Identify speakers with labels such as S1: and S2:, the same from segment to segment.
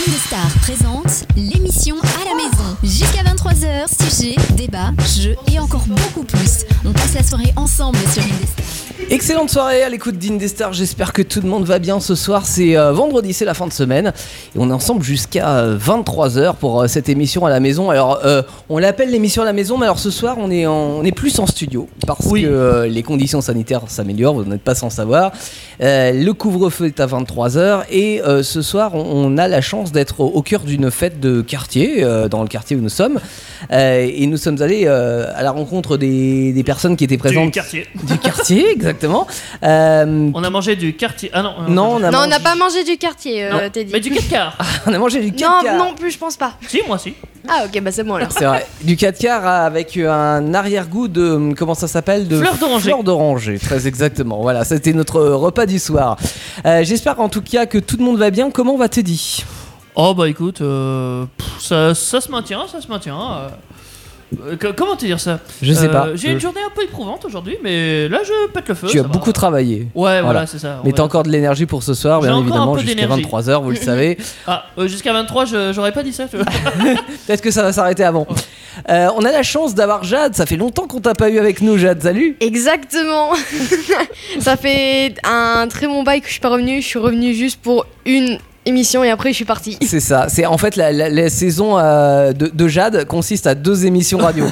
S1: Film de Star présente l'émission à la maison. Jusqu'à 23h, sujets, débats, jeux et encore beaucoup plus. On passe la soirée ensemble sur Indestar.
S2: Excellente soirée à l'écoute d'Indestar, j'espère que tout le monde va bien ce soir, c'est euh, vendredi, c'est la fin de semaine et on est ensemble jusqu'à 23h pour euh, cette émission à la maison. Alors euh, on l'appelle l'émission à la maison mais alors ce soir on est, en- on est plus en studio parce
S3: Oui.
S2: que euh, les conditions sanitaires s'améliorent, vous n'êtes pas sans savoir. Euh, le couvre-feu est à 23h et euh, ce soir on, on a la chance d'être au, au cœur d'une fête de quartier, euh, dans le quartier où nous sommes Euh, et nous sommes allés euh, à la rencontre des, des personnes qui étaient
S3: Du
S2: présentes
S3: quartier.
S2: du quartier, exactement. Euh,
S3: On a mangé du quartier. Ah non. euh,
S2: non, on
S4: Non,
S2: a,
S4: on
S2: mangé,
S4: n'a pas mangé du quartier,
S3: non.
S4: euh, Teddy.
S3: Mais du 4 quarts.
S2: on a mangé du 4
S4: Non, non plus, je pense pas.
S3: si, moi si.
S4: Ah, ok, bah c'est bon alors.
S2: C'est vrai. Du 4 quarts avec un arrière-goût de. Comment ça s'appelle de
S3: Fleur d'oranger.
S2: Fleur d'oranger, très exactement. Voilà, c'était notre repas du soir. Euh, J'espère en tout cas que tout le monde va bien. Comment va Teddy
S3: Oh bah écoute, euh, pff, ça, ça se maintient, ça se maintient. euh. Euh, co- comment te dire ça
S2: Je sais
S3: Euh,
S2: pas.
S3: J'ai une journée un peu éprouvante aujourd'hui, mais là je pète le feu.
S2: Tu
S3: ça
S2: as
S3: va.
S2: beaucoup travaillé.
S3: Ouais, voilà,
S2: Voilà.
S3: c'est ça.
S2: Mais
S3: ouais.
S2: t'as encore de l'énergie pour ce soir,
S3: J'ai
S2: bien
S3: encore un
S2: évidemment,
S3: peu
S2: jusqu'à
S3: d'énergie.
S2: 23h, vous le savez.
S3: Ah, euh, jusqu'à 23, je- j'aurais pas dit ça. tu vois.
S2: Peut-être que ça va s'arrêter avant. Euh, on a la chance d'avoir Jade, ça fait longtemps qu'on t'a pas eu avec nous, Jade, salut
S4: Exactement. Ça fait un très bon bail que je suis pas revenue. Je suis revenue juste pour une émission et après je suis partie.
S2: C'est ça, c'est en fait la, la- la saison euh, de, de Jade consiste à deux émissions radio.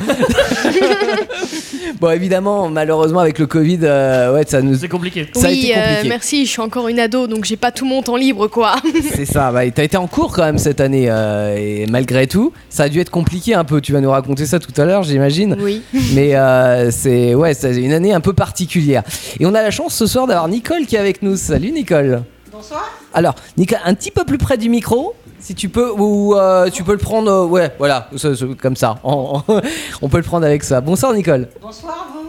S2: bon, évidemment, malheureusement, avec le Covid, euh, ouais, ça nous.
S3: c'est compliqué.
S2: Ça a
S4: oui,
S2: été
S4: euh,
S2: compliqué.
S4: merci, je suis encore une ado donc j'ai pas tout mon temps libre quoi.
S2: C'est ça, bah, et t'as été en cours quand même cette année, euh, et malgré tout, ça a dû être compliqué un peu. Tu vas nous raconter ça tout à l'heure, j'imagine.
S4: Oui.
S2: Mais euh, c'est ouais, c'est une année un peu particulière. Et on a la chance ce soir d'avoir Nicole qui est avec nous. Salut Nicole. Bonsoir. Alors Nicole, un petit peu plus près du micro, si tu peux, ou euh, tu peux le prendre, euh, ouais, voilà, ça- ça- comme ça. En- en- on peut le prendre avec ça. Bonsoir Nicole.
S5: Bonsoir vous.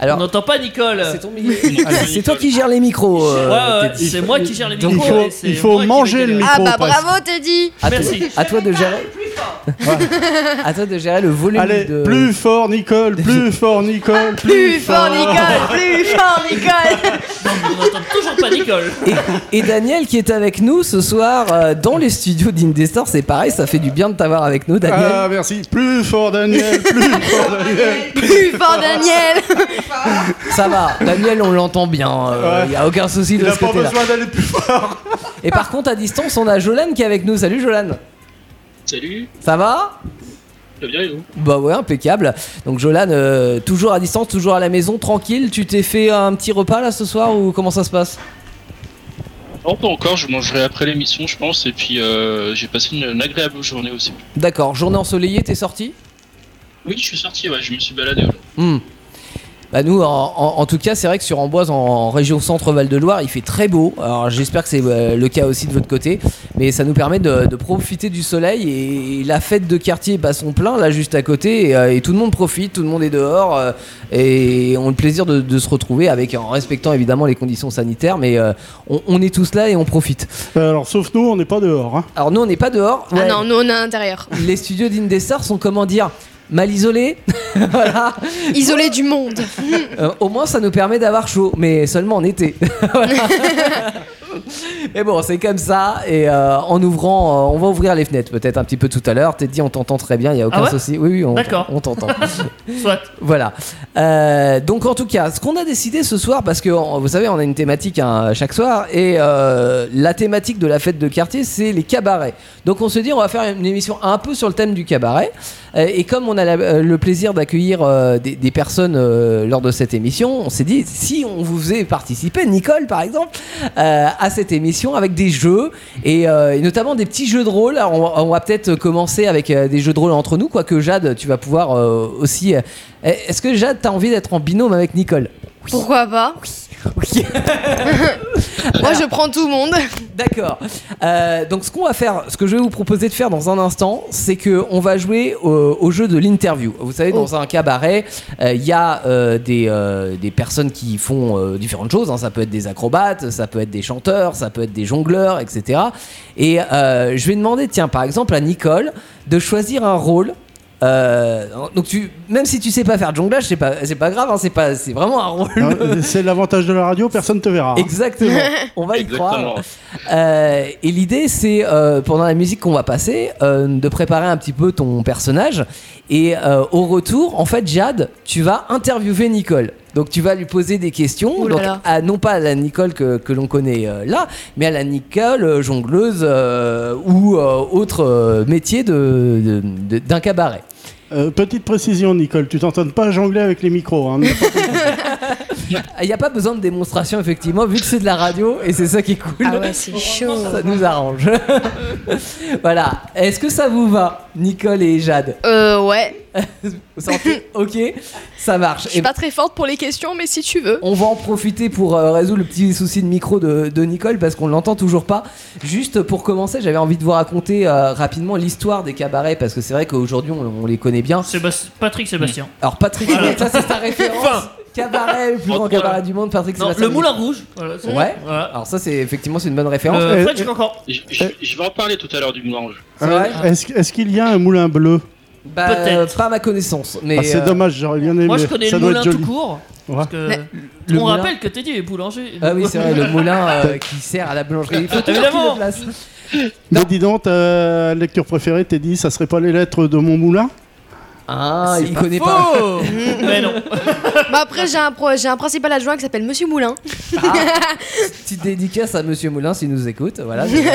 S2: Alors
S3: n'entend pas Nicole.
S2: c'est ton micro. Alors, c'est toi qui gères les micros.
S3: Ouais,
S2: euh,
S3: ouais,
S2: Teddy.
S3: c'est moi qui gère les
S6: Donc,
S3: micros.
S6: il faut-
S3: et c'est
S6: il faut
S3: moi qui vais
S6: manger le
S3: galérer.
S4: Ah
S6: Faut
S4: bah
S6: presque.
S4: bravo Teddy. Ah
S2: À toi-
S3: Merci.
S2: À toi de gérer. À toi de gérer le volume
S6: Allez,
S2: de.
S6: plus fort Nicole, plus fort
S3: Ah,
S6: Nicole,
S4: Plus fort Nicole, plus fort Nicole.
S3: On n'entend toujours pas Nicole.
S2: Et Daniel qui est avec nous ce soir euh, dans les studios d'Indestar, c'est pareil, ça fait du bien de t'avoir avec nous, Daniel.
S6: Ah merci, plus fort Daniel, plus fort Daniel.
S4: Plus fort Daniel.
S2: Ça va, Daniel, on l'entend bien. Il
S6: Ouais.
S2: y a aucun souci
S6: Il
S2: de
S6: a
S2: ce
S6: pas
S2: côté-là.
S6: besoin d'aller plus fort.
S2: Et par contre, à distance, on a Jolan qui est avec nous. Salut Jolan.
S7: Salut,
S2: Ça va
S7: très bien et vous
S2: Bah ouais, impeccable. Donc Jolan, euh, toujours à distance, toujours à la maison, tranquille. Tu t'es fait un petit repas là ce soir ou comment ça se passe
S7: Non, pas encore, je mangerai après l'émission, je pense, et puis euh, j'ai passé une, une agréable journée aussi.
S2: D'accord, journée ensoleillée, t'es sorti
S7: Oui, je suis sorti, ouais, je me suis baladé. aujourd'hui.
S2: Hmm. Bah nous, en, en- en tout cas, c'est vrai que sur Amboise, en, en région centre Val-de-Loire, il fait très beau. Alors j'espère que c'est euh, le cas aussi de votre côté, mais ça nous permet de, de profiter du soleil et, la fête de quartier bat son plein là juste à côté et, euh, et tout le monde profite, tout le monde est dehors euh, et ont le plaisir de, de se retrouver avec en respectant évidemment les conditions sanitaires, mais euh, on, on est tous là et on profite.
S6: Euh, Alors sauf nous, on n'est pas dehors. hein.
S2: Alors nous, on n'est pas dehors.
S4: Ah
S2: Ouais.
S4: non, nous on est à l'intérieur,
S2: Les studios d'Indestar sont comment dire mal isolés, voilà.
S4: isolé du monde.
S2: Euh, au moins, ça nous permet d'avoir chaud, mais seulement en été. Voilà. mais bon, c'est comme ça. Et euh, en ouvrant, euh, on va ouvrir les fenêtres peut-être un petit peu tout à l'heure. Teddy, on t'entend très bien, il n'y a aucun
S3: Ah ouais
S2: souci. Oui, oui, on,
S3: D'accord.
S2: on t'entend.
S3: Soit.
S2: voilà. Euh, donc, en tout cas, ce qu'on a décidé ce soir, parce que en- vous savez, on a une thématique hein, chaque soir, et euh, la thématique de la fête de quartier, c'est les cabarets. Donc, on se dit, on va faire une émission un peu sur le thème du cabaret. Euh, Et comme on a la- euh, le plaisir d'accueillir euh, des, des personnes euh, lors de cette émission, on s'est dit si on vous faisait participer, Nicole par exemple, euh, à cette émission avec des jeux et, euh, et notamment des petits jeux de rôle. Alors, on, va- on va peut-être commencer avec euh, des jeux de rôle entre nous, quoique Jade, tu vas pouvoir euh, aussi. euh, Est-ce que Jade, t'as envie d'être en binôme avec Nicole
S4: Pourquoi pas
S2: Oui.
S4: Moi je prends tout le monde.
S2: D'accord. Euh, donc ce qu'on va faire, ce que je vais vous proposer de faire dans un instant, c'est que on va jouer au, au jeu de l'interview. Vous savez, dans un cabaret, euh, il y a euh, des, euh, des personnes qui font euh, différentes choses. hein. Ça peut être des acrobates, ça peut être des chanteurs, ça peut être des jongleurs, etc. Et euh, je vais demander, tiens, par exemple à Nicole, de choisir un rôle. euh, Euh, donc tu, même si tu sais pas faire de jonglage, c'est pas, c'est pas grave, hein, c'est pas, c'est vraiment un rôle.
S6: Ah, C'est l'avantage de la radio, personne te verra. hein.
S2: Exactement. On va y
S7: Exactement.
S2: croire. Euh, et l'idée, c'est euh, pendant la musique qu'on va passer, euh, de préparer un petit peu ton personnage. Et euh, au retour, en fait, Jade, tu vas interviewer Nicole. Donc tu vas lui poser des questions,
S4: Ouh là
S2: donc,
S4: là.
S2: à- non pas à la Nicole que, que l'on connaît euh, là, mais à la Nicole euh, jongleuse euh, ou euh, autre euh, métier de- de- de- d'un cabaret.
S6: Euh, petite précision, Nicole, tu t'entends pas jongler avec les micros. hein.
S2: Il n'y a pas besoin de démonstration, effectivement, vu que c'est de la radio et c'est ça qui est cool.
S4: Ah ouais, c'est chaud.
S2: Ça nous arrange. voilà. Est-ce que ça vous va, Nicole et Jade
S4: Euh, ouais.
S2: Vous sentez Ok, ça marche. Eh ben,
S4: Je suis
S2: Et
S4: pas très forte pour les questions, mais si tu veux.
S2: on va en profiter pour euh, résoudre le petit souci de micro euh, de, de Nicole parce qu'on l'entend toujours pas. Juste pour commencer, j'avais envie de vous raconter euh, rapidement l'histoire des cabarets parce que c'est vrai qu'aujourd'hui on, on les connaît bien.
S3: Sébast- Patrick Sébastien.
S2: Alors Patrick,
S3: Voilà.
S2: ça c'est ta référence.
S3: Enfin.
S2: Cabaret, le plus grand
S3: Voilà.
S2: cabaret du monde, Patrick
S3: Non,
S2: Sébastien.
S3: le Moulin Rouge. Voilà, c'est-
S2: Ouais.
S3: Voilà.
S2: Alors ça c'est effectivement c'est une bonne référence.
S3: Euh,
S6: Euh,
S3: Fred,
S6: euh,
S3: j'ai encore.
S7: Je, je- je vais en parler tout à l'heure du Moulin Rouge.
S2: C'est vrai
S6: Est-ce est-ce qu'il y a un moulin bleu
S2: Bah,
S3: Peut-être.
S2: Pas à ma connaissance. Mais
S6: Ah, C'est
S2: euh,
S6: dommage, j'aurais bien aimé.
S3: Moi, je connais
S6: ça
S3: le
S6: doit
S3: Moulin
S6: être
S3: tout
S6: joli.
S3: court.
S6: Ouais.
S3: Parce que
S2: le
S3: on
S2: moulin-
S3: rappelle que Teddy est boulanger.
S2: Ah oui, c'est vrai, le moulin euh, qui sert à la boulangerie. Il faut toujours qu'il
S3: Euh, Évidemment.
S2: le place.
S6: Mais dis donc, ta lecture préférée, t'es dit, ça serait pas les lettres de mon moulin
S2: Ah,
S3: C'est
S2: il connaît
S3: faux.
S2: pas.
S3: Mais non.
S4: Bah après, j'ai un, pro- j'ai un principal adjoint qui s'appelle Monsieur Moulin.
S2: Petite dédicace à Monsieur Moulin s'il nous écoute. Voilà. c'est bien.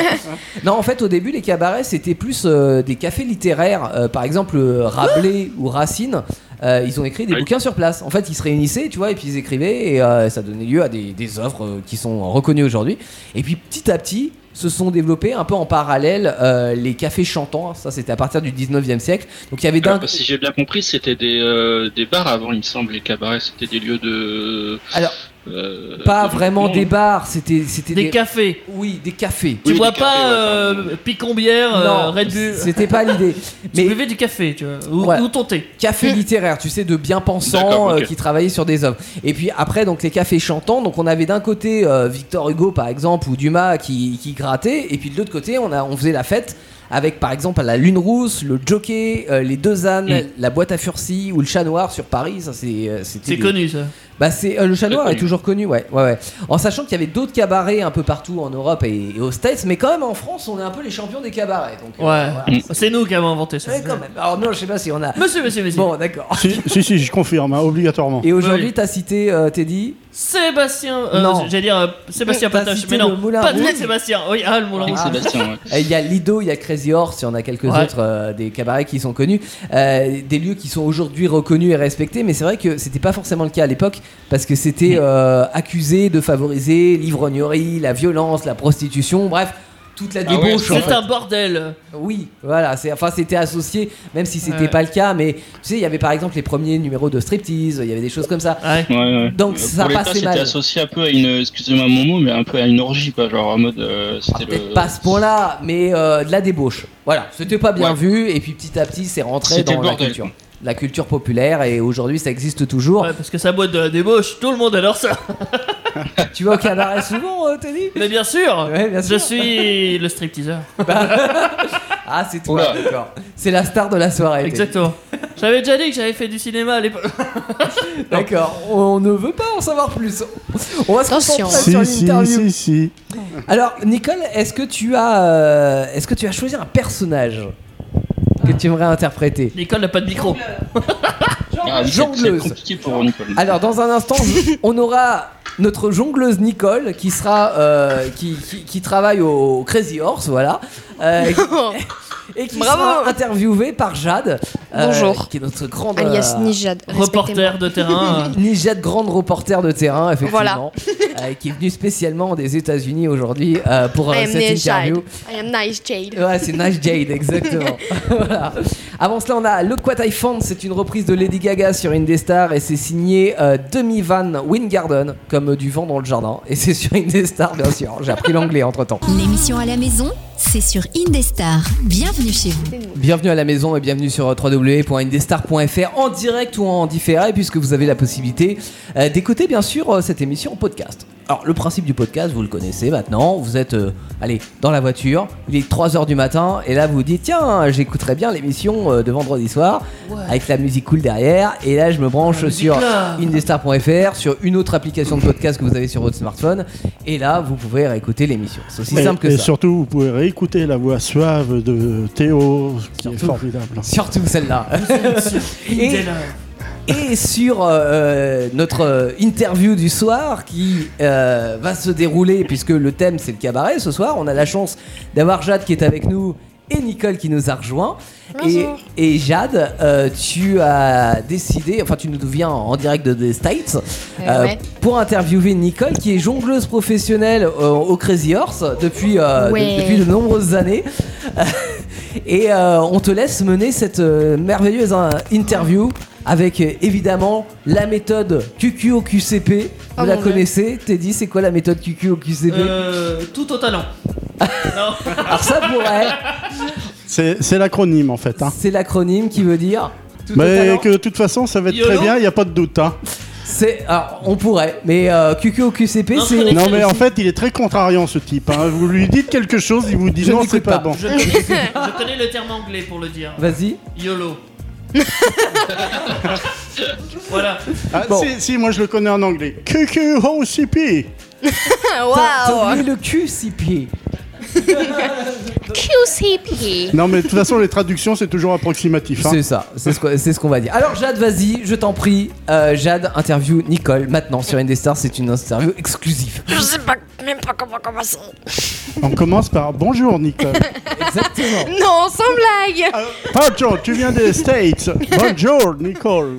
S2: non, en fait, au début, les cabarets c'était plus euh, des cafés littéraires. Euh, par exemple, euh, Rabelais ou Racine. euh, ils ont écrit des
S7: Ah Oui.
S2: bouquins sur place. En fait, ils se réunissaient, tu vois, et puis ils écrivaient, et euh, ça donnait lieu à des, des œuvres euh, qui sont reconnues aujourd'hui. Et puis petit à petit, se sont développés un peu en parallèle euh, les cafés chantants. Ça, c'était à partir du 19e siècle. Donc il y avait Ah, d'un.
S7: Alors, si j'ai bien compris, c'était des, euh, des bars avant, il me semble, les cabarets. C'était des lieux de.
S2: Alors,
S7: euh,
S2: pas
S7: de-
S2: vraiment des bars, c'était c'était
S3: Des cafés.
S2: oui, des cafés.
S7: Oui,
S3: Tu
S7: des
S3: bois
S7: cafés,
S3: pas
S7: ouais,
S3: euh, Picombière, euh,
S2: non,
S3: Red Bull.
S2: c'était pas l'idée.
S3: Tu
S2: Mais
S3: buvais du café, tu vois. Ou,
S2: Voilà.
S3: ou ton thé.
S2: café littéraire, tu sais, de bien pensants
S7: D'accord, ok.
S2: euh, qui travaillaient sur des œuvres. Et puis après, donc les cafés chantants. Donc on avait d'un côté euh, Victor Hugo par exemple ou Dumas qui, qui grattait, et puis de l'autre côté, on a on faisait la fête. Avec par exemple la Lune Rousse, le Jockey, euh, les Deux Ânes,
S7: Mm.
S2: la Boîte à Furci ou le Chat Noir sur Paris, ça c'est euh, c'était
S3: C'est
S2: des-
S3: connu ça.
S2: Bah c'est euh, le chat
S7: Très
S2: noir est
S7: connu.
S2: toujours connu, ouais, ouais, ouais. En sachant qu'il y avait d'autres cabarets un peu partout en Europe et, et aux States, mais quand même en France, on est un peu les champions des cabarets. Donc, euh,
S3: Ouais.
S2: voilà.
S7: Mm.
S3: C'est nous qui avons inventé ça.
S2: Ouais, quand même. Alors non, je sais pas si on a.
S3: Monsieur, monsieur, monsieur.
S2: Bon, d'accord.
S6: si, si, si, je confirme, hein, obligatoirement.
S2: Et aujourd'hui,
S3: Oui.
S2: t'as cité euh, Teddy.
S3: Sébastien. euh,
S2: Non. Eh,
S3: J'allais dire euh, Sébastien
S2: T'as
S3: Patoche.
S2: cité
S3: Mais
S2: le
S3: non.
S2: Moulin
S3: Patrick
S2: Rouge.
S3: Sébastien. Oui, ah, le Moulin
S7: Avec
S3: Rouge.
S7: Sébastien, ouais.
S2: Euh, Il y a Lido, il y a Crazy Horse, il y en a quelques
S3: Ouais.
S2: autres euh, des cabarets qui sont connus, Euh, des lieux qui sont aujourd'hui reconnus et respectés, mais c'est vrai que c'était pas forcément le cas à l'époque parce que c'était
S3: Mm.
S2: euh, accusé de favoriser l'ivrognerie, la violence, la prostitution, bref, toute la
S7: Ah ouais,
S2: débauche. en
S3: C'est
S2: fait.
S3: un bordel.
S2: Oui, voilà, c'est enfin c'était associé, même si c'était
S3: Ouais.
S2: pas le cas, mais tu sais, il y avait par exemple les premiers numéros de striptease, il y avait des choses comme ça.
S3: Ouais.
S7: Ouais, ouais. Euh,
S2: Donc, ça
S7: pour l'État,
S2: passait
S7: c'était
S2: mal.
S7: associé un peu à une, excusez-moi mon mot, mais un peu à une orgie, quoi, genre en mode. euh,
S2: Ah,
S7: c'était
S2: Peut-être
S7: le-
S2: pas à ce point-là, mais euh, de la débauche. Voilà, c'était pas bien
S7: Ouais.
S2: vu, et puis petit à petit, c'est rentré
S7: C'était
S2: dans
S7: le
S2: la
S7: bordel,
S2: culture.
S7: quoi.
S2: La culture populaire, et aujourd'hui, ça existe toujours.
S3: Ouais, parce que ça boîte de la débauche, tout le monde adore ça.
S2: Tu vas au cabaret souvent, euh, Tony
S3: Mais bien sûr,
S2: Ouais, bien
S3: je
S2: sûr.
S3: suis le stripteaser.
S2: Ah, c'est toi,
S7: Oula.
S2: d'accord. C'est la star de la soirée. Teddy.
S3: Exactement. J'avais déjà dit que j'avais fait du cinéma à l'époque.
S2: D'accord, on ne veut pas en savoir plus. On va se
S4: Attention.
S2: concentrer sur
S6: Si, si,
S2: l'interview.
S6: si, si.
S2: Alors Nicole, est-ce que tu as euh, est-ce que tu as choisi un personnage que tu aimerais interpréter
S3: Nicole n'a pas de micro.
S7: Ah, c'est- C'est
S2: Jongleuse.
S7: compliqué pour Nicole.
S2: Alors dans un instant, on aura notre jongleuse Nicole qui sera euh, qui, qui- qui travaille au Crazy Horse, voilà, euh, et qui
S4: Bravo.
S2: sera interviewée par Jade, euh,
S4: Bonjour.
S2: qui est notre grande
S5: alias
S2: euh,
S5: Nijad.
S3: Reporter de terrain. euh.
S2: Ni Jade, grande reporter de terrain, effectivement,
S4: Voilà.
S2: euh, qui est venue spécialement des États-Unis aujourd'hui euh, pour euh,
S4: I am
S2: cette
S4: nice
S2: interview.
S4: Jade. I am nice Jade.
S2: Ouais, c'est Nice Jade, exactement. Voilà. Avant cela, on a Look What I Found, c'est une reprise de Lady Gaga sur Indestar et c'est signé euh, Demi Van Wingarden, comme euh, du vent dans le jardin. Et c'est sur Indestar, bien sûr. J'ai appris l'anglais entre temps.
S1: L'émission à la maison, c'est sur Indestar. Bienvenue chez vous.
S2: Bienvenue à la maison et bienvenue sur euh, www.indestar.fr en direct ou en différé, puisque vous avez la possibilité euh, d'écouter, bien sûr, euh, cette émission en podcast. Alors, le principe du podcast, vous le connaissez maintenant. Vous êtes, euh, allez, dans la voiture, il est 3h du matin, et là, vous vous dites, tiens, j'écouterai bien l'émission euh, de vendredi soir, avec la musique cool derrière, et là, je me branche sur
S3: club.
S2: indestar.fr, sur une autre application de podcast que vous avez sur votre smartphone, et là, vous pouvez réécouter l'émission. C'est aussi
S6: Mais-
S2: simple que
S6: et
S2: ça.
S6: surtout, vous pouvez réécouter la voix suave de Théo, qui est
S2: Surtout.
S6: formidable.
S2: Surtout celle-là.
S3: Indela.
S2: et sur euh, notre euh, interview du soir qui euh, va se dérouler puisque le thème c'est le cabaret ce soir. On a la chance d'avoir Jade qui est avec nous et Nicole qui nous a rejoint. Et,
S4: Bonjour.
S2: et Jade, euh, tu as décidé, enfin tu nous viens en direct de The States euh,
S5: Eh ouais.
S2: pour interviewer Nicole qui est jongleuse professionnelle euh, au Crazy Horse depuis, euh, de-
S5: Ouais.
S2: depuis de nombreuses années. Et euh, on te laisse mener cette euh, merveilleuse hein, interview avec euh, évidemment la méthode QQOQCP. Vous
S4: Oh
S2: la
S4: mon Dieu.
S2: connaissez Teddy, c'est quoi la méthode QQOQCP
S3: Euh, tout au talent. non.
S2: Alors ça pour elle,
S6: C'est c'est l'acronyme en fait. hein.
S2: c'est l'acronyme qui veut dire. tout au
S6: Mais
S2: talent.
S6: que de toute façon, ça va être
S3: YOLO.
S6: très bien, il n'y a pas de doute. hein.
S2: C'est, alors, on pourrait, mais euh, QQOQCP,
S3: Non, je
S2: c'est.
S3: connais.
S6: Non,
S3: Excellent.
S6: mais en fait, il est très contrariant ce type. hein. Vous lui dites quelque chose, il vous dit
S2: Je
S6: non,
S2: n'écoute
S6: c'est pas,
S2: pas.
S6: bon.
S3: Je connais, je connais le terme anglais pour le dire.
S2: Vas-y.
S3: YOLO. voilà.
S6: Ah,
S2: Bon.
S6: si, si, moi je le connais en anglais. QQOCP.
S4: Ah,
S2: T'as- t'as
S4: Waouh
S2: oublié le QCP.
S5: QCP.
S6: Non, mais de toute façon, les traductions, c'est toujours approximatif. hein.
S2: C'est ça, c'est ce qu'on c'est ce qu'on va dire. Alors Jade, vas-y, je t'en prie. Euh, Jade, interview Nicole maintenant sur Indestar, c'est une interview exclusive.
S5: Je sais pas, même pas comment commencer.
S6: On commence par bonjour, Nicole.
S2: Euh, Exactement. Ah.
S4: Non, sans blague
S6: Bonjour, tu viens des States. Bonjour, Nicole.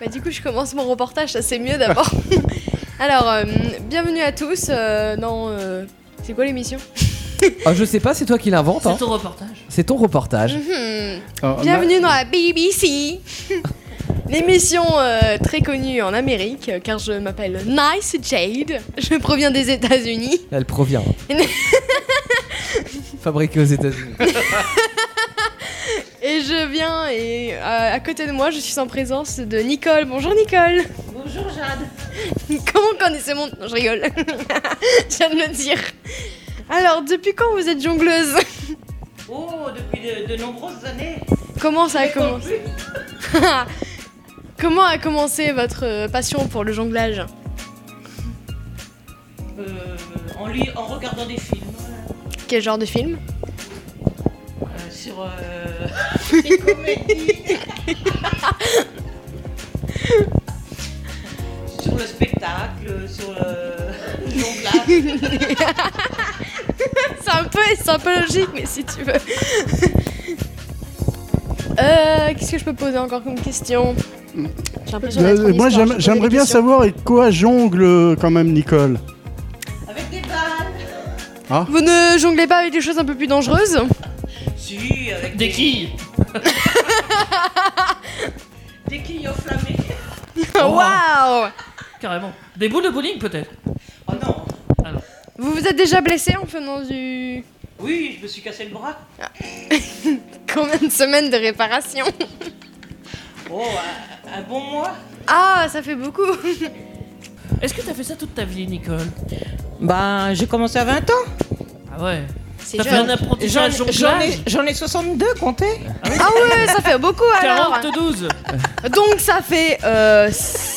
S4: Bah du coup je commence mon reportage, ça c'est mieux d'abord. Alors, euh, bienvenue à tous euh, dans... euh, c'est quoi l'émission
S2: Ah, je sais pas, c'est toi qui l'invente. hein.
S3: C'est ton reportage.
S2: C'est ton reportage.
S4: Hmm,
S6: Alors,
S4: Bienvenue dans la BBC L'émission euh, très connue en Amérique, euh, car je m'appelle Nice Jade, je proviens des états unis
S2: Elle provient. Fabriquée aux États-Unis.
S4: et je viens et euh, à côté de moi je suis en présence de Nicole. Bonjour Nicole
S5: Bonjour Jade.
S4: Comment connaissez mon... Non, je rigole. je viens de le dire. Alors, depuis quand vous êtes jongleuse
S8: Oh, depuis de, de nombreuses années.
S4: Comment ça a
S8: Mais quand
S4: commencé Comment a commencé votre euh, passion pour le jonglage
S8: Euh, en, lui, en regardant des films
S4: Quel genre de film
S8: euh, sur euh, des comédies, sur le spectacle, sur euh, le jonglage.
S4: C'est un peu, c'est un peu logique, mais si tu veux. Euh, qu'est-ce que je peux poser encore comme question J'ai l'impression
S6: Euh,
S4: d'être en
S6: moi,
S4: histoire,
S6: j'aime-
S8: hein,
S4: je pose des
S6: j'aimerais bien
S4: questions.
S6: savoir avec quoi jongle euh, quand même, Nicole. hein.
S8: Avec des balles.
S4: Vous ne jonglez pas avec des choses un peu plus dangereuses
S8: Si, avec
S3: Des quilles.
S8: Des quilles enflammées.
S4: Waouh
S3: Carrément. Des boules de bowling peut-être.
S8: Oh non.
S4: Vous vous êtes déjà blessé en faisant du. Ah.
S8: Oui, je me suis cassé le bras.
S4: Combien de semaines de réparation
S8: Oh, un, un bon mois.
S4: Ah, ça fait beaucoup
S3: Est-ce que t'as fait ça toute ta vie, Nicole
S8: Ben, j'ai commencé à 20 ans.
S3: Ah ouais.
S4: C'est
S3: T'as fait un apprentissage jonglage
S8: j'en ai 62, comptez.
S4: Ah ouais, ça fait beaucoup alors
S3: 42
S4: Donc ça fait... Euh... s-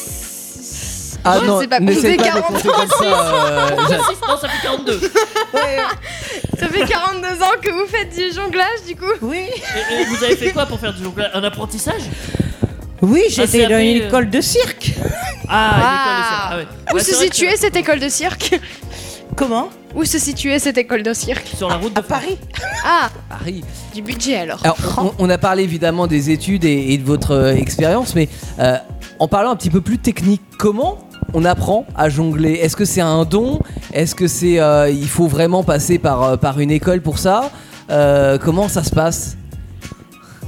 S2: Ah
S4: je
S2: non,
S4: sais pas,
S2: n'essaie
S4: compter
S2: pas de
S4: 40
S2: compter comme ça. euh, Jade.
S3: Non, ça fait 42
S4: Ça fait 42 ans que vous faites du jonglage du coup
S8: Oui.
S3: Et- et Vous avez fait quoi pour faire du jonglage Un apprentissage
S8: Oui,
S3: j'étais dans une école
S8: de cirque.
S3: Ah, une école de cirque. Ah
S4: Où
S3: ouais. Bah,
S4: se
S3: c'est vrai que
S4: situait cette école de cirque
S8: Comment
S4: Où se situait cette école de cirque
S3: Sur la route de Paris.
S4: Ah,
S2: Paris.
S4: du budget alors.
S2: Alors, on, on a parlé évidemment des études et, et de votre euh, expérience, mais euh, en parlant un petit peu plus technique, comment on apprend à jongler Est-ce que c'est un don Est-ce que c'est euh, il faut vraiment passer par, euh, par une école pour ça Euh, Comment ça se passe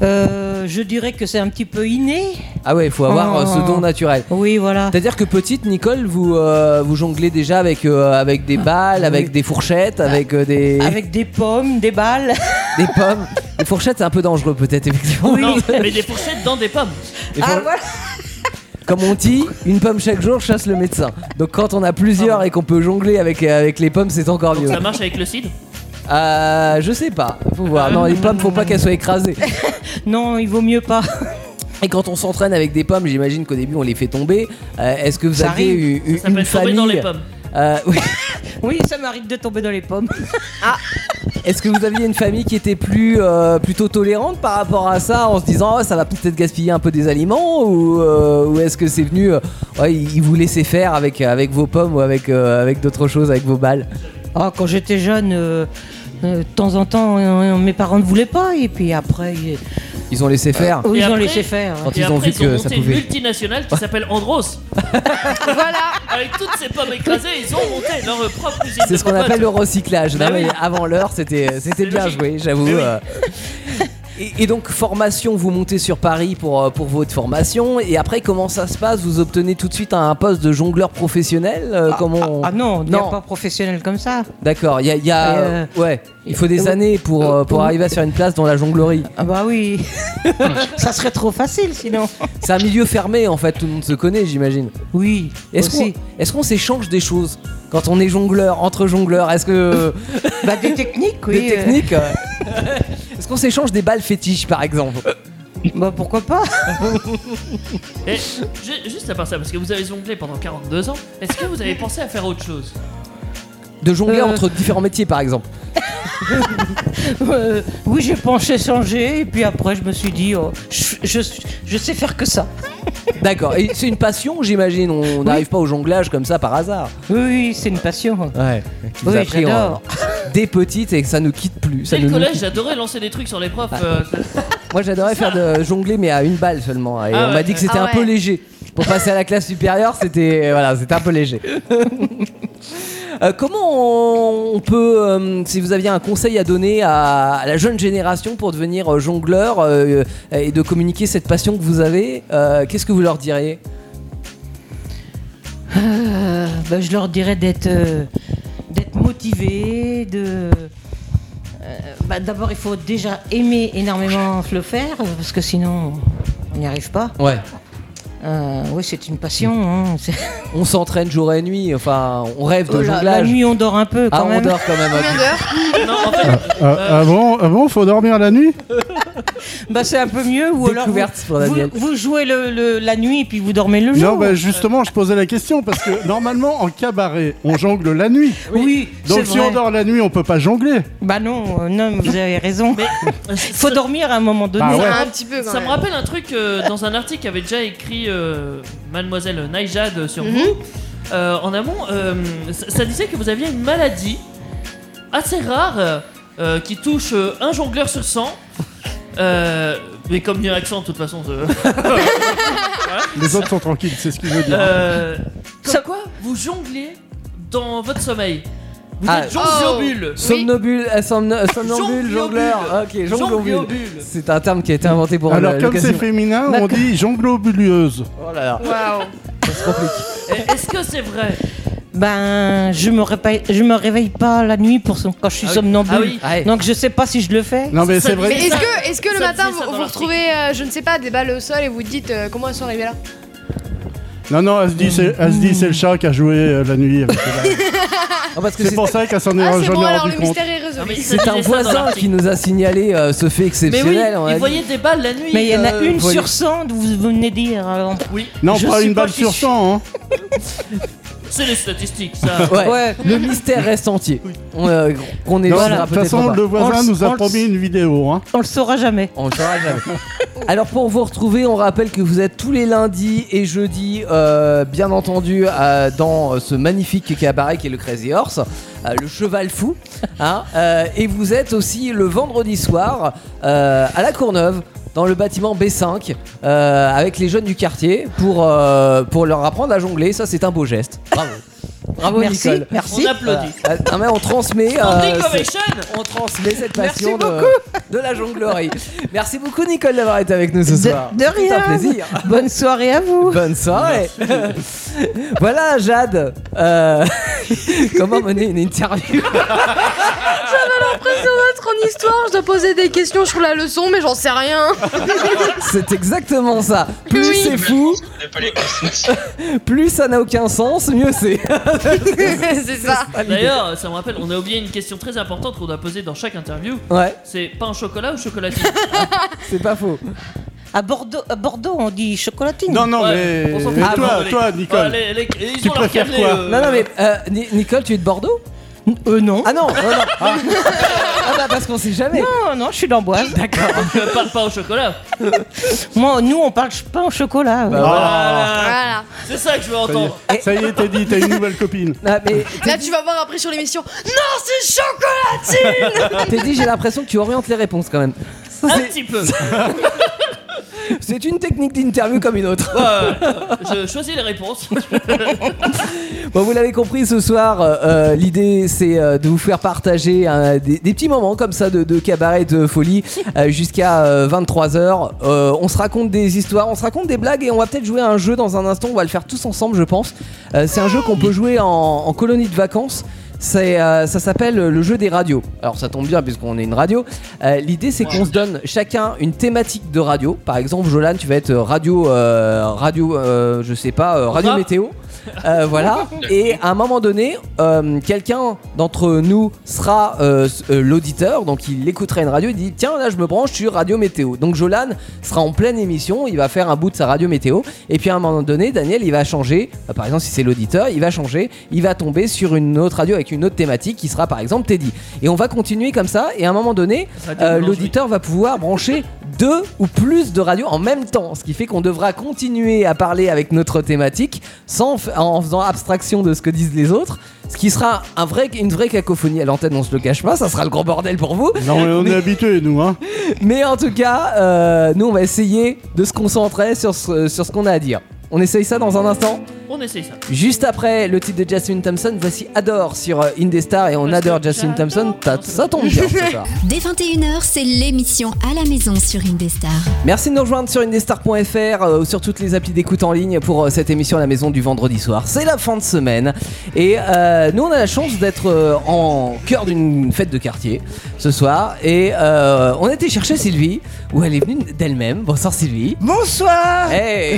S8: Euh, je dirais que c'est un petit peu inné.
S2: Ah ouais, il faut avoir euh, ce don naturel.
S8: Oh. Oui, voilà.
S2: C'est-à-dire que petite Nicole, vous euh, vous jonglez déjà avec euh, avec des balles, avec des fourchettes, avec euh, des
S8: Ah. Bah, Avec des pommes, des balles.
S2: des pommes. Les fourchettes c'est un peu dangereux peut-être effectivement.
S3: Non, mais des fourchettes dans des pommes.
S2: Les
S8: Ah,
S2: four-
S8: voilà.
S2: comme on dit, une pomme chaque jour chasse le médecin. Donc quand on a plusieurs et qu'on peut jongler avec, euh, avec les pommes, c'est encore mieux.
S3: Ça marche avec le CID
S2: Euh, je sais pas, faut voir. Non, les pommes, faut pas qu'elles soient écrasées.
S8: Non, il vaut mieux pas.
S2: Et quand on s'entraîne avec des pommes, j'imagine qu'au début on les fait tomber. Euh, Est-ce que vous
S8: Ça
S2: avez
S8: arrive.
S2: eu, eu une
S3: Ça s'appelle tomber
S2: famille
S3: dans les pommes.
S2: euh, oui.
S8: Oui, ça m'arrive de tomber dans les pommes.
S2: Est-ce que vous aviez une famille qui était plus euh, plutôt tolérante par rapport à ça, en se disant Ah, ça va peut-être gaspiller un peu des aliments ou, euh, ou est-ce que c'est venu euh, ouais, ils ils vous laissaient faire avec avec vos pommes ou avec euh, avec d'autres choses, avec vos balles
S8: Ah, quand j'étais jeune, euh, euh, de temps en temps, euh, mes parents ne voulaient pas, et puis après, ils,
S2: Ils ont laissé faire.
S8: eux,
S3: Et
S8: ils ont
S3: après-
S8: laissé faire.
S2: Quand
S3: Et
S2: ils ont
S3: après,
S2: vu que ça
S3: monté une
S2: pouvait.
S3: multinationale qui s'appelle Andros.
S4: Voilà.
S3: Avec toutes ces pommes écrasées, ils ont monté leur propre usine
S2: C'est
S3: de
S2: ce qu'on
S3: popotes.
S2: appelle le recyclage. Non,
S3: Bah
S2: mais
S3: oui.
S2: avant l'heure, c'était, euh, c'était
S3: C'est
S2: bien
S3: logique.
S2: joué, j'avoue.
S3: Eh oui.
S2: euh. Et, et donc, formation, vous montez sur Paris pour, euh, pour votre formation. Et après, comment ça se passe Vous obtenez tout de suite un, un poste de jongleur professionnel euh, comment
S8: Ah,
S2: on-
S8: ah non, on devient
S2: Non.
S8: pas professionnel comme ça.
S2: D'accord, il y a. il y a,
S8: Euh,
S2: ouais, il faut des
S8: euh,
S2: années pour, euh, pour
S8: euh,
S2: arriver à se faire une place dans la jonglerie.
S8: Ah bah oui, ça serait trop facile sinon.
S2: C'est un milieu fermé, en fait, tout le monde se connaît, j'imagine.
S8: Oui,
S2: Est-ce qu'on,
S8: aussi.
S2: est-ce qu'on s'échange des choses quand on est jongleur, entre jongleurs Est-ce que.
S8: Bah des techniques, oui.
S2: des
S8: euh,
S2: techniques euh. Est-ce qu'on s'échange des balles fétiches, par exemple
S8: Bah pourquoi pas
S3: Et ju- juste à part ça, parce que vous avez jonglé pendant 42 ans, est-ce que vous avez pensé à faire autre chose
S2: De jongler
S8: Euh.
S2: entre différents métiers, par exemple.
S8: Euh, Oui, j'ai penché changer, et puis après je me suis dit, oh, je, je- je sais faire que ça.
S2: D'accord. Et c'est une passion, j'imagine. On n'arrive pas au jonglage comme ça par hasard.
S8: Oui, oui, c'est une passion.
S2: Ouais. Qui nous
S8: Oui,
S2: a pris en-
S8: j'adore.
S2: Des petites et que ça ne quitte plus. Ça
S3: Dès
S2: ne
S3: le
S2: nous Ah.
S3: collège,
S2: quitte.
S3: j'adorais lancer des trucs sur les profs. euh, ça-
S2: Moi, j'adorais faire de jongler, mais à une balle seulement. Et
S3: Ah
S2: on
S3: ouais.
S2: m'a dit que c'était
S4: Ah
S2: un peu
S4: ouais.
S2: léger. Pour passer à la classe supérieure, c'était voilà, c'était un peu léger. Euh, comment on peut, euh, si vous aviez un conseil à donner à, à la jeune génération pour devenir euh, jongleur euh, et de communiquer cette passion que vous avez, euh, qu'est-ce que vous leur diriez
S8: Euh, bah, je leur dirais d'être euh, d'être motivé, de. euh, bah, D'abord, il faut déjà aimer énormément le faire, euh, parce que sinon, on n'y arrive pas.
S2: Ouais.
S8: Euh, oui, c'est une passion. hein, c'est-
S2: On s'entraîne jour et nuit, enfin, on rêve de
S8: Oh là, la
S2: jonglage.
S8: nuit, on dort un peu quand
S2: ah,
S8: même.
S2: on dort quand même.
S4: Combien d'heures
S3: non, en fait,
S8: Euh,
S6: Ah, Avant, avant, faut dormir la nuit
S8: Bah, c'est un peu mieux. Ou alors, vous,
S2: Découverte pour Daniel.
S8: vous- vous jouez le, le- la nuit et puis vous dormez le jour.
S6: Non, bah justement, je posais la question parce que normalement, en cabaret, on jongle la nuit.
S8: oui, c'est
S6: Donc si
S8: vrai.
S6: on dort la nuit, on peut pas jongler.
S8: Bah non, euh, non, vous avez raison.
S3: mais
S8: Il faut dormir à un moment donné.
S2: Bah
S6: Ah ouais.
S4: Un petit peu quand
S3: Ça me
S4: même.
S3: rappelle un truc euh, dans un article qu'avait déjà écrit euh, Mademoiselle Naïjad sur
S4: Mhm.
S3: vous. Euh, en amont, euh, ça, ça disait que vous aviez une maladie assez rare euh, qui touche euh, un jongleur sur 100. Euh, mais comme dit l'accent, de toute façon. euh,
S6: Les autres sont tranquilles, c'est ce qu'il veut dire. hein.
S3: euh, comme quoi Vous jonglez dans votre sommeil. Vous
S2: Ah.
S3: êtes
S4: Oh,
S3: jongliobule.
S2: Somnobule, euh, somno- euh, somnambule,
S3: Jongliobule.
S2: jongleur. Ok, jonglobule.
S3: Jongliobule.
S2: C'est un
S4: Ah,
S2: terme qui a été inventé pour
S6: Alors
S2: le-
S6: comme c'est
S2: l'occasion.
S6: féminin, on
S2: D'accord.
S6: dit jonglobuleuse.
S2: Oh là là,
S4: Waouh.
S2: ça se complique.
S3: Et Est-ce que c'est vrai
S8: Ben, je me réveille, je me réveille pas la nuit pour quand je suis
S3: Ah oui.
S8: somnambule.
S3: Ah oui.
S2: Ah ouais.
S8: Donc je sais pas si je le fais.
S6: Non mais
S3: Ça-
S6: c'est
S4: Mais
S6: vrai.
S4: est-ce
S3: ça-
S4: que, est-ce que le
S3: ça
S4: matin,
S3: disait ça
S4: vous,
S3: dans
S4: vous
S3: l'article.
S4: retrouvez, euh, je ne sais pas, des balles au sol et vous dites euh, comment elles sont arrivées là
S6: Non non, elle se dit c'est, elle se dit, c'est le chat qui a joué euh, la nuit. avec les balles.
S2: Ah, parce que
S6: c'est
S2: c'est
S6: pour ça qu'elle s'en est
S4: Ah,
S6: jamais
S4: c'est bon, alors
S6: rendu
S4: le
S6: compte.
S4: mystère est
S3: Non, mais
S4: résolu.
S3: ça
S2: c'est un
S3: disait ça dans
S2: voisin
S3: l'article.
S2: qui nous a signalé euh, ce fait
S3: Mais oui,
S2: exceptionnel. on a
S3: il
S2: dit.
S3: voyait des balles la nuit.
S8: Mais il y en a
S2: Euh,
S8: une
S2: faut-
S8: sur 100, vous venez dire. alors.
S3: Oui,
S6: Non,
S8: Je
S6: pas
S8: suis
S6: une
S8: pas
S6: balle sur
S8: fichu.
S6: 100. Hein.
S3: c'est les statistiques, ça.
S2: Ouais.
S8: Ouais.
S2: Le mystère reste entier. On, euh, qu'on
S6: Non,
S2: élucidera
S6: de toute
S2: peut-être
S6: façon,
S2: pas.
S6: le voisin
S8: On le-
S6: nous
S8: on
S6: a
S8: le-
S6: promis une vidéo. Hein.
S8: On le saura jamais.
S2: On le saura jamais. Alors pour vous retrouver, on rappelle que vous êtes tous les lundis et jeudis, euh, bien entendu, euh, dans euh, ce magnifique cabaret qui est le Crazy Horse, euh, le cheval fou. hein, euh, et vous êtes aussi le vendredi soir euh, à la Courneuve. Dans le bâtiment B5 euh, avec les jeunes du quartier pour, euh, pour leur apprendre à jongler, ça c'est un beau geste. Bravo. Bravo
S8: Merci,
S2: Nicole.
S8: merci.
S3: On applaudit.
S2: Voilà. Ah, mais on transmet. euh,
S3: Standing
S2: ce-
S3: ovation
S2: on transmet cette
S8: Merci
S2: passion de, de la jonglerie. Merci beaucoup Nicole d'avoir été avec nous ce
S8: De-
S2: soir.
S8: de
S2: C'est un
S8: rien.
S2: plaisir.
S8: Bonne soirée à vous.
S2: Bonne soirée. voilà Jade. Euh, comment mener une interview
S4: Ton histoire, te poser des questions sur la leçon, mais j'en sais rien.
S2: C'est exactement ça. Plus
S4: Oui.
S2: c'est fou,
S7: N'ai pas les questions.
S2: plus ça n'a aucun sens, mieux c'est.
S4: c'est ça.
S2: Ah, l'idée.
S3: D'ailleurs, ça me rappelle, on a oublié une question très importante qu'on doit poser dans chaque interview.
S2: Ouais,
S3: C'est pain au chocolat ou chocolatine
S2: c'est pas faux.
S8: À Bordeaux, à Bordeaux, on dit chocolatine.
S6: Non, non,
S3: Ouais, on
S6: mais,
S3: s'en fout.
S6: mais
S3: Ah,
S6: toi,
S3: bon,
S6: toi,
S3: les-
S6: Nicole.
S3: Ah, les- les- ils
S6: tu
S3: ont leur
S6: préfères
S3: carnet,
S6: quoi
S3: euh,
S2: Non, non, mais euh, Ni- Nicole, tu es de Bordeaux
S8: Euh, non.
S2: Ah non, non, non. Ah. Ah bah parce qu'on sait jamais.
S8: non, non, je suis d'Amboise.
S2: D'accord.
S3: euh, pas, pas au chocolat.
S8: Moi, nous, on parle ch- pain au chocolat.
S6: Ah,
S8: oui.
S3: Voilà.
S4: Voilà.
S3: C'est ça que je veux
S6: ça y est.
S3: entendre.
S6: Ça y est, t'as dit, t'as une nouvelle copine.
S2: Ah, mais
S4: Là, tu vas voir après sur l'émission. Non, c'est chocolatine
S2: t'es dit, j'ai l'impression que tu orientes les réponses quand même.
S3: Un petit peu.
S2: C'est une technique d'interview comme une autre.
S3: Euh, je choisis les réponses.
S2: Bon, vous l'avez compris ce soir, euh, euh, l'idée c'est euh, de vous faire partager euh, des, des petits moments comme ça de, de cabaret et de folie euh, jusqu'à 23h. on se raconte des histoires, on se raconte des blagues et on va peut-être jouer à un jeu dans un instant. On va le faire tous ensemble, je pense. Euh, c'est un jeu qu'on peut jouer en, en colonie de vacances. C'est, euh, ça s'appelle euh, le jeu des radios. Alors ça tombe bien puisqu'on est une radio. Euh, l'idée c'est qu'on se donne chacun une thématique de radio. Par exemple, Jolan, tu vas être euh, radio, euh, radio, euh, je sais pas, euh, radio
S3: Rap.
S2: météo. Euh, voilà. Et à un moment donné, euh, quelqu'un d'entre nous sera euh, s- euh, l'auditeur, donc il écoutera une radio, il dit tiens là je me branche sur Radio Météo. Donc Jolan sera en pleine émission, il va faire un bout de sa Radio Météo, et puis à un moment donné, Daniel il va changer, Euh, par exemple si c'est l'auditeur, il va changer, il va tomber sur une autre radio avec une autre thématique qui sera par exemple Teddy. Et on va continuer comme ça, et à un moment donné,
S3: Radio
S2: euh,
S3: Boulangerie.
S2: l'auditeur va pouvoir brancher deux ou plus de radios en même temps, ce qui fait qu'on devra continuer à parler avec notre thématique sans f- en faisant abstraction de ce que disent les autres, ce qui sera un vrai, une vraie cacophonie à l'antenne, on se le cache pas, ça sera le gros bordel pour vous.
S6: Non, mais on est
S2: Mais-
S6: habitués, nous, hein.
S2: Mais en tout cas, euh, nous on va essayer de se concentrer sur ce, sur ce qu'on a à dire. On essaye ça dans un instant.
S3: On essaye ça.
S2: Juste après le titre de Jasmine Thompson, voici Adore sur euh, Indestar et on
S3: Parce
S2: adore
S3: que
S2: Jasmine
S3: j'adore.
S2: Thompson. Ça- Ça tombe bien hein, ce soir.
S1: Dès 21h, c'est l'émission à la maison sur Indestar.
S2: Merci de nous rejoindre sur indestar.fr euh, ou sur toutes les applis d'écoute en ligne pour euh, cette émission à la maison du vendredi soir. C'est la fin de semaine et euh, nous on a la chance d'être euh, en cœur d'une fête de quartier ce soir et euh, on a été chercher Sylvie où elle est venue d'elle-même. Bonsoir Sylvie.
S9: Bonsoir
S2: Hey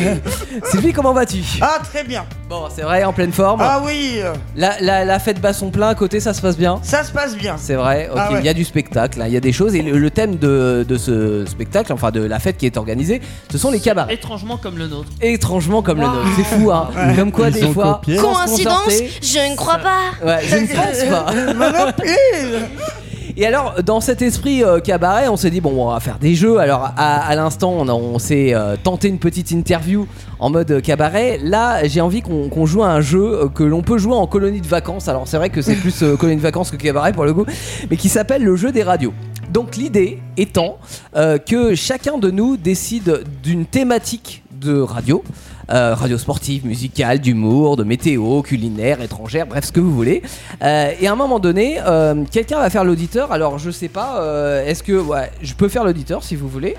S2: Sylvie, comment vas-tu
S9: Ah très bien
S2: Bon, c'est vrai, en pleine forme.
S9: Ah oui euh,
S2: La, la, la fête bat son plein, à côté ça se passe bien.
S9: Ça se passe bien
S2: C'est vrai, ok,
S9: Ah ouais.
S2: il y a du spectacle, hein, il y a des choses et le, le thème de, de ce spectacle, enfin de la fête qui est organisée, ce sont les cabarets.
S3: Étrangement comme le nôtre.
S2: étrangement comme le nôtre. C'est fou, hein.
S9: Ah. Ouais.
S2: Comme quoi,
S6: Ils
S2: des
S6: ont
S2: fois.
S6: copié.
S2: sans se
S4: Coïncidence
S2: concerter-
S4: Je ne crois pas.
S2: Ouais, je ne pense pas.
S9: Moi non plus.
S2: Et alors, dans cet esprit euh, cabaret, on s'est dit, bon, on va faire des jeux. Alors, à, à l'instant, on, a- on s'est euh, tenté une petite interview en mode euh, cabaret. Là, j'ai envie qu'on qu'on joue à un jeu euh, que l'on peut jouer en colonie de vacances. Alors, c'est vrai que c'est plus euh, colonie de vacances que cabaret pour le coup, mais qui s'appelle le jeu des radios. Donc, l'idée étant euh, que chacun de nous décide d'une thématique de radio. Euh, radio sportive, musicale, d'humour, de météo, culinaire, étrangère, bref, ce que vous voulez. Euh, et à un moment donné, euh, quelqu'un va faire l'auditeur. Alors, je sais pas, euh, est-ce que. Ouais, je peux faire l'auditeur si vous voulez.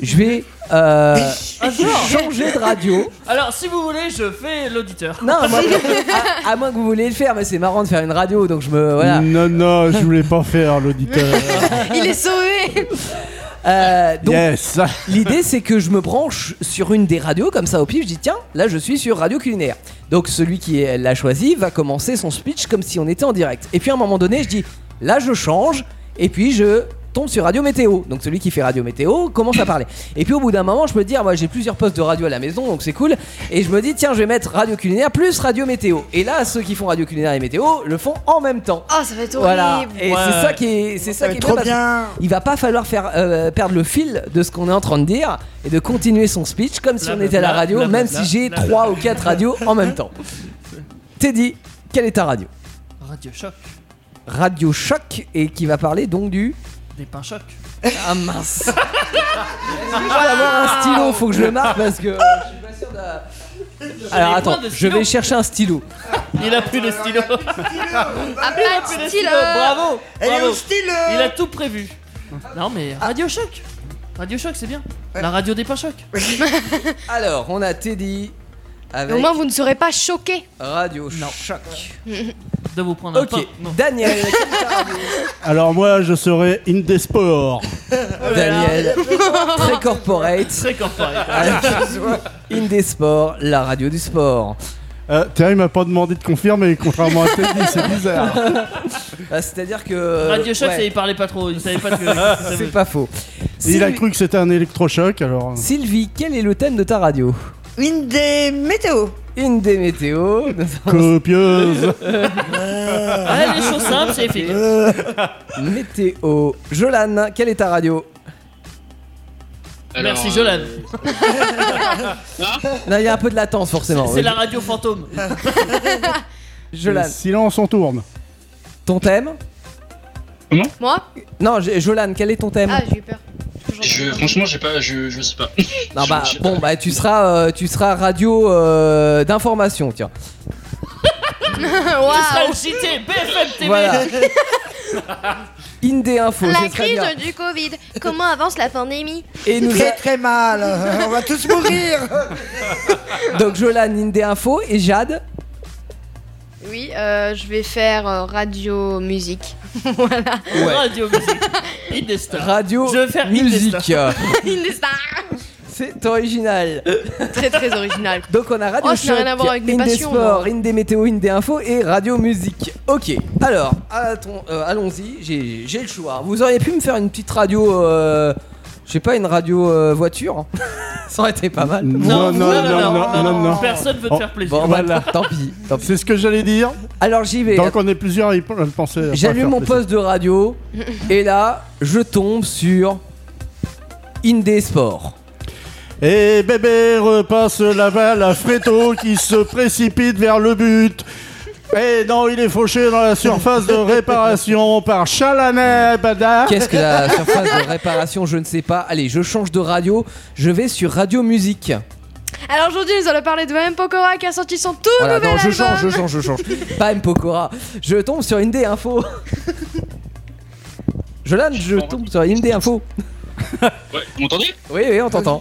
S2: Je vais euh,
S3: Ah, genre.
S2: changer de radio.
S3: Alors, si vous voulez, je fais l'auditeur.
S2: Non, à moins, que, à- à moins que vous voulez le faire, mais c'est marrant de faire une radio, donc je me. Voilà.
S6: Non, non, je voulais pas faire l'auditeur.
S4: Il est sauvé.
S2: Euh, donc,
S6: yes
S2: L'idée c'est que je me branche sur une des radios comme ça au pif, je dis tiens, là je suis sur Radio Culinaire. Donc celui qui euh, l'a choisi va commencer son speech comme si on était en direct. Et puis à un moment donné, je dis là je change et puis je tombe sur Radio Météo. Donc celui qui fait Radio Météo commence à parler. Et puis au bout d'un moment, je peux dire moi j'ai plusieurs postes de radio à la maison donc c'est cool et je me dis tiens, je vais mettre Radio Culinaire plus Radio Météo. Et là ceux qui font Radio Culinaire et Météo le font en même temps.
S4: Ah, ça va être horrible.
S2: Voilà, et
S3: Ouais.
S2: c'est ça qui est c'est ça qui est
S9: Trop
S2: parce que-
S9: bien
S2: il va pas falloir faire euh, perdre le fil de ce qu'on est en train de dire et de continuer son speech comme si on
S3: Blablabla,
S2: était à la radio, même
S3: blablabla,
S2: si j'ai
S3: blablabla.
S2: trois ou quatre radios en même temps. Teddy, quelle est ta radio
S3: Radio choc.
S2: Radio Choc et qui va parler donc du.
S3: Des pains choc.
S2: Ah mince Est-ce que Je vais avoir
S3: Ah.
S2: un stylo, faut que je le marque parce que. euh, je suis pas sûr de- Alors
S3: plein
S2: attends,
S3: de
S2: je
S3: stylos.
S2: vais chercher un stylo.
S3: Il a plus le stylo.
S4: Ah, plat de
S3: Le
S4: stylo.
S3: Bravo.
S9: Elle est
S3: bravo.
S9: au stylo
S6: euh.
S3: Il a tout prévu. Non, mais Radio choc. Radio choc, c'est bien. La radio des pains choc.
S2: Alors, on a Teddy
S4: Mais Au
S2: avec
S4: moins, vous ne serez pas choqués.
S2: Radio Choc.
S3: de vous prendre un
S2: Ok,
S3: pain. Non. Oh
S2: Daniel.
S6: Alors moi, je serais Indesport.
S2: Daniel, très corporate, Ah,
S3: Très corporate.
S2: avec Indesport, la radio du sport.
S6: Euh, Thierry m'a pas demandé de confirmer, contrairement à Teddy, c'est bizarre.
S2: Ah, C'est-à-dire que.
S3: Radio Choc,
S2: ouais,
S3: ça, il parlait pas trop. Il savait pas que. que
S2: c'est
S3: ça-
S2: pas faux.
S6: Il a
S2: Sylvie-
S6: cru que c'était un électrochoc, alors. euh.
S2: Sylvie, quel est le thème de ta radio
S9: Une des météos.
S2: Une des météos.
S6: Copieuse.
S3: Ah, les choses simples, c'est efficace.
S2: Euh, Météo. Jolan, quelle est ta radio
S7: Alors,
S3: Merci,
S7: euh, Hein
S3: Jolan.
S2: Non, il y a un peu de latence forcément.
S3: C'est la radio fantôme.
S2: Jolan,
S6: Silence, on tourne.
S2: ton thème
S4: Moi
S2: Non, J- Jolan, quel est ton thème
S4: Ah, j'ai eu peur.
S7: Je, franchement, j'ai pas, je, je sais pas.
S2: Non, bah,
S7: je-
S2: bon, bah, tu seras, euh, tu seras radio euh, d'information, tiens.
S3: Ce sera
S4: Waouh
S3: le JT, BFM TV.
S2: Voilà. Indé Info,
S4: La
S2: c'est très bien.
S4: crise du Covid. Comment avance la pandémie
S2: Et nous
S9: Très très mal. On va tous mourir.
S2: a- Donc Jolan, Indé Info et Jade.
S4: Oui, euh, je vais faire euh, radio musique. voilà.
S3: Radio Musique. Indestar.
S2: Radio
S3: Je vais faire
S2: musique.
S4: Il est star.
S2: C'est original.
S4: Très très original.
S2: Donc on a Radio
S4: Oh, ça n'a rien à voir avec mes
S2: Indé
S4: passions,
S2: Sport,
S4: moi.
S2: Indé Météo, Indé Info et Radio Musique. Ok. Alors, à ton- euh, allons-y. J'ai j'ai le choix. Vous auriez pu me faire une petite radio. euh, Je sais pas, une radio euh, voiture. Ça aurait été pas mal.
S6: Non, non, non, non, non, non.
S3: Personne veut te
S6: Oh.
S3: faire plaisir.
S2: Bon,
S6: Voilà.
S2: bah, tant pis, tant pis.
S6: C'est ce que j'allais dire.
S2: Alors j'y vais.
S6: Donc on est plusieurs à y p- à le penser. à pas
S2: J'allume
S6: faire
S2: mon
S6: plaisir.
S2: poste de radio et là, je tombe sur Indé Sport.
S6: Et bébé repasse la balle à Fréto qui se précipite vers le but. Et non, il est fauché dans la surface de réparation par Chalanet Bada.
S2: Qu'est-ce que la surface de réparation Je ne sais pas. Allez, je change de radio. Je vais sur Radio Musique.
S4: Alors aujourd'hui, nous allons parler de M. Pokora qui a sorti son tout
S2: Voilà,
S4: nouvel
S2: non, je
S4: album.
S2: change, je change, je change. Pas M. Pokora. Je tombe sur Indé Info. Jolan, je tombe sur Indé Info.
S7: Ouais, vous m'entendez
S2: Oui, oui, on t'entend.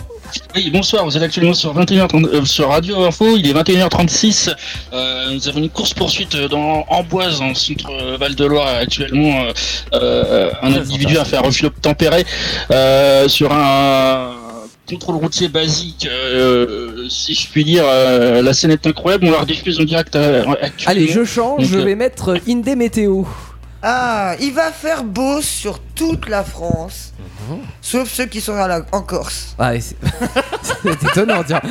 S7: Oui, bonsoir, vous êtes actuellement sur 21h30, euh, sur Radio Info, il est 21h36. Euh, nous avons une course-poursuite dans Amboise, en centre euh, Val-de-Loire, actuellement. euh, euh, un individu a fait un refus obtempéré euh, sur un contrôle routier basique, euh, si je puis dire. euh, la scène est incroyable, on la rediffuse en direct euh, actuellement. euh,
S2: Allez, je change. Je
S7: Ok.
S2: vais mettre Indé Météo.
S9: Ah, il va faire beau sur toute la France, sauf ceux qui sont à la- en Corse.
S2: Ah, et c'est c'est étonnant, tiens.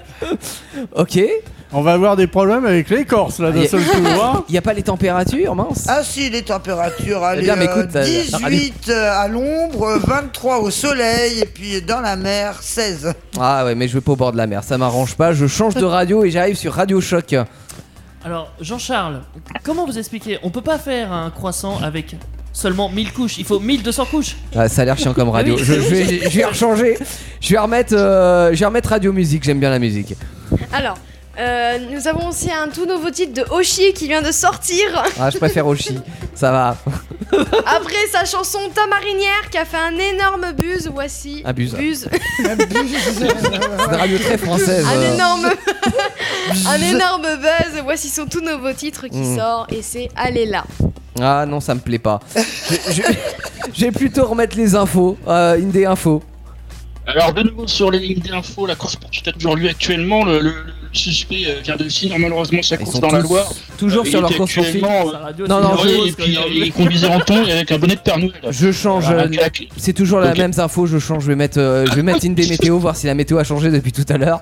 S2: ok. Ah,
S6: On va avoir des problèmes avec les Corses là d'un
S2: Yeah.
S6: seul coup. hein.
S2: Il n'y a pas les températures, mince.
S9: Ah si, les températures, allez,
S2: bien, mais
S9: euh,
S2: écoute, euh,
S9: 18 euh, à l'ombre, euh, 23 au soleil, et puis dans la mer, 16.
S2: Ah ouais, mais je vais pas au bord de la mer, ça m'arrange pas. Je change de radio et j'arrive sur Radio Choc.
S3: Alors, Jean-Charles, comment vous expliquer On peut pas faire un croissant avec seulement 1000 couches. Il faut 1200 couches.
S2: Ah, ça a l'air chiant comme radio.
S3: Ah oui,
S2: Je,
S3: c'est
S2: je vais, je vais rechanger. Je vais remettre, euh, je vais remettre Radio Musique. J'aime bien la musique.
S4: Alors, euh, nous avons aussi un tout nouveau titre de Oshi qui vient de sortir.
S2: Ah, je préfère Oshi. Ça va.
S4: Après sa chanson Tom Marinière qui a fait un énorme buzz, voici.
S2: Un buzz. Euh,
S4: Buzz.
S2: C'est une radio très française.
S3: Ah,
S4: Un
S2: euh.
S4: énorme, un énorme buzz. Voici son tout nouveau titre qui
S2: Mm.
S4: sort et c'est Allez là.
S2: Ah non, ça me plaît pas. Je, je- je vais plutôt remettre les infos. Euh, Indé Info.
S7: Alors de nouveau sur les lignes d'info, la course poursuite a toujours lieu actuellement. Le, le- le suspect euh, vient de finir malheureusement sa
S2: Ils
S7: course
S2: sont
S7: dans la
S2: tous-
S7: Loire.
S2: toujours
S7: Euh,
S2: sur
S7: il
S2: leur
S7: est
S2: course poursuite.
S7: actuellement,
S3: Sa radio,
S2: Non,
S3: c'est
S2: non,
S3: une
S7: Oui,
S3: grosse
S7: et puis
S2: hein.
S7: euh,
S3: connerie.
S7: il conduisait en tongs et avec un bonnet de Père Noël.
S2: Je change.
S7: Ah,
S2: euh,
S7: avec la clé.
S2: C'est toujours la
S7: Ok.
S2: même info. Je change. Je vais mettre, euh, je vais mettre Indé Météo voir si la météo a changé depuis tout à l'heure.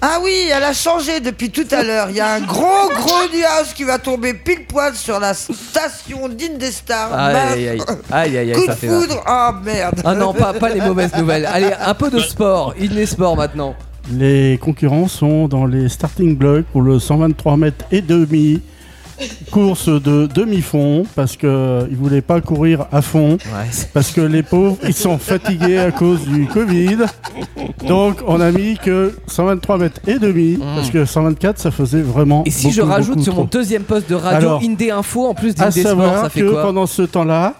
S9: Ah oui, elle a changé depuis tout à l'heure. Il y a un gros gros nuage qui va tomber pile poil sur la station d'Indestar.
S2: Aïe aïe aïe aïe aïe, aïe,
S9: Ah, Coup de
S2: ça fait mal.
S9: foudre, ah merde.
S2: Ah non, pas, pas les mauvaises nouvelles. Allez, un peu de sport. Il est sport maintenant.
S6: Les concurrents sont dans les starting blocks pour le 123 mètres et demi. Course de demi-fond parce que euh, ils voulaient pas courir à fond
S2: Ouais, c'est-
S6: parce que les pauvres ils sont fatigués à cause du Covid. Donc on a mis que 123 mètres et demi parce que 124 ça faisait vraiment.
S2: Mmh. Et si je
S6: beaucoup,
S2: rajoute
S6: beaucoup
S2: sur mon
S6: trop.
S2: deuxième poste de radio
S6: Alors,
S2: Indé Info en plus
S6: à
S2: d'Indé Sport,
S6: savoir
S2: ça fait
S6: que
S2: quoi
S6: pendant ce temps-là,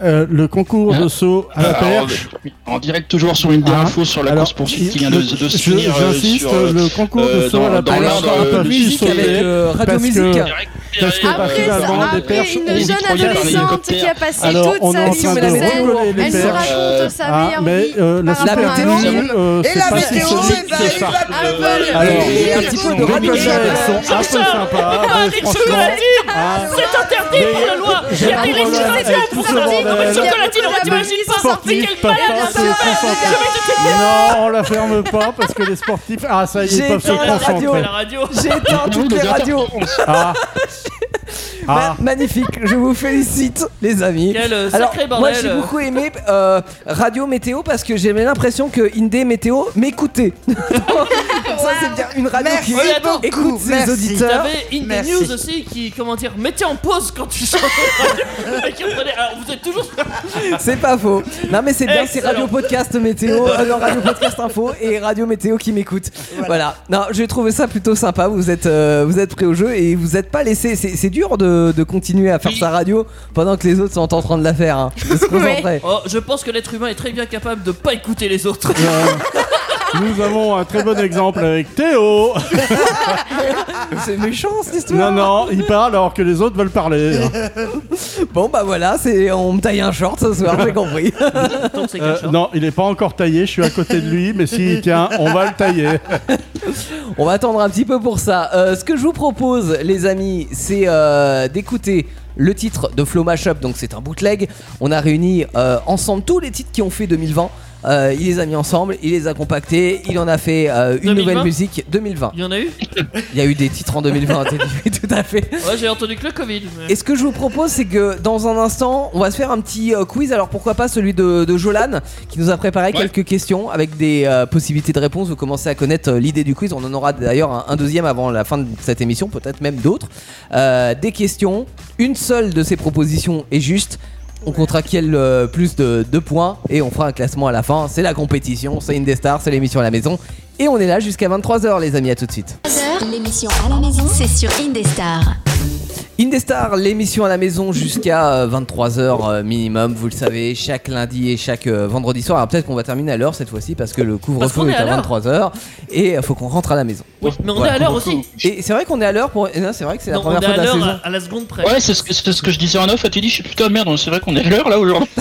S6: euh, le concours de saut à la
S7: Alors,
S6: perche.
S7: en direct, toujours sur une dernière
S6: Ah.
S7: info sur la
S6: Alors,
S7: course poursuite qui vient de,
S6: je-
S7: de se
S6: je-
S7: finir. euh,
S6: J'insiste,
S7: sur, euh,
S6: le concours de
S7: euh,
S6: saut à la
S7: dans- dans
S6: perche
S7: l'Inde,
S6: n'a pas
S7: euh,
S6: pu
S2: musique avec,
S6: sauver
S2: euh, Radio
S6: parce que-
S2: Musique.
S6: parce que
S4: Après, ça-
S7: Derrière, euh,
S6: particulièrement des perches
S4: après
S6: ont
S4: une
S6: des
S4: jeune
S7: projets par
S4: adolescente qui a
S7: hélicoptère.
S4: passé
S6: Alors,
S4: toute
S6: on est
S4: sa
S6: en
S4: vie
S6: train
S4: sur
S6: de
S4: la scène.
S6: recoller les
S4: Elle nous
S6: perches.
S4: raconte sa
S6: Ah,
S4: meilleure
S6: mais
S4: vie.
S6: euh, la
S4: par
S2: La
S4: rapport à
S2: météo,
S4: un film.
S6: euh,
S9: Et
S6: c'est
S9: la
S6: pas si
S9: météo,
S6: solide
S9: eh
S6: que
S9: ben, il
S6: ça. Euh,
S9: va
S4: Apple,
S9: pleuler.
S6: Alors,
S9: Il y a
S2: un petit peu de
S6: Les
S2: Radio
S6: cochons,
S2: Musique.
S3: Euh,
S6: elles sont un peu sympas. ouais,
S3: Pas des
S6: Ah, franchement.
S3: chocolatines
S6: Ah,
S3: C'est interdit pour la loi Il y a des
S6: J'avoue,
S3: risques
S6: voilà,
S3: sociaux
S6: tout
S3: pour
S6: ce
S3: ça
S6: bordel.
S3: Une chocolatine, on t'imagine pas sortir
S6: sportif,
S3: quelque
S6: papa,
S3: part
S6: c'est consentant. Non, on la ferme pas parce que les sportifs. Ah, ça y est,
S2: J'ai
S6: ils peuvent se
S2: éteint la radio.
S6: concentrer.
S3: la radio
S2: J'ai éteint toutes les radios.
S6: Ah.
S2: Ma-
S6: Ah.
S2: Bah, Magnifique, je vous félicite, les amis.
S3: Quel euh,
S2: Alors,
S3: sacré
S2: moi
S3: bordel
S2: j'ai beaucoup aimé euh, Radio Météo parce que j'avais l'impression que Indé Météo m'écoutait. Donc, Ça, c'est bien une radio
S9: Merci
S3: Ouais, attends.
S9: beaucoup.
S2: écoute ses
S9: merci.
S2: auditeurs.
S3: T'avais In The
S9: Merci.
S3: News aussi qui, comment dire, mettait en pause quand tu chantais. Et qui reprenait. Alors vous êtes toujours.
S2: qui. C'est pas faux. Non, mais c'est bien, c'est
S3: Excellent.
S2: Radio Podcast Météo, euh, non, Radio Podcast Info et Radio Météo qui m'écoute. Voilà. Non, j'ai trouvé ça plutôt sympa. Vous êtes, euh, vous êtes prêts au jeu et vous êtes pas laissé. C'est c'est dur de, de continuer à faire
S7: Oui.
S2: sa radio pendant que les autres sont en train de la faire. Hein. Faut se concentrer.
S3: Oh, je pense que l'être humain est très bien capable de pas écouter les autres.
S6: Euh, Nous avons un très bon exemple avec Théo.
S2: Ah, C'est méchant cette histoire.
S6: Non, non, il parle alors que les autres veulent parler.
S2: Bon bah voilà, c'est on me taille un short ce soir, j'ai compris.
S3: Donc c'est
S6: Euh,
S3: quelque chose.
S6: non, il est pas encore taillé, je suis à côté de lui, mais si, tiens, on va le tailler.
S2: on va attendre un petit peu pour ça. Euh, ce que je vous propose, les amis, c'est euh, d'écouter le titre de Flow Mashup, donc c'est un bootleg. On a réuni euh, ensemble tous les titres qui ont fait 2020. Euh, il les a mis ensemble, il les a compactés, il en a fait euh, une
S3: 2020?
S2: nouvelle musique 2020.
S3: Il y en a eu
S2: Il y a eu des titres en 2020, t'as dit, oui, tout à fait.
S3: Ouais, j'ai entendu que le Covid. mais-
S2: Et ce que je vous propose, c'est que dans un instant, on va se faire un petit euh, quiz. Alors pourquoi pas celui de, de Jolan, qui nous a préparé quelques questions avec des euh, possibilités de réponses. Vous commencez à connaître euh, l'idée du quiz. On en aura d'ailleurs un, un deuxième avant la fin de cette émission, peut-être même d'autres. Euh, des questions. Une seule de ces propositions est juste. On comptera qui a le plus de, de points et on fera un classement à la fin. C'est la compétition, c'est Indestar, c'est l'émission à la maison. Et on est là jusqu'à 23h, les amis. À tout de suite.
S1: 23h, l'émission à la maison, c'est sur Indestar.
S2: Indestar, l'émission à la maison jusqu'à euh, 23h minimum, vous le savez, chaque lundi et chaque euh, vendredi soir. Alors peut-être qu'on va terminer à l'heure cette fois-ci parce que le
S3: qu'on
S2: couvre-feu
S3: est
S2: est
S3: à
S2: à
S3: l'heure.
S2: 23h et il faut qu'on rentre à la maison.
S3: Oui, mais on est
S2: Ouais,
S3: à l'heure aussi.
S2: Et c'est vrai qu'on est à l'heure pour. Non, c'est vrai que c'est la
S3: Non, on
S2: première
S3: est
S2: fois
S3: à
S2: de la
S3: l'heure
S2: saison.
S3: à, à la seconde près.
S7: Ouais, c'est ce, que- c'est ce que je disais en off. Et tu dis, je suis putain merde, c'est vrai qu'on est à l'heure là aujourd'hui.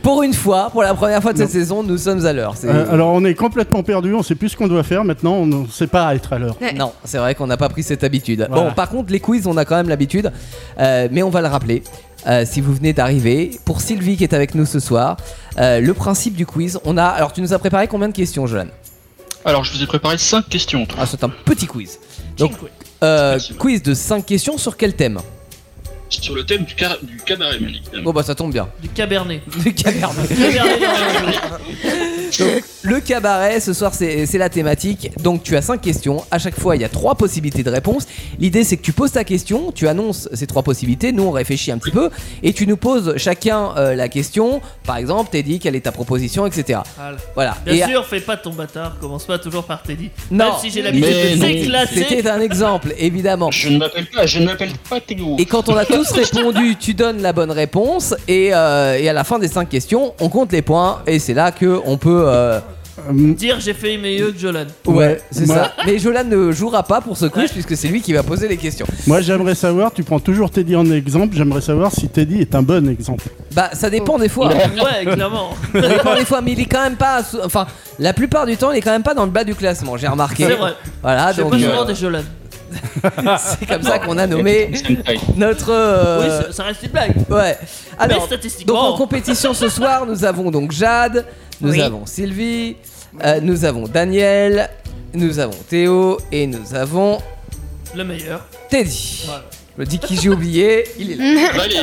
S2: Pour une fois, pour la première fois de cette saison, nous sommes à l'heure. C'est-
S6: Euh, alors, on est complètement perdu, on sait plus ce qu'on doit faire maintenant, on ne sait pas être à l'heure.
S2: Non, c'est vrai qu'on n'a pas pris cette habitude.
S6: Voilà.
S2: Bon, par contre, les quiz, on a quand même l'habitude, Euh, mais on va le rappeler. euh, si vous venez d'arriver, pour Sylvie qui est avec nous ce soir, euh, le principe du quiz, on a. Alors, tu nous as préparé combien de questions, Jolan
S7: Alors, je vous ai préparé 5 questions.
S2: Ah, c'est un petit quiz. Donc, euh, quiz de 5 questions sur quel thème
S7: Sur le thème du, car- du cabaret, bien évidemment.
S2: Bon, bah ça tombe bien.
S3: Du cabernet.
S2: Le cabaret.
S3: Cabernet dans la journée.
S2: Donc, le cabaret, ce soir, c'est c'est la thématique. Donc, tu as 5 questions. À chaque fois, il y a 3 possibilités de réponse. L'idée, c'est que tu poses ta question, tu annonces ces 3 possibilités. Nous, on réfléchit un petit peu. Et tu nous poses chacun euh, la question. Par exemple, t'es dit quelle est ta proposition, etc.
S3: Voilà.
S2: Voilà. Et-
S3: Bien sûr, fais pas ton bâtard, commence pas toujours par Teddy.
S2: Non.
S3: Même si j'ai l'habitude de
S7: Mais non.
S3: s'éclater.
S2: C'était un exemple, évidemment.
S7: Je ne m'appelle pas, je ne m'appelle pas Théo.
S2: Et quand on a tous répondu, tu donnes la bonne réponse. Et, euh, et à la fin des 5 questions, on compte les points. Et c'est là que on peut. euh,
S6: Hum,
S3: Dire j'ai fait mieux que Jolan.
S2: Ouais,
S6: Ouais,
S2: c'est
S6: moi-
S2: ça. Mais Jolan ne jouera pas pour ce quiz puisque c'est lui qui va poser les questions.
S6: Moi, j'aimerais savoir, tu prends toujours Teddy en exemple, j'aimerais savoir si Teddy est un bon exemple.
S2: Bah, ça dépend des fois.
S3: Ouais, clairement.
S2: ça dépend des fois, mais il est quand même pas. sous- Enfin, la plupart du temps, il est quand même pas dans le bas du classement. J'ai remarqué.
S3: C'est vrai.
S2: Voilà,
S3: Je
S2: donc
S3: pas
S2: euh,
S3: souvent des Jolan.
S2: c'est comme ça qu'on a nommé
S7: Senpai.
S2: notre. euh,
S3: Oui, ça- ça reste une blague.
S2: ouais.
S3: mais
S2: Alors, donc en
S3: statistiquement,
S2: compétition ce soir, nous avons donc Jade, nous
S8: Oui.
S2: avons Sylvie, euh, nous avons Daniel, nous avons Théo et nous avons
S3: le meilleur.
S2: Teddy.
S3: Voilà.
S2: Je me dis qui j'ai oublié, il est là.
S7: Ça va les,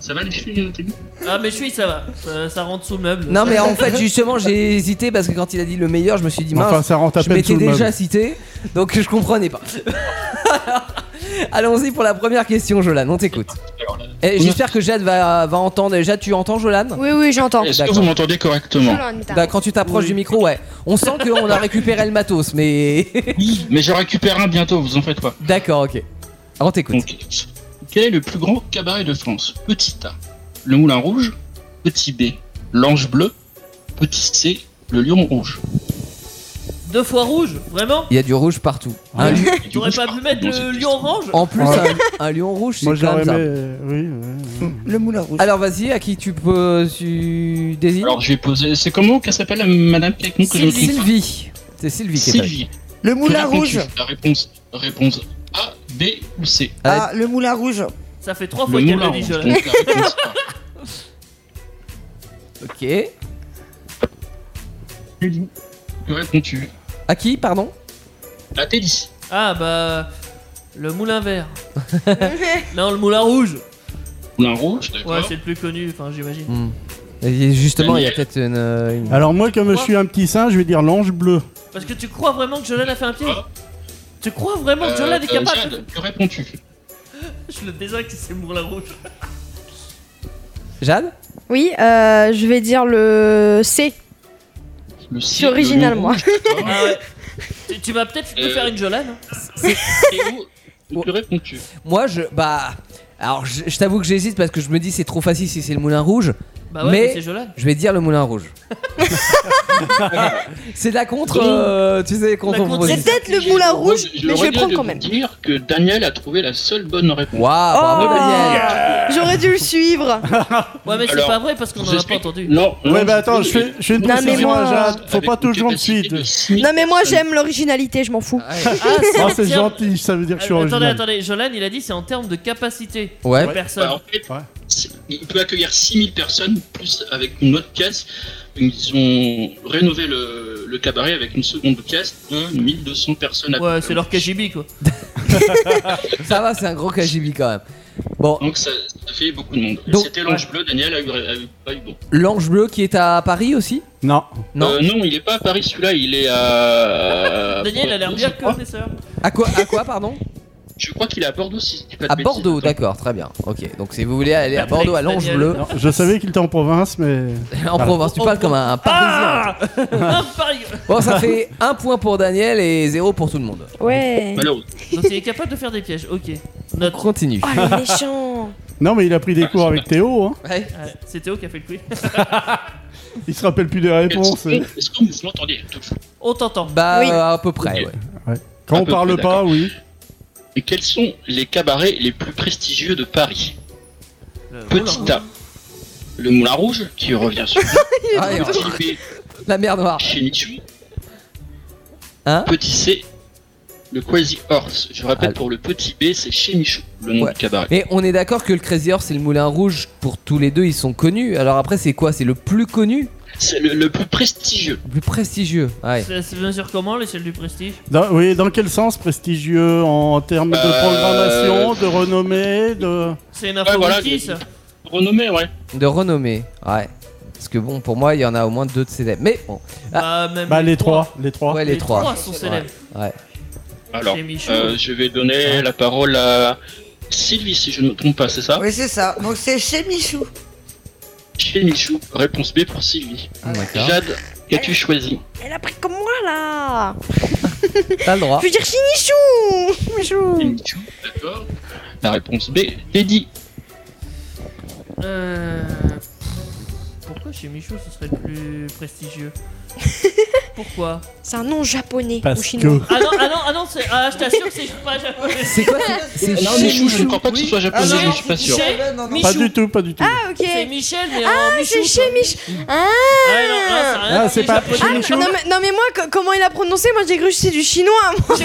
S7: ça va les filles, euh, Teddy
S3: Ah, mais je suis, ça va. Ça, ça rentre sous le meuble.
S2: Non mais en fait justement j'ai hésité parce que quand il a dit le meilleur je me suis dit mince
S6: Enfin, ça rentre à
S2: je
S6: peine sous
S2: m'étais
S6: le
S2: déjà
S6: meuble.
S2: cité donc je comprenais pas. Allons-y pour la première question Jolan, on t'écoute.
S7: Alors, là,
S2: Eh, J'espère que Jade va, va entendre. Jade tu entends Jolan
S4: Oui, oui, j'entends.
S7: Est-ce que
S2: d'accord.
S7: vous m'entendez correctement
S2: Bah, Quand tu t'approches du micro ouais. On sent qu'on a récupéré le matos mais...
S7: Oui, mais je récupère un bientôt, vous en faites pas.
S2: D'accord ok. Alors, On t'écoute.
S7: Donc, quel est le plus grand cabaret de France Petit A, le Moulin Rouge. Petit B, l'ange bleu. Petit C, le lion rouge.
S3: Deux fois rouge, vraiment Ah,
S2: Il y a du rouge partout. Un lion-
S3: Tu aurais pas pu mettre le lion orange
S2: en plus, euh, un, un lion rouge, c'est
S6: Moi
S2: quand
S6: j'aurais
S2: même
S6: aimé.
S2: ça.
S6: euh, oui, ouais, ouais.
S9: Le moulin rouge.
S2: Alors vas-y, à qui tu peux tu désignes
S7: Alors je vais poser. C'est comment qu'elle s'appelle la madame qui a con que je me trompe
S2: Sylvie. C'est Sylvie qui est avec.
S7: Sylvie.
S9: Le moulin
S7: Que réponds-tu
S9: rouge.
S7: La réponse, réponse A, B ou C.
S9: Ah, le moulin rouge.
S3: Ça fait trois
S7: Le
S3: fois qu'elle
S7: moulin
S3: le dit,
S7: rouge,
S3: je l'ai.
S7: donc la réponse A.
S2: Ok.
S7: Que réponds-tu
S2: À qui, pardon
S7: La Télé.
S3: Ah bah. Le moulin vert. non, le moulin rouge.
S7: Moulin rouge,
S3: Ouais,
S7: d'accord.
S3: c'est le plus connu, enfin j'imagine.
S2: Hmm. Et Justement, il y a peut-être une. euh, une-
S6: Alors moi, comme je suis un petit singe, je vais dire l'ange bleu.
S3: Parce que tu crois vraiment que Jolan a fait un piège
S7: Ah.
S3: Tu crois vraiment que
S7: Euh,
S3: Jolan est
S7: euh,
S3: capable
S7: Jade, que réponds-tu
S3: Je le désingue si c'est le moulin rouge.
S2: Jade
S4: Oui, euh, je vais dire le C.
S7: Le C,
S4: Je suis original,
S7: le
S4: moi.
S7: lion rouge,
S3: Ah ouais. tu, tu vas peut-être me
S7: Euh.
S3: faire une Jolan. hein.
S7: d'accord. Et où Que réponds-tu
S2: Moi, je. Bah. Alors, je, je t'avoue que j'hésite parce que je me dis c'est trop facile si c'est le moulin rouge.
S3: Bah ouais,
S2: Mais-
S3: mais c'est Jolan.
S2: Je vais dire le moulin rouge. c'est de la contre.
S7: Oui.
S2: euh, tu sais, contre
S3: La contre-
S4: C'est peut-être le moulin rouge, mais je vais le prendre quand même.
S7: dire que Daniel a trouvé la seule bonne réponse.
S2: Waouh, bravo
S4: Oh
S2: Daniel
S4: J'aurais dû le suivre.
S3: Ouais, mais c'est
S7: Alors,
S3: pas vrai parce qu'on en a pas
S7: J'explique.
S3: entendu.
S7: Non, non,
S6: Ouais, bah attends,
S7: c'est-
S6: je fais, je fais une
S4: Non, mais
S6: précision à
S4: moi-
S6: Jade. Faut
S7: Avec
S6: pas
S7: une
S6: toujours me
S7: capacité
S6: suivre.
S7: de 6000
S4: Non mais moi
S7: personnes.
S4: j'aime l'originalité, je m'en fous.
S3: Ah,
S6: Ah,
S3: en
S6: c'est
S3: termes-
S6: gentil, ça veut dire que je suis
S3: Attendez,
S6: original.
S3: attendez, Jolan il a dit c'est en termes de capacité.
S2: Ouais.
S3: de
S7: Bah,
S3: personne.
S7: en fait,
S6: Ouais.
S7: c'est- il peut accueillir 6000 personnes, plus avec une autre caisse. Ils ont rénové le, le cabaret avec une seconde caisse de 1200 personnes. à peu
S3: Ouais,
S7: près.
S3: c'est leur KGB quoi.
S2: Ça va, c'est un gros KGB quand même. Bon,
S7: Donc ça, ça fait beaucoup de monde.
S2: Donc-
S7: C'était l'ange bleu, Daniel a eu, a eu- pas eu bon.
S2: l'ange bleu qui est à Paris aussi
S6: Non.
S2: Non.
S7: Euh, non, il est pas à Paris celui-là, il est à.
S3: Daniel a l'air bien
S7: Je crois-
S3: connaisseur.
S2: À quoi, à quoi pardon
S7: Je crois qu'il est à Bordeaux si je dis pas de
S2: À
S7: bêtises.
S2: Bordeaux,
S7: Attends.
S2: d'accord, très bien. Ok, donc si vous voulez aller
S3: Bah,
S2: à Bordeaux, à l'ange
S3: Daniel.
S2: bleu,
S6: Non, Je savais qu'il était en province, mais.
S2: en province, tu parles comme un, un parisien.
S3: Ah Un pari-
S2: Bon, ça fait un point pour Daniel et zéro pour tout le monde.
S4: Ouais.
S7: Malheureux.
S3: Donc il est capable de faire des pièges, ok. Notre...
S2: Continue.
S4: Oh le méchant.
S6: Non, mais il a pris des cours avec Théo. Hein.
S2: Ouais.
S3: Ouais, Euh, c'est Théo qui a fait le quiz.
S6: Il se rappelle plus des réponses.
S7: Est-ce que vous m'entendez
S3: On t'entend.
S2: Bah,
S4: Oui.
S2: à peu près, ouais.
S6: Quand
S7: À
S6: on
S7: peu
S6: parle
S7: près,
S6: pas,
S7: d'accord.
S6: oui.
S7: Et quels sont les cabarets les plus prestigieux de Paris
S3: Le
S7: Petit
S3: moulin
S7: A, le Moulin Rouge, qui revient sur
S2: Ah, et alors,
S7: Petit B,
S2: la mer noire.
S7: chez Michou.
S2: Hein
S7: Petit C, le Quasi Horse. Je répète
S2: Ah.
S7: pour le petit B, c'est chez Michou, le nom
S2: Ouais.
S7: du cabaret.
S2: Mais on est d'accord que le Crazy Horse et le Moulin Rouge, pour tous les deux, ils sont connus. Alors après, c'est quoi C'est le plus connu
S7: C'est le, le plus prestigieux.
S2: Le plus prestigieux Ouais.
S3: rouge. Ça se mesure comment l'échelle du prestige
S6: Dans, oui, dans quel sens prestigieux En termes de
S7: Euh,
S6: programmation, de renommée, de.
S3: C'est une info
S7: Ouais, voilà,
S3: wiki,
S7: je-
S3: ça
S7: Renommé, ouais.
S2: De renommée. Ouais. Parce que bon, pour moi, il y en a au moins deux de célèbres. Mais bon, Ah.
S3: Bah, même
S6: Bah, les trois. Les trois.
S2: ouais, les,
S3: Les
S2: trois.
S3: trois sont célèbres.
S2: Ouais. Hein
S7: Alors,
S3: Chez Michou.
S7: euh, je vais donner la parole à Sylvie, si je ne me trompe pas, c'est ça
S9: Oui, c'est ça. Donc c'est chez Michou.
S7: Chez Michou, réponse B pour Sylvie.
S2: ouais. Ah, D'accord.
S7: Jade, qu'as-tu choisi
S4: Elle a pris comme moi là.
S2: T'as le droit.
S4: Je veux dire Shinichou. Michou.
S7: Chez Michou, d'accord. La réponse B, Teddy.
S3: Euh... Pourquoi chez Michou ce serait le plus prestigieux Pourquoi
S4: C'est un nom japonais ou
S6: Parce
S4: chinois.
S6: que.
S3: Ah non, ah non, ah non, c'est- ah, je t'assure que c'est pas japonais.
S2: C'est quoi c'est- C'est
S7: Non,
S2: chez
S7: Michou, je ne
S2: Michou.
S7: crois pas que ce soit japonais,
S3: Ah non,
S7: je suis pas sûr.
S3: Chez
S9: Ouais, non, non.
S3: Michou.
S6: Pas du tout, pas du tout.
S4: Ah ok.
S3: C'est Michel, mais en Michou.
S4: C'est chez
S3: quoi.
S4: Mich. Ah.
S3: Ah ouais, non, non, ça a rien à
S6: Ah,
S3: voir,
S6: c'est
S3: les
S6: pas
S3: Japonais.
S6: chez Michou
S4: Non mais, non, mais moi co- comment il a prononcé Moi j'ai cru que c'était du chinois. moi.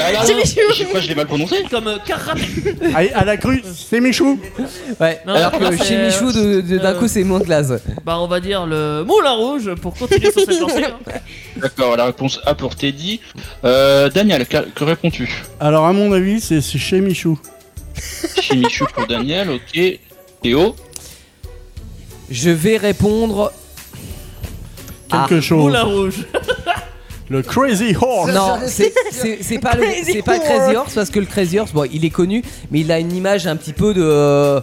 S7: Ah, là,
S4: Chez
S7: là,
S4: Michou.
S7: Je sais pas, je l'ai mal prononcé.
S3: Comme euh, karaté.
S6: Ah, Elle a cru, c'est Michou
S2: Ouais.
S3: Non,
S2: Alors
S3: non,
S2: que
S3: c'est-
S2: chez Michou, de- de- d'un
S3: euh,
S2: coup, c'est moins classe.
S3: Bah, on va dire le moulin rouge pour continuer sur cette lancée. hein.
S7: D'accord, la réponse A pour Teddy. Euh, Daniel, que, que réponds-tu
S6: Alors, à mon avis, c'est c'est chez Michou.
S7: Chez Michou pour Daniel, ok. Théo,
S2: Je vais répondre. Ah.
S6: Quelque chose.
S3: Moulin rouge.
S6: Le Crazy Horse.
S2: Non, c'est- c'est c'est pas le
S4: Crazy
S2: c'est pas
S4: Horse.
S2: Crazy Horse parce que le Crazy Horse, bon, il est connu, mais il a une image un petit peu de euh,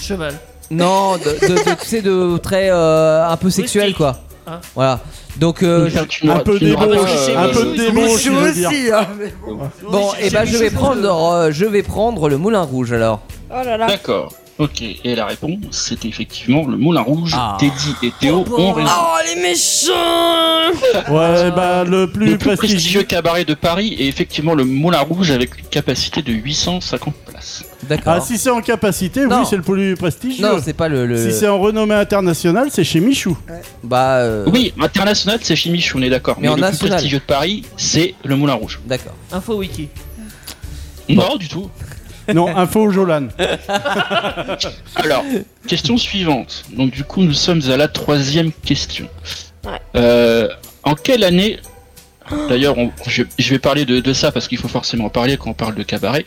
S3: Cheval.
S2: non, de, de- de- tu sais, de très euh, un peu sexuel quoi.
S3: Hein.
S2: Voilà. Donc euh, je-
S7: tu
S6: Un
S7: n'auras-
S6: peu
S7: tu n'auras
S6: débauche,
S7: pas,
S6: un
S7: euh,
S6: peu débauche, je
S9: Michou
S6: veux dire.
S9: aussi. hein, mais-
S2: eh bon, et ben je vais prendre, euh, je vais prendre le Moulin Rouge alors.
S4: Oh là là.
S7: D'accord. Ok, et la réponse, c'est effectivement le Moulin Rouge.
S2: Ah.
S7: Teddy et Théo ont raison.
S4: Oh, les méchants
S6: Ouais, bah le plus,
S7: le plus
S6: prestigieux.
S7: prestigieux cabaret de Paris est effectivement le Moulin Rouge avec une capacité de 850 places.
S2: D'accord.
S6: Ah, si c'est en capacité,
S2: Non.
S6: oui, c'est le plus prestigieux.
S2: non, c'est pas le. le-
S6: Si c'est en renommée internationale, c'est chez Michou.
S2: Bah. euh,
S7: Oui, international, c'est Chimichou, on est d'accord.
S2: Mais
S7: Mais,
S2: en
S7: le
S2: national.
S7: plus prestigieux de Paris, c'est le Moulin Rouge.
S2: D'accord.
S3: Info wiki.
S7: Non, du tout.
S6: Non, info au Jolan.
S7: Alors, question suivante. Donc du coup, nous sommes à la troisième question.
S4: Ouais.
S7: Euh, en quelle année D'ailleurs, on- je, je vais parler de, de ça parce qu'il faut forcément parler quand on parle de cabaret.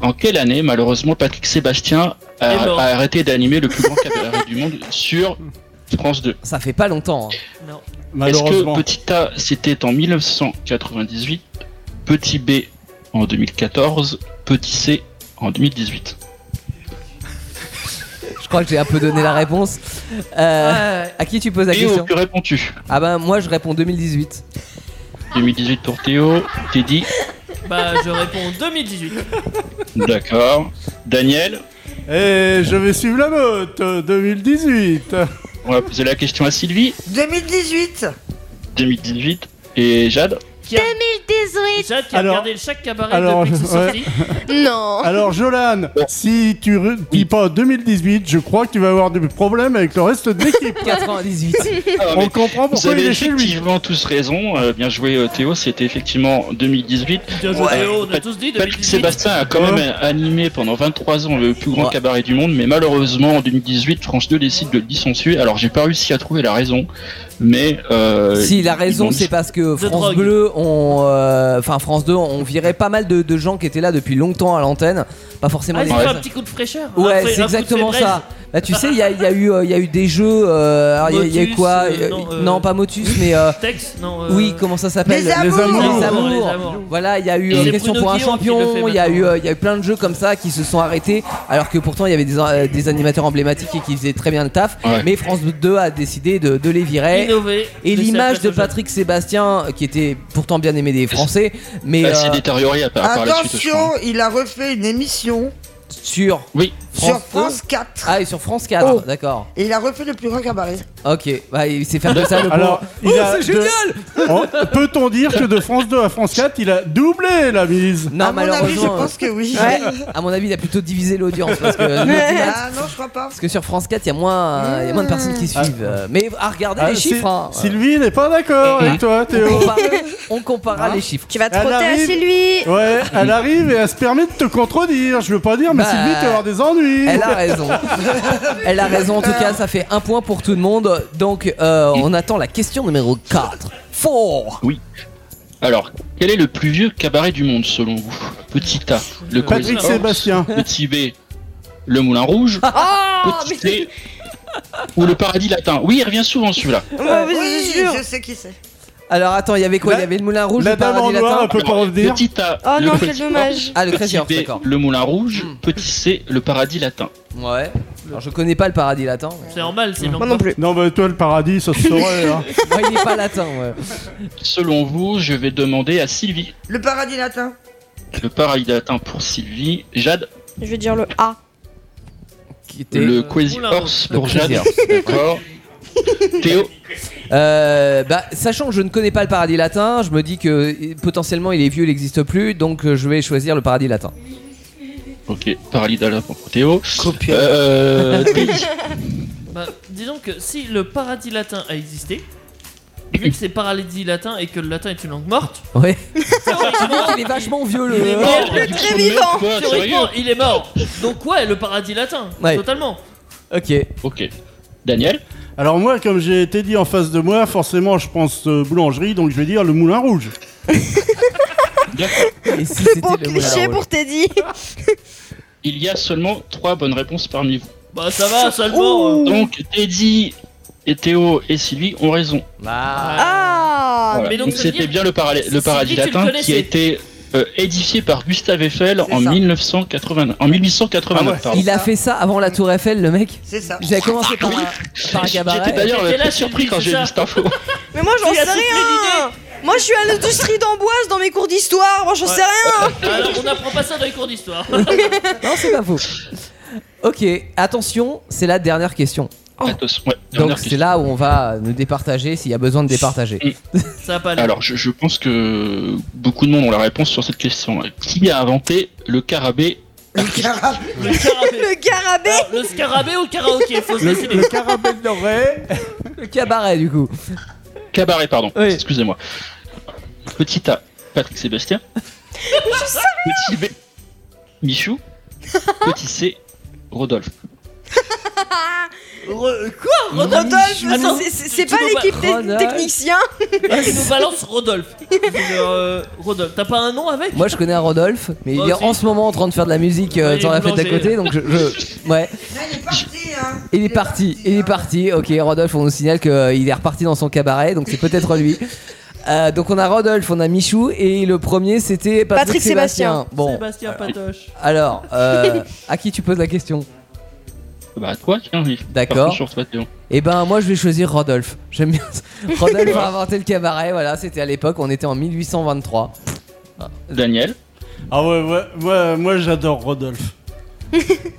S7: En quelle année, malheureusement, Patrick Sébastien a,
S3: Est mort.
S7: a arrêté d'animer le plus grand cabaret du monde sur France 2
S2: Ça fait pas longtemps. hein.
S3: Non.
S7: Est-ce
S6: Malheureusement.
S7: que Petit A c'était en 1998, Petit B en 2014, Petit C en 2018
S2: Je crois que j'ai un peu donné la réponse. Euh,
S3: Ouais.
S2: à qui tu poses la
S7: Théo,
S2: question
S7: que réponds-tu
S2: Ah ben moi je réponds 2018.
S7: 2018 pour Théo, Teddy,
S3: bah, je réponds 2018.
S7: d'accord. Daniel,
S6: Eh, je vais suivre la meute, euh, 2018.
S7: on va poser la question à Sylvie,
S9: 2018
S7: 2018, et Jade.
S3: Qui a- Jade qui a
S6: Alors-
S3: regardé chaque cabaret
S6: alors,
S3: depuis que c'est
S6: ouais.
S3: sorti. Oh.
S2: Ah,
S4: Non
S6: Alors, Jolan, si tu re- dis pas 2018, je crois que tu vas avoir des problèmes avec le reste de l'équipe.
S2: 98.
S3: Ah,
S6: On comprend
S7: Ah, Vous
S6: pourquoi il
S7: avez
S6: est chez lui.
S7: effectivement tous raison, Euh, bien joué euh, Théo, c'était effectivement 2018.
S3: Bien joué,
S7: Ouais.
S3: Théo, on a tous dit
S7: Patrick
S3: 2018.
S7: Sébastien a quand
S6: Ouais.
S7: même animé pendant 23 ans le plus grand
S2: Ouais.
S7: cabaret du monde, mais malheureusement en 2018, France 2 décide de le licencier. Alors j'ai pas réussi à trouver la raison, mais euh,
S2: Si la
S7: ils
S2: raison
S7: ont-
S2: c'est parce que France
S3: drogue.
S2: Bleu, on, euh, enfin France 2, on virait pas mal de, de gens qui étaient là depuis longtemps à l'antenne, pas forcément
S3: Ah,
S2: des
S3: ils ont fait
S2: vrais.
S3: un petit coup de fraîcheur. un fra- un
S2: Ouais,
S3: coup de
S2: c'est exactement
S3: fébraise.
S2: ça. Bah, tu sais, il y a, il y a eu, euh, il y a eu des jeux. euh, alors, il y a- il y a eu
S3: Motus,
S2: quoi
S3: euh,
S2: euh,
S3: non, euh,
S2: Non, pas Motus, mais euh,
S3: Texte, non. euh,
S2: oui, comment ça s'appelle
S9: Les amours.
S3: Les
S6: amours.
S3: amours, les
S2: amours.
S3: amours.
S2: Voilà, il y a eu
S3: Et
S2: euh,
S3: c'est
S2: question
S3: Bruno
S2: pour un
S3: Guillon qui le
S2: champion,
S3: fait
S2: il y a eu,
S3: maintenant.
S2: euh, il y a eu plein de jeux comme ça qui se sont arrêtés, alors que pourtant il y avait des, euh, des animateurs emblématiques et qui faisaient très bien le taf.
S7: Ouais.
S2: Mais France 2 a décidé de, de les virer.
S3: Innover.
S2: Et
S3: laisser la
S2: l'image
S3: place
S2: de
S3: aux jeunes.
S2: Patrick Sébastien, qui était pourtant bien aimé des Français, mais
S9: Bah,
S7: Ah, c'est
S2: euh,
S7: détérioré à part, à part la suite. je
S9: Attention,
S7: crois.
S9: il a refait une émission
S2: sur
S7: Oui,
S9: sur
S2: France
S9: France 4.
S2: ah et sur France 4,
S9: Oh.
S2: d'accord.
S9: Et il a refait le plus grand cabaret.
S2: Ok, bah, il s'est fait comme ça le
S6: Alors,
S2: pauvre.
S6: il
S2: Oh,
S6: a
S2: c'est
S6: de-
S2: génial
S6: Oh, Peut-on dire que de France 2 à France 4, il a doublé la mise
S2: Non,
S9: à mon avis, je
S2: malheureusement.
S9: pense que oui.
S2: euh, ouais, à mon avis, il a plutôt divisé l'audience parce que,
S9: Ah non, je crois pas.
S2: parce que sur France 4, il y a moins, euh, il y a moins de personnes qui
S6: Ah.
S2: suivent. euh, Mais à regarder
S6: Ah,
S2: les
S6: Sy-
S2: chiffres. hein.
S6: Sylvie n'est pas d'accord
S7: Hein
S6: avec toi,
S2: On
S6: Théo.
S2: compare- on comparera les chiffres.
S4: Tu vas te
S6: Ah. Elle
S4: frotter à
S6: arrive.
S4: celui
S6: Ouais, elle arrive et elle se permet de te contredire. Je veux pas dire, mais
S2: Bah,
S6: Sylvie, tu vas avoir des ennuis.
S2: Elle a raison. Elle a raison. En tout cas, ça fait un point pour tout le monde. Donc, euh, on attend la question numéro 4. 4
S7: Alors, quel est le plus vieux cabaret du monde selon vous Petit A, le Crazy
S6: Patrick
S7: Horse,
S6: Sébastien.
S7: Petit B, le Moulin Rouge,
S2: Ah,
S7: Petit C, ou le Paradis Latin. Oui, il revient souvent celui-là.
S10: Ah, bah
S9: oui, je sais qui c'est.
S2: Alors attends, il y avait quoi Il
S6: La-
S2: y avait le moulin rouge,
S6: la
S2: le
S6: dame en
S2: paradis
S6: noir,
S2: latin.
S6: un peu pas revenir.
S7: Petit A,
S4: Oh
S7: le
S4: non,
S7: Crazy
S4: quel dommage
S2: Ah, le
S7: Petit
S2: Crazy Horse,
S7: B,
S2: d'accord.
S7: le Moulin Rouge,
S2: Hmm.
S7: Petit C, le Paradis Latin.
S2: Ouais. Alors, je connais pas le paradis latin.
S3: C'est normal, c'est
S4: Moi non plus.
S6: Non, bah toi, le paradis, ça se saurait. hein.
S2: Moi, il est pas latin, ouais.
S7: Selon vous, je vais demander à Sylvie.
S9: Le paradis latin.
S7: Le Paradis Latin pour Sylvie, Jade,
S4: Je vais dire le A.
S2: Qui était-
S7: le Quasi
S3: Moulin
S7: Horse
S2: Le
S7: pour
S2: Crazy
S7: Jade.
S2: Horse.
S7: D'accord. Théo,
S2: Euh, bah, sachant que je ne connais pas le paradis latin, je me dis que eh, potentiellement il est vieux, il n'existe plus, donc euh, je vais choisir le paradis latin.
S7: ok, Paradis Latin pour Théo. Euh, Teddy.
S3: Bah, disons que si le paradis latin a existé, vu que c'est paradis latin et que le latin est une langue morte,
S2: Ouais.
S3: théoriquement,
S2: il est vachement vieux
S3: Il est
S2: le.
S3: mort.
S7: Merde,
S4: très
S7: tu me
S4: vivant.
S7: mets quoi,
S3: théoriquement,
S7: sérieux
S3: il est mort. Donc ouais, le paradis latin,
S2: Ouais.
S3: totalement.
S2: Ok.
S7: Ok. Daniel
S6: Alors, moi, comme j'ai été dit en face de moi, forcément, je pense euh, boulangerie, donc je vais dire le moulin rouge.
S2: Et si
S4: Plus
S2: c'était
S4: beau
S2: le Moulin
S4: cliché
S2: Rouge
S4: pour Teddy
S7: Il y a seulement trois bonnes réponses parmi vous.
S3: Bah ça va, seulement. euh,
S7: Donc, Teddy et Théo et Sylvie ont raison.
S2: Bah,
S4: Ah
S7: Voilà.
S3: mais donc,
S7: Donc,
S3: ça veut
S7: c'était
S3: dire-
S7: bien le, parallè- le
S3: Sylvie,
S7: paradis
S3: tu le
S7: latin qui
S3: connaissais.
S7: a été euh, édifié par Gustave Eiffel
S9: C'est
S7: en,
S9: ça.
S7: 1980, en 1889.
S6: Ah ouais.
S7: pardon.
S2: il a fait ça avant la Tour Eiffel, le mec.
S9: C'est ça.
S2: J'avais commencé par, un- par un
S7: J'étais
S2: cabaret.
S7: d'ailleurs
S3: hein. J'étais là,
S7: très
S3: je
S7: surpris
S3: me
S7: quand
S3: dis,
S7: j'ai
S3: c'est
S7: vu
S3: ça.
S7: cette info.
S4: Mais moi j'en
S3: Tu as
S4: sais
S3: soufflé
S4: rien Moi je suis à l'industrie d'amboise dans mes cours d'histoire, moi j'en
S3: Ouais. Ah,
S4: sais rien
S3: Alors, on apprend pas ça dans les cours d'histoire.
S2: Non, c'est pas faux. Ok, attention, c'est la dernière question.
S7: Athos, ouais, dernière Mm.
S2: Donc c'est
S7: question.
S2: là où on va nous départager s'il y a besoin de départager.
S3: Ça va pas aller.
S7: Alors, je, je pense que beaucoup de monde ont la réponse sur cette question. Qui a inventé le carabée
S9: Le carabée.
S3: Le scarabée.
S4: Le carabé
S3: Alors, le scarabée ou le karaoké Faut se
S6: Le,
S3: décider.
S6: le caramel doré.
S2: Le cabaret du coup.
S7: Cabaret, pardon.
S2: Oui.
S7: Excusez-moi. Petit A, Patrick Sébastien. Petit B, Michou. Petit C, Rodolphe.
S4: Rodolphe,
S3: Michou.
S4: attends, c'est- c'est c'est pas
S3: Tout
S4: l'équipe
S2: va-
S4: des techniciens
S3: Il nous balance Rodolphe. Euh, Rodolphe, t'as pas un nom avec
S2: Moi je connais un Rodolphe, mais
S3: Moi
S2: il est
S3: aussi.
S2: en ce moment en train de faire de la musique euh,
S3: Ouais, il
S2: dans
S3: est
S2: la fête d'à
S3: boulanger.
S2: côté, donc je, je- Ouais.
S9: Là, il est parti, hein.
S2: Il est parti, il est parti. Ok, Rodolphe, on nous signale qu'il est reparti dans son cabaret, donc c'est peut-être lui. Euh, donc on a Rodolphe, on a Michou, et le premier c'était Patrick,
S4: Patrick Sébastien.
S2: Bon,
S3: Sébastien Patoche.
S2: alors, euh, à qui tu poses la question
S7: Bah, toi, tiens, oui.
S2: D'accord.
S7: Par contre, sur toi, Théo.
S2: Eh ben moi je vais choisir Rodolphe. J'aime bien. ça. Rodolphe a inventé le cabaret, voilà, c'était à l'époque, on était en 1823.
S7: Daniel.
S6: Ah ouais, ouais, ouais, moi j'adore Rodolphe.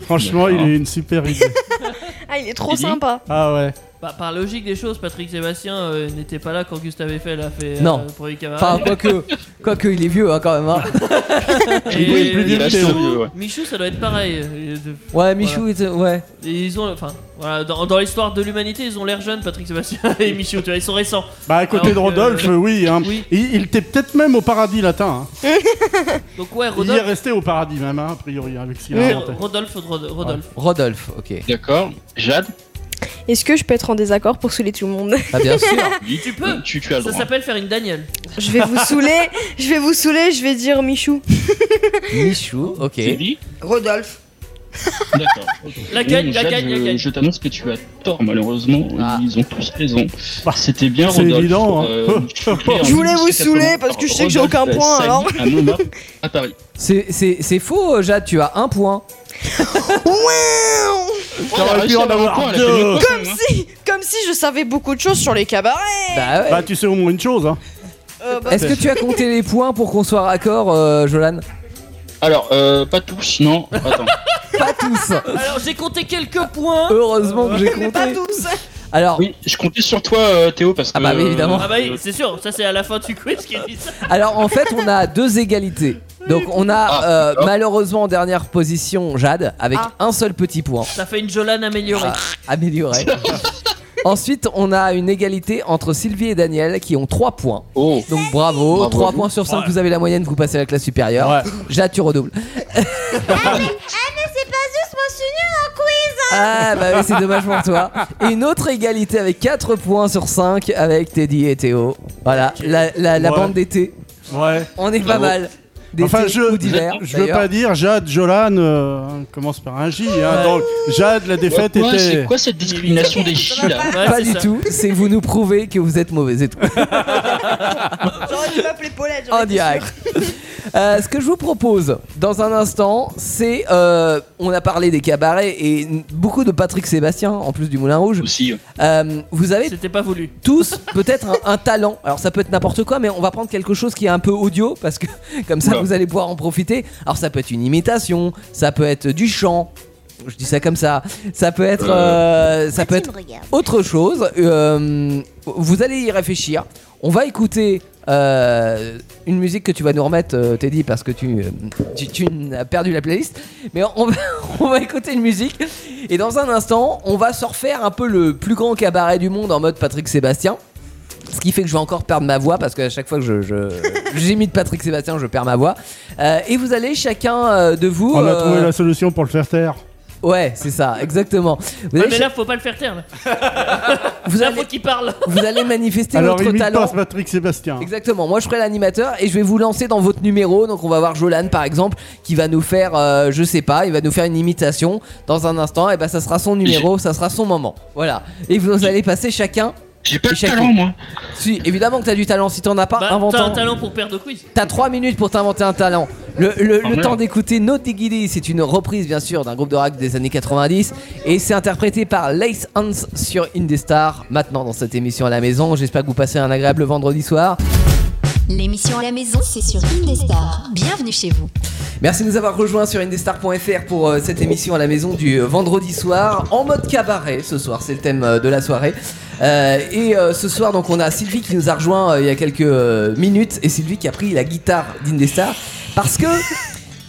S6: Franchement, il
S7: D'accord.
S6: est une super idée.
S4: Ah, il est trop
S7: Il dit
S4: sympa
S6: Ah ouais.
S3: Bah, par logique des choses, Patrick Sébastien euh, n'était pas là quand Gustave Eiffel a fait euh,
S2: Non.
S3: le premier cabaret.
S2: Enfin, quoique, quoique il est vieux hein, quand même. hein.
S3: Et
S6: Oui, plus vieux que
S3: Michou,
S7: Théo, ouais.
S3: Michou, ça doit être pareil. Et de-
S2: Ouais, Michou, il te- ouais.
S3: et ils ont, enfin, voilà, dans, dans l'histoire de l'humanité, ils ont l'air jeunes, Patrick Sébastien et Michou. Tu vois, ils sont récents.
S6: Bah à côté de
S3: Alors que-
S6: Rodolphe, oui. Hein.
S3: Oui.
S6: Il, il était peut-être même au paradis latin. hein.
S3: Donc
S6: Il
S3: ouais,
S6: est
S3: Rodolphe.
S6: resté au paradis même, hein, a priori, avec ce qu'il a inventé.
S3: Rodolphe, Rod- Rodolphe.
S2: Rodolphe, ok.
S7: D'accord. Jade.
S4: Est-ce que je peux être en désaccord pour saouler tout le monde
S2: Ah bien sûr.
S7: Oui,
S3: Tu peux.
S7: Tu, tu as le
S3: Ça
S7: droit.
S3: s'appelle faire une Daniel.
S4: Je vais vous saouler, je vais vous saouler, je vais dire Michou.
S2: Michou, ok.
S7: Sylvie.
S9: Rodolphe.
S7: D'accord.
S3: La gagne, la
S7: Jade,
S3: gagne, la
S7: je-
S3: gagne.
S7: Je t'annonce que tu as tort, malheureusement.
S2: Ah.
S7: Ils ont tous raison.
S6: Bah,
S7: C'était bien
S6: c'est
S7: Rodolphe. euh,
S6: évident, hein.
S4: Je voulais vous saouler parce que je sais que j'ai aucun point, alors.
S7: À Montmartre, à Paris.
S2: C'est- C'est c'est faux, euh, Jade, tu as un point.
S6: J'aurais pu en avoir deux.
S7: Comme
S4: Si, comme si je savais beaucoup de choses sur les cabarets.
S2: Bah ouais.
S6: Bah tu sais au moins une chose. Hein.
S4: Euh, bah,
S2: Est-ce que tu as compté les points pour qu'on soit raccord, euh, Jolan
S7: Alors, euh, pas tous, non. Attends.
S2: Pas tous.
S3: Alors j'ai compté quelques points. Euh,
S2: Heureusement que j'ai
S4: mais pas
S2: compté.
S4: tous.
S2: Alors,
S7: Oui, je comptais sur toi, euh, Théo, parce que.
S2: Ah bah oui, évidemment.
S7: Euh,
S3: Ah bah oui, c'est sûr. Ça c'est à la fin du quiz qui dit ça.
S2: alors en fait, on a deux égalités. Donc on a
S7: Ah,
S2: euh,
S7: d'accord.
S2: malheureusement en dernière position Jade avec
S4: Ah.
S2: un seul petit point
S3: Ça fait une Jolane améliorée.
S2: Ah, amélioré. Ensuite, on a une égalité entre Sylvie et Daniel qui ont 3 points.
S7: Oh,
S2: Donc bravo,
S7: Bravo.
S2: 3 points sur 5,
S3: Ouais.
S2: vous avez la moyenne, vous passez à la classe supérieure.
S6: Ouais.
S2: Jade, tu redoubles.
S10: hein.
S2: Ah, bah oui, c'est dommage pour toi. Et une autre égalité avec 4 points sur 5 avec Teddy et Théo. Voilà, la, la- la
S6: Ouais.
S2: bande d'été.
S6: Ouais.
S2: On est pas
S7: Bravo.
S2: mal. D'été
S6: Enfin, je,
S2: ou d'hiver.
S6: je veux
S2: d'ailleurs.
S6: pas dire Jade, Jolan euh, on commence par un J. Hein,
S2: Ouais.
S6: donc, Jade, la
S7: Ouais,
S6: défaite
S7: ouais,
S6: était.
S7: c'est quoi cette discrimination des chi là
S3: Ouais,
S2: Pas
S3: c'est
S2: du
S3: ça.
S2: tout, c'est vous nous prouvez que vous êtes mauvais et tout.
S4: J'aurais dû m'appeler Paulette. j'aurais
S2: en
S4: été sûre.
S2: direct. Euh, ce que je vous propose dans un instant, c'est euh, on a parlé des cabarets et n- beaucoup de Patrick Sébastien en plus du Moulin Rouge.
S7: Aussi. euh,
S2: Euh, vous avez
S3: C'était pas voulu.
S2: tous peut-être un, un talent. Alors ça peut être n'importe quoi, mais on va prendre quelque chose qui est un peu audio parce que comme ça
S7: Oula.
S2: vous allez pouvoir en profiter. Alors ça peut être une imitation, ça peut être du chant. Je dis ça comme ça. Ça peut être, euh, ça peut être autre chose. euh, vous allez y réfléchir. On va écouter euh, une musique que tu vas nous remettre, euh, Teddy, parce que tu, euh, tu, tu as perdu la playlist. Mais on va, on va écouter une musique. Et dans un instant, on va se refaire un peu le plus grand cabaret du monde en mode Patrick Sébastien. Ce qui fait que je vais encore perdre ma voix parce qu'à chaque fois que je, je, j'imite Patrick Sébastien, je perds ma voix. Euh, et vous allez chacun euh, de vous.
S6: On a
S2: euh,
S6: trouvé la solution pour le faire taire.
S2: Ouais, c'est ça, exactement. Vous
S3: Ouais,
S2: allez,
S3: mais
S2: cha-
S3: là faut pas le faire taire. Là,
S2: vous
S3: Là,
S2: allez,
S3: faut qu'il parle.
S2: vous allez manifester
S6: Alors,
S2: votre
S6: imite
S2: talent.
S6: pas Patrick Sébastien.
S2: Exactement, moi je ferai l'animateur et je vais vous lancer dans votre numéro. Donc on va voir Jolan par exemple qui va nous faire, euh, je sais pas, il va nous faire une imitation dans un instant. Et ben ça sera son numéro, ça sera son moment. Voilà. Et vous allez passer chacun.
S7: J'ai pas de
S2: Échec.
S7: talent, moi.
S2: Si, évidemment que t'as du talent, si t'en as pas,
S3: Bah, t'as un
S2: invente-en.
S3: talent pour perdre au quiz.
S2: T'as 3 minutes pour t'inventer un talent. Le, le-
S7: Oh,
S2: le
S7: merde.
S2: temps d'écouter No Diggity, c'est une reprise bien sûr d'un groupe de rock des années 90 et c'est interprété par Lace Hans sur Indestar maintenant dans cette émission à la maison. J'espère que vous passez un agréable vendredi soir.
S1: L'émission à la maison, c'est sur Indestar. Bienvenue chez vous.
S10: Merci de nous avoir rejoints sur indestar.fr pour euh, cette émission à la maison du euh, vendredi soir en mode cabaret ce soir, c'est le thème euh, de la soirée. Euh, et euh, ce soir donc on a Sylvie qui nous a rejoint euh, il y a quelques euh, minutes et Sylvie qui a pris la guitare d'Indestar parce que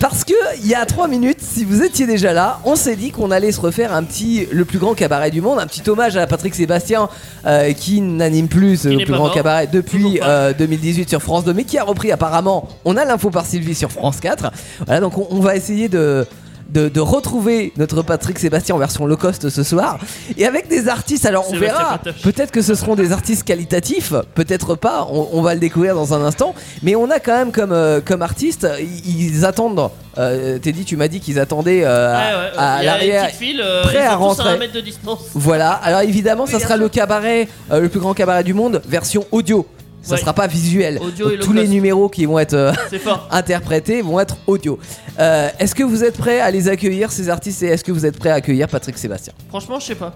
S10: parce que il y a trois minutes, si vous étiez déjà là, on s'est dit qu'on allait se refaire un petit le plus grand cabaret du monde, un petit hommage à Patrick Sébastien euh, qui n'anime plus ce
S3: Il est
S10: plus
S3: pas
S10: grand
S3: mort.
S10: cabaret depuis
S3: Toujours pas.
S10: euh, 2018 sur France 2, mais qui a repris apparemment. On a l'info par Sylvie sur France 4. Voilà, donc on, on va essayer de. De, de retrouver notre Patrick Sébastien en version low cost ce soir et avec des artistes alors on
S3: Sébastien
S10: verra
S3: Patache.
S10: peut-être que ce seront des artistes qualitatifs peut-être pas on, on va le découvrir dans un instant mais on a quand même comme euh, comme artiste ils, ils attendent euh, Teddy tu m'as dit qu'ils attendaient euh, à-
S3: ouais, ouais,
S10: à,
S3: il y a les
S10: l'arrière
S3: petites files, euh,
S10: prêts
S3: ils
S10: à
S3: sont tous
S10: rentrer.
S3: un mètre de distance.
S10: voilà, alors évidemment, ça sera le cabaret, euh, le plus grand cabaret du monde, version audio. Ça
S3: Ouais.
S10: sera pas visuel.
S3: Audio et low
S10: tous les
S3: cost.
S10: numéros qui vont être euh,
S3: C'est fort.
S10: interprétés vont être audio. Euh, est-ce que vous êtes prêts à les accueillir, ces artistes, et est-ce que vous êtes prêts à accueillir Patrick Sébastien
S3: Franchement, je sais pas.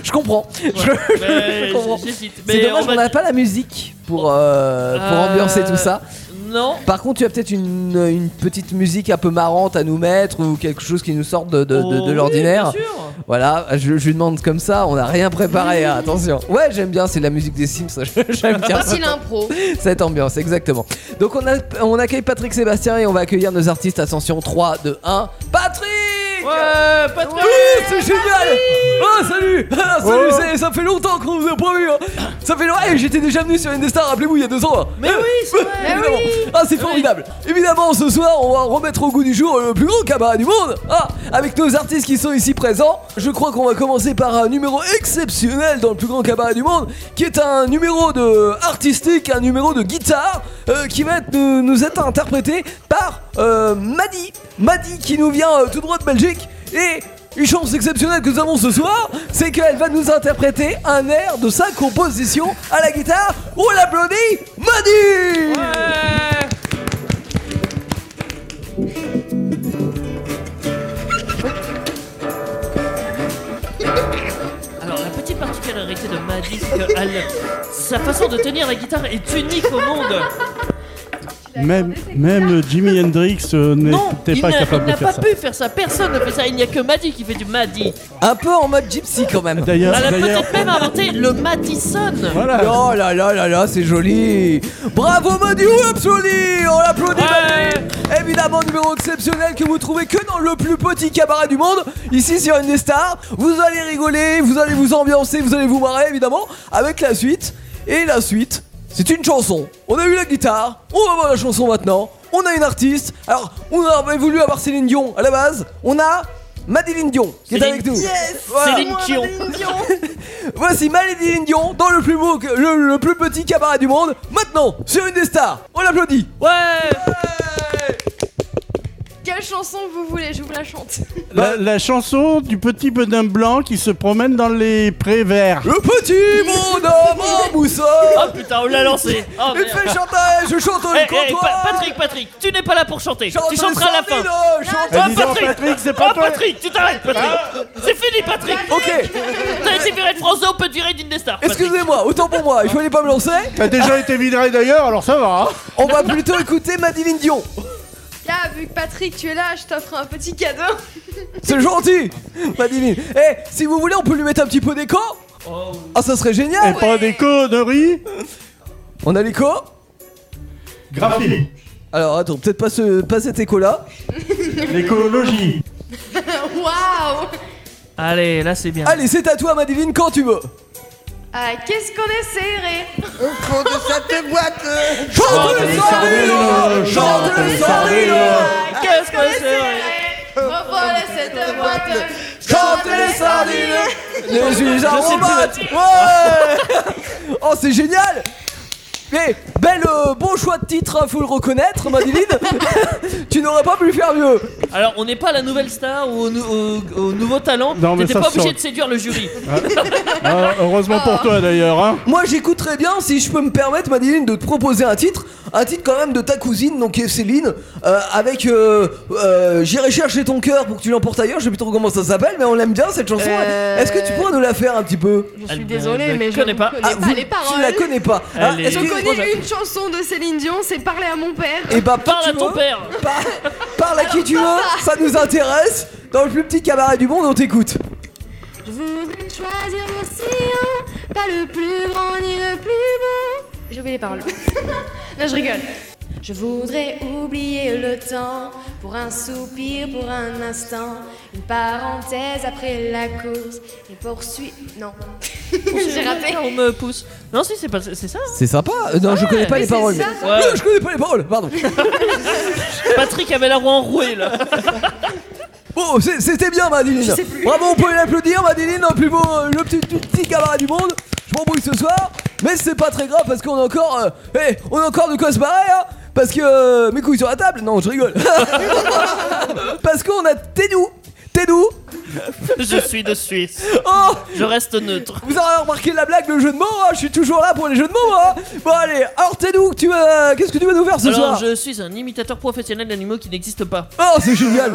S10: Je comprends. Je-
S3: Ouais.
S10: je comprends.
S3: Mais J'hésite.
S10: C'est
S3: Mais
S10: dommage, on
S3: va-
S10: n'a pas la musique pour, euh, pour
S3: Euh,
S10: ambiancer tout ça.
S3: Non.
S10: Par contre, tu as peut-être une, une petite musique un peu marrante à nous mettre ou quelque chose qui nous sorte de, de- de- de
S3: Oh, oui,
S10: l'ordinaire.
S3: bien sûr.
S10: Voilà, je, je lui demande comme ça, on n'a rien préparé, hein, attention. Ouais, j'aime bien, c'est de la musique des Sims, j'aime bien
S4: Facile impro.
S10: cette ambiance, exactement. Donc on, a- on accueille Patrick Sébastien et on va accueillir nos artistes Ascension 3, 2, 1. Patrick
S3: Ouais, pas
S10: Oui, c'est génial Ah, salut Ah, salut,
S6: Oh.
S10: c'est- ça fait longtemps qu'on vous a pas vu hein. Ça fait longtemps, Hey, j'étais déjà venu sur Indestar, rappelez-vous, il y a deux ans hein.
S3: Mais oui, c'est vrai.
S10: Évidemment. Ah, c'est formidable. Évidemment, ce soir, on va remettre au goût du jour le plus grand cabaret du monde. Ah, avec nos artistes qui sont ici présents, je crois qu'on va commencer par un numéro exceptionnel dans le plus grand cabaret du monde, qui est un numéro de artistique, un numéro de guitare, euh, qui va être- nous, nous être interprété par euh, Madi. Madi qui nous vient euh, tout droit de Belgique et une chance exceptionnelle que nous avons ce soir, c'est qu'elle va nous interpréter un air de sa composition à la guitare. On l'applaudit, Madi
S3: Alors, la petite particularité de Madis, c'est que elle- sa façon de tenir la guitare est unique au monde.
S6: Même, même Jimi Hendrix euh,
S3: Non,
S6: n'était
S3: il
S6: pas
S3: n'a il
S6: capable de
S3: n'a
S6: faire
S3: pas
S6: ça.
S3: pu faire ça. Personne ne fait ça. Il n'y a que Maddy qui fait du Maddy.
S10: Un peu en mode gypsy quand même.
S6: D'ailleurs,
S3: Elle a
S6: d'ailleurs,
S3: peut-être même inventé le Madison.
S6: voilà.
S10: Oh là là là là, c'est joli Bravo Madu Absoli On l'applaudit
S3: Ouais.
S10: Manu. Évidemment, numéro exceptionnel que vous trouvez que dans le plus petit cabaret du monde, ici sur une stars. Vous allez rigoler, vous allez vous ambiancer, vous allez vous marrer évidemment, avec la suite. Et la suite, c'est une chanson. On a eu la guitare, on va voir la chanson maintenant. On a une artiste. Alors, on avait voulu avoir Céline Dion à la base. On a Madeleine Dion qui est
S3: Céline-
S10: avec nous. Voilà.
S3: Céline Dion.
S10: Voici Malédine Dion dans le plus, beau, le, le plus petit cabaret du monde. Maintenant, sur une des stars, on l'applaudit.
S3: Ouais.
S4: Quelle chanson vous voulez Je vous la chante.
S10: Bah.
S6: La, la chanson du petit bonhomme blanc qui se promène dans les prés verts.
S10: Le petit bonhomme en mousson.
S3: Oh putain, on l'a lancé. Oh,
S10: Il me
S3: merde.
S10: fait chanter, je chante au
S3: Eh, eh,
S10: comptoir.
S3: Pa- Patrick, Patrick, tu n'es pas là pour chanter.
S10: Chante
S3: tu chanteras à la
S10: sans
S3: fin. Ah,
S10: rideau, chante-
S6: Eh, dis donc,
S3: Patrick.
S6: Patrick, c'est pas
S3: Oh
S6: toi.
S3: Patrick, tu t'arrêtes Patrick C'est fini Patrick
S10: Ah, Ok,
S3: T'as été viré de France 2, on peut te virer d'Indestar Patrick
S10: excusez-moi, autant pour moi, il fallait pas me lancer.
S6: T'as déjà été viré d'ailleurs, alors ça va. hein.
S10: On va plutôt écouter Madeline Dion.
S4: Là, vu que Patrick, tu es là, je t'offre un petit cadeau.
S10: C'est gentil, Madeline. Eh, si vous voulez, on peut lui mettre un petit peu d'écho.
S3: Oh,
S10: Ah, ça serait
S6: Et
S10: génial.
S6: pas des conneries.
S10: On a l'écho.
S6: Graphique.
S10: Alors, attends, peut-être pas, ce, pas cet écho-là.
S6: L'écologie.
S4: Waouh
S3: Allez, là c'est bien.
S10: Allez, c'est à toi, Madeline, quand tu veux.
S4: Ah, Qu'est-ce qu'on est serré
S11: Au fond de cette boîte. euh,
S10: Chante le sardine Chante le sardine
S4: Ah,
S3: Qu'est-ce qu'on est serré
S4: Revoilà cette boîte
S10: Chante les sardines Les juges aromates
S3: plus
S10: Ouais Oh, c'est génial mais bel euh, bon choix de titre, faut le reconnaître, Madeline. tu n'aurais pas pu faire mieux.
S3: Alors, on n'est pas la nouvelle star ou au, nou- au- au nouveau talent.
S6: Non, mais
S3: T'étais
S6: ça
S3: pas
S6: se
S3: obligé
S6: sent.
S3: de séduire le jury.
S6: Ah, heureusement pour toi d'ailleurs. Hein.
S10: Moi, j'écouterais bien si je peux me permettre, Madeline, de te proposer un titre un titre quand même de ta cousine, donc qui est Céline, euh, avec euh, euh, J'irai chercher ton cœur pour que tu l'emportes ailleurs. Je sais plus trop comment ça s'appelle, mais on l'aime bien cette chanson.
S4: Euh,
S10: Est-ce que tu pourrais nous la faire un petit peu
S4: Je suis
S3: Elle-
S4: désolée,
S3: elle
S4: mais je
S3: connaît
S4: ne
S3: pas.
S4: connais
S10: Ah,
S4: pas
S10: vous-
S4: les
S10: Tu la
S4: paroles.
S10: connais pas.
S3: Elle
S10: Ah,
S3: est-
S10: Est-ce
S4: Je
S10: que
S4: connais une chanson de Céline Dion, c'est Parler à mon père.
S10: Eh bah,
S3: Parle
S10: tu
S3: à ton
S10: veux,
S3: père
S10: Par, parle à qui tu veux, ça nous intéresse. Dans le plus petit cabaret du monde, on t'écoute.
S4: Je voudrais choisir l'océan, pas le plus grand ni le plus beau. J'ai oublié les paroles. non, je rigole. Je voudrais oublier le temps pour un soupir, pour un instant, une parenthèse après la cause et poursuite. Non, j'ai raté.
S3: On me pousse. Non, si, c'est pas c'est ça. hein.
S10: C'est sympa. Ah, non, je connais pas les
S4: Ah, c'est
S10: paroles.
S4: ça.
S10: mais- Non, je connais pas les paroles, pardon.
S3: Patrick avait la roue enrouée là.
S10: Bon, Oh, c'est- c'était bien, Madeline. Bravo, on peut l'applaudir, Madeline, le plus beau, euh, le petit, tout petit cabaret du monde. Je m'embrouille ce soir, mais c'est pas très grave parce qu'on a encore, euh, eh, on a encore de quoi se barrer, hein, Parce que euh, mes couilles sur la table. Non, je rigole. parce qu'on a Tédou. Tédou.
S3: Je suis de Suisse.
S10: Oh,
S3: Je reste neutre.
S10: vous aurez remarqué la blague, le jeu de mots. hein, je suis toujours là pour les jeux de mots. hein. Bon, allez. Alors Tédou, tu vas, qu'est-ce que tu vas nous faire Ah, ce
S3: Alors,
S10: soir
S3: je suis un imitateur professionnel d'animaux qui n'existe pas.
S10: Oh, c'est génial.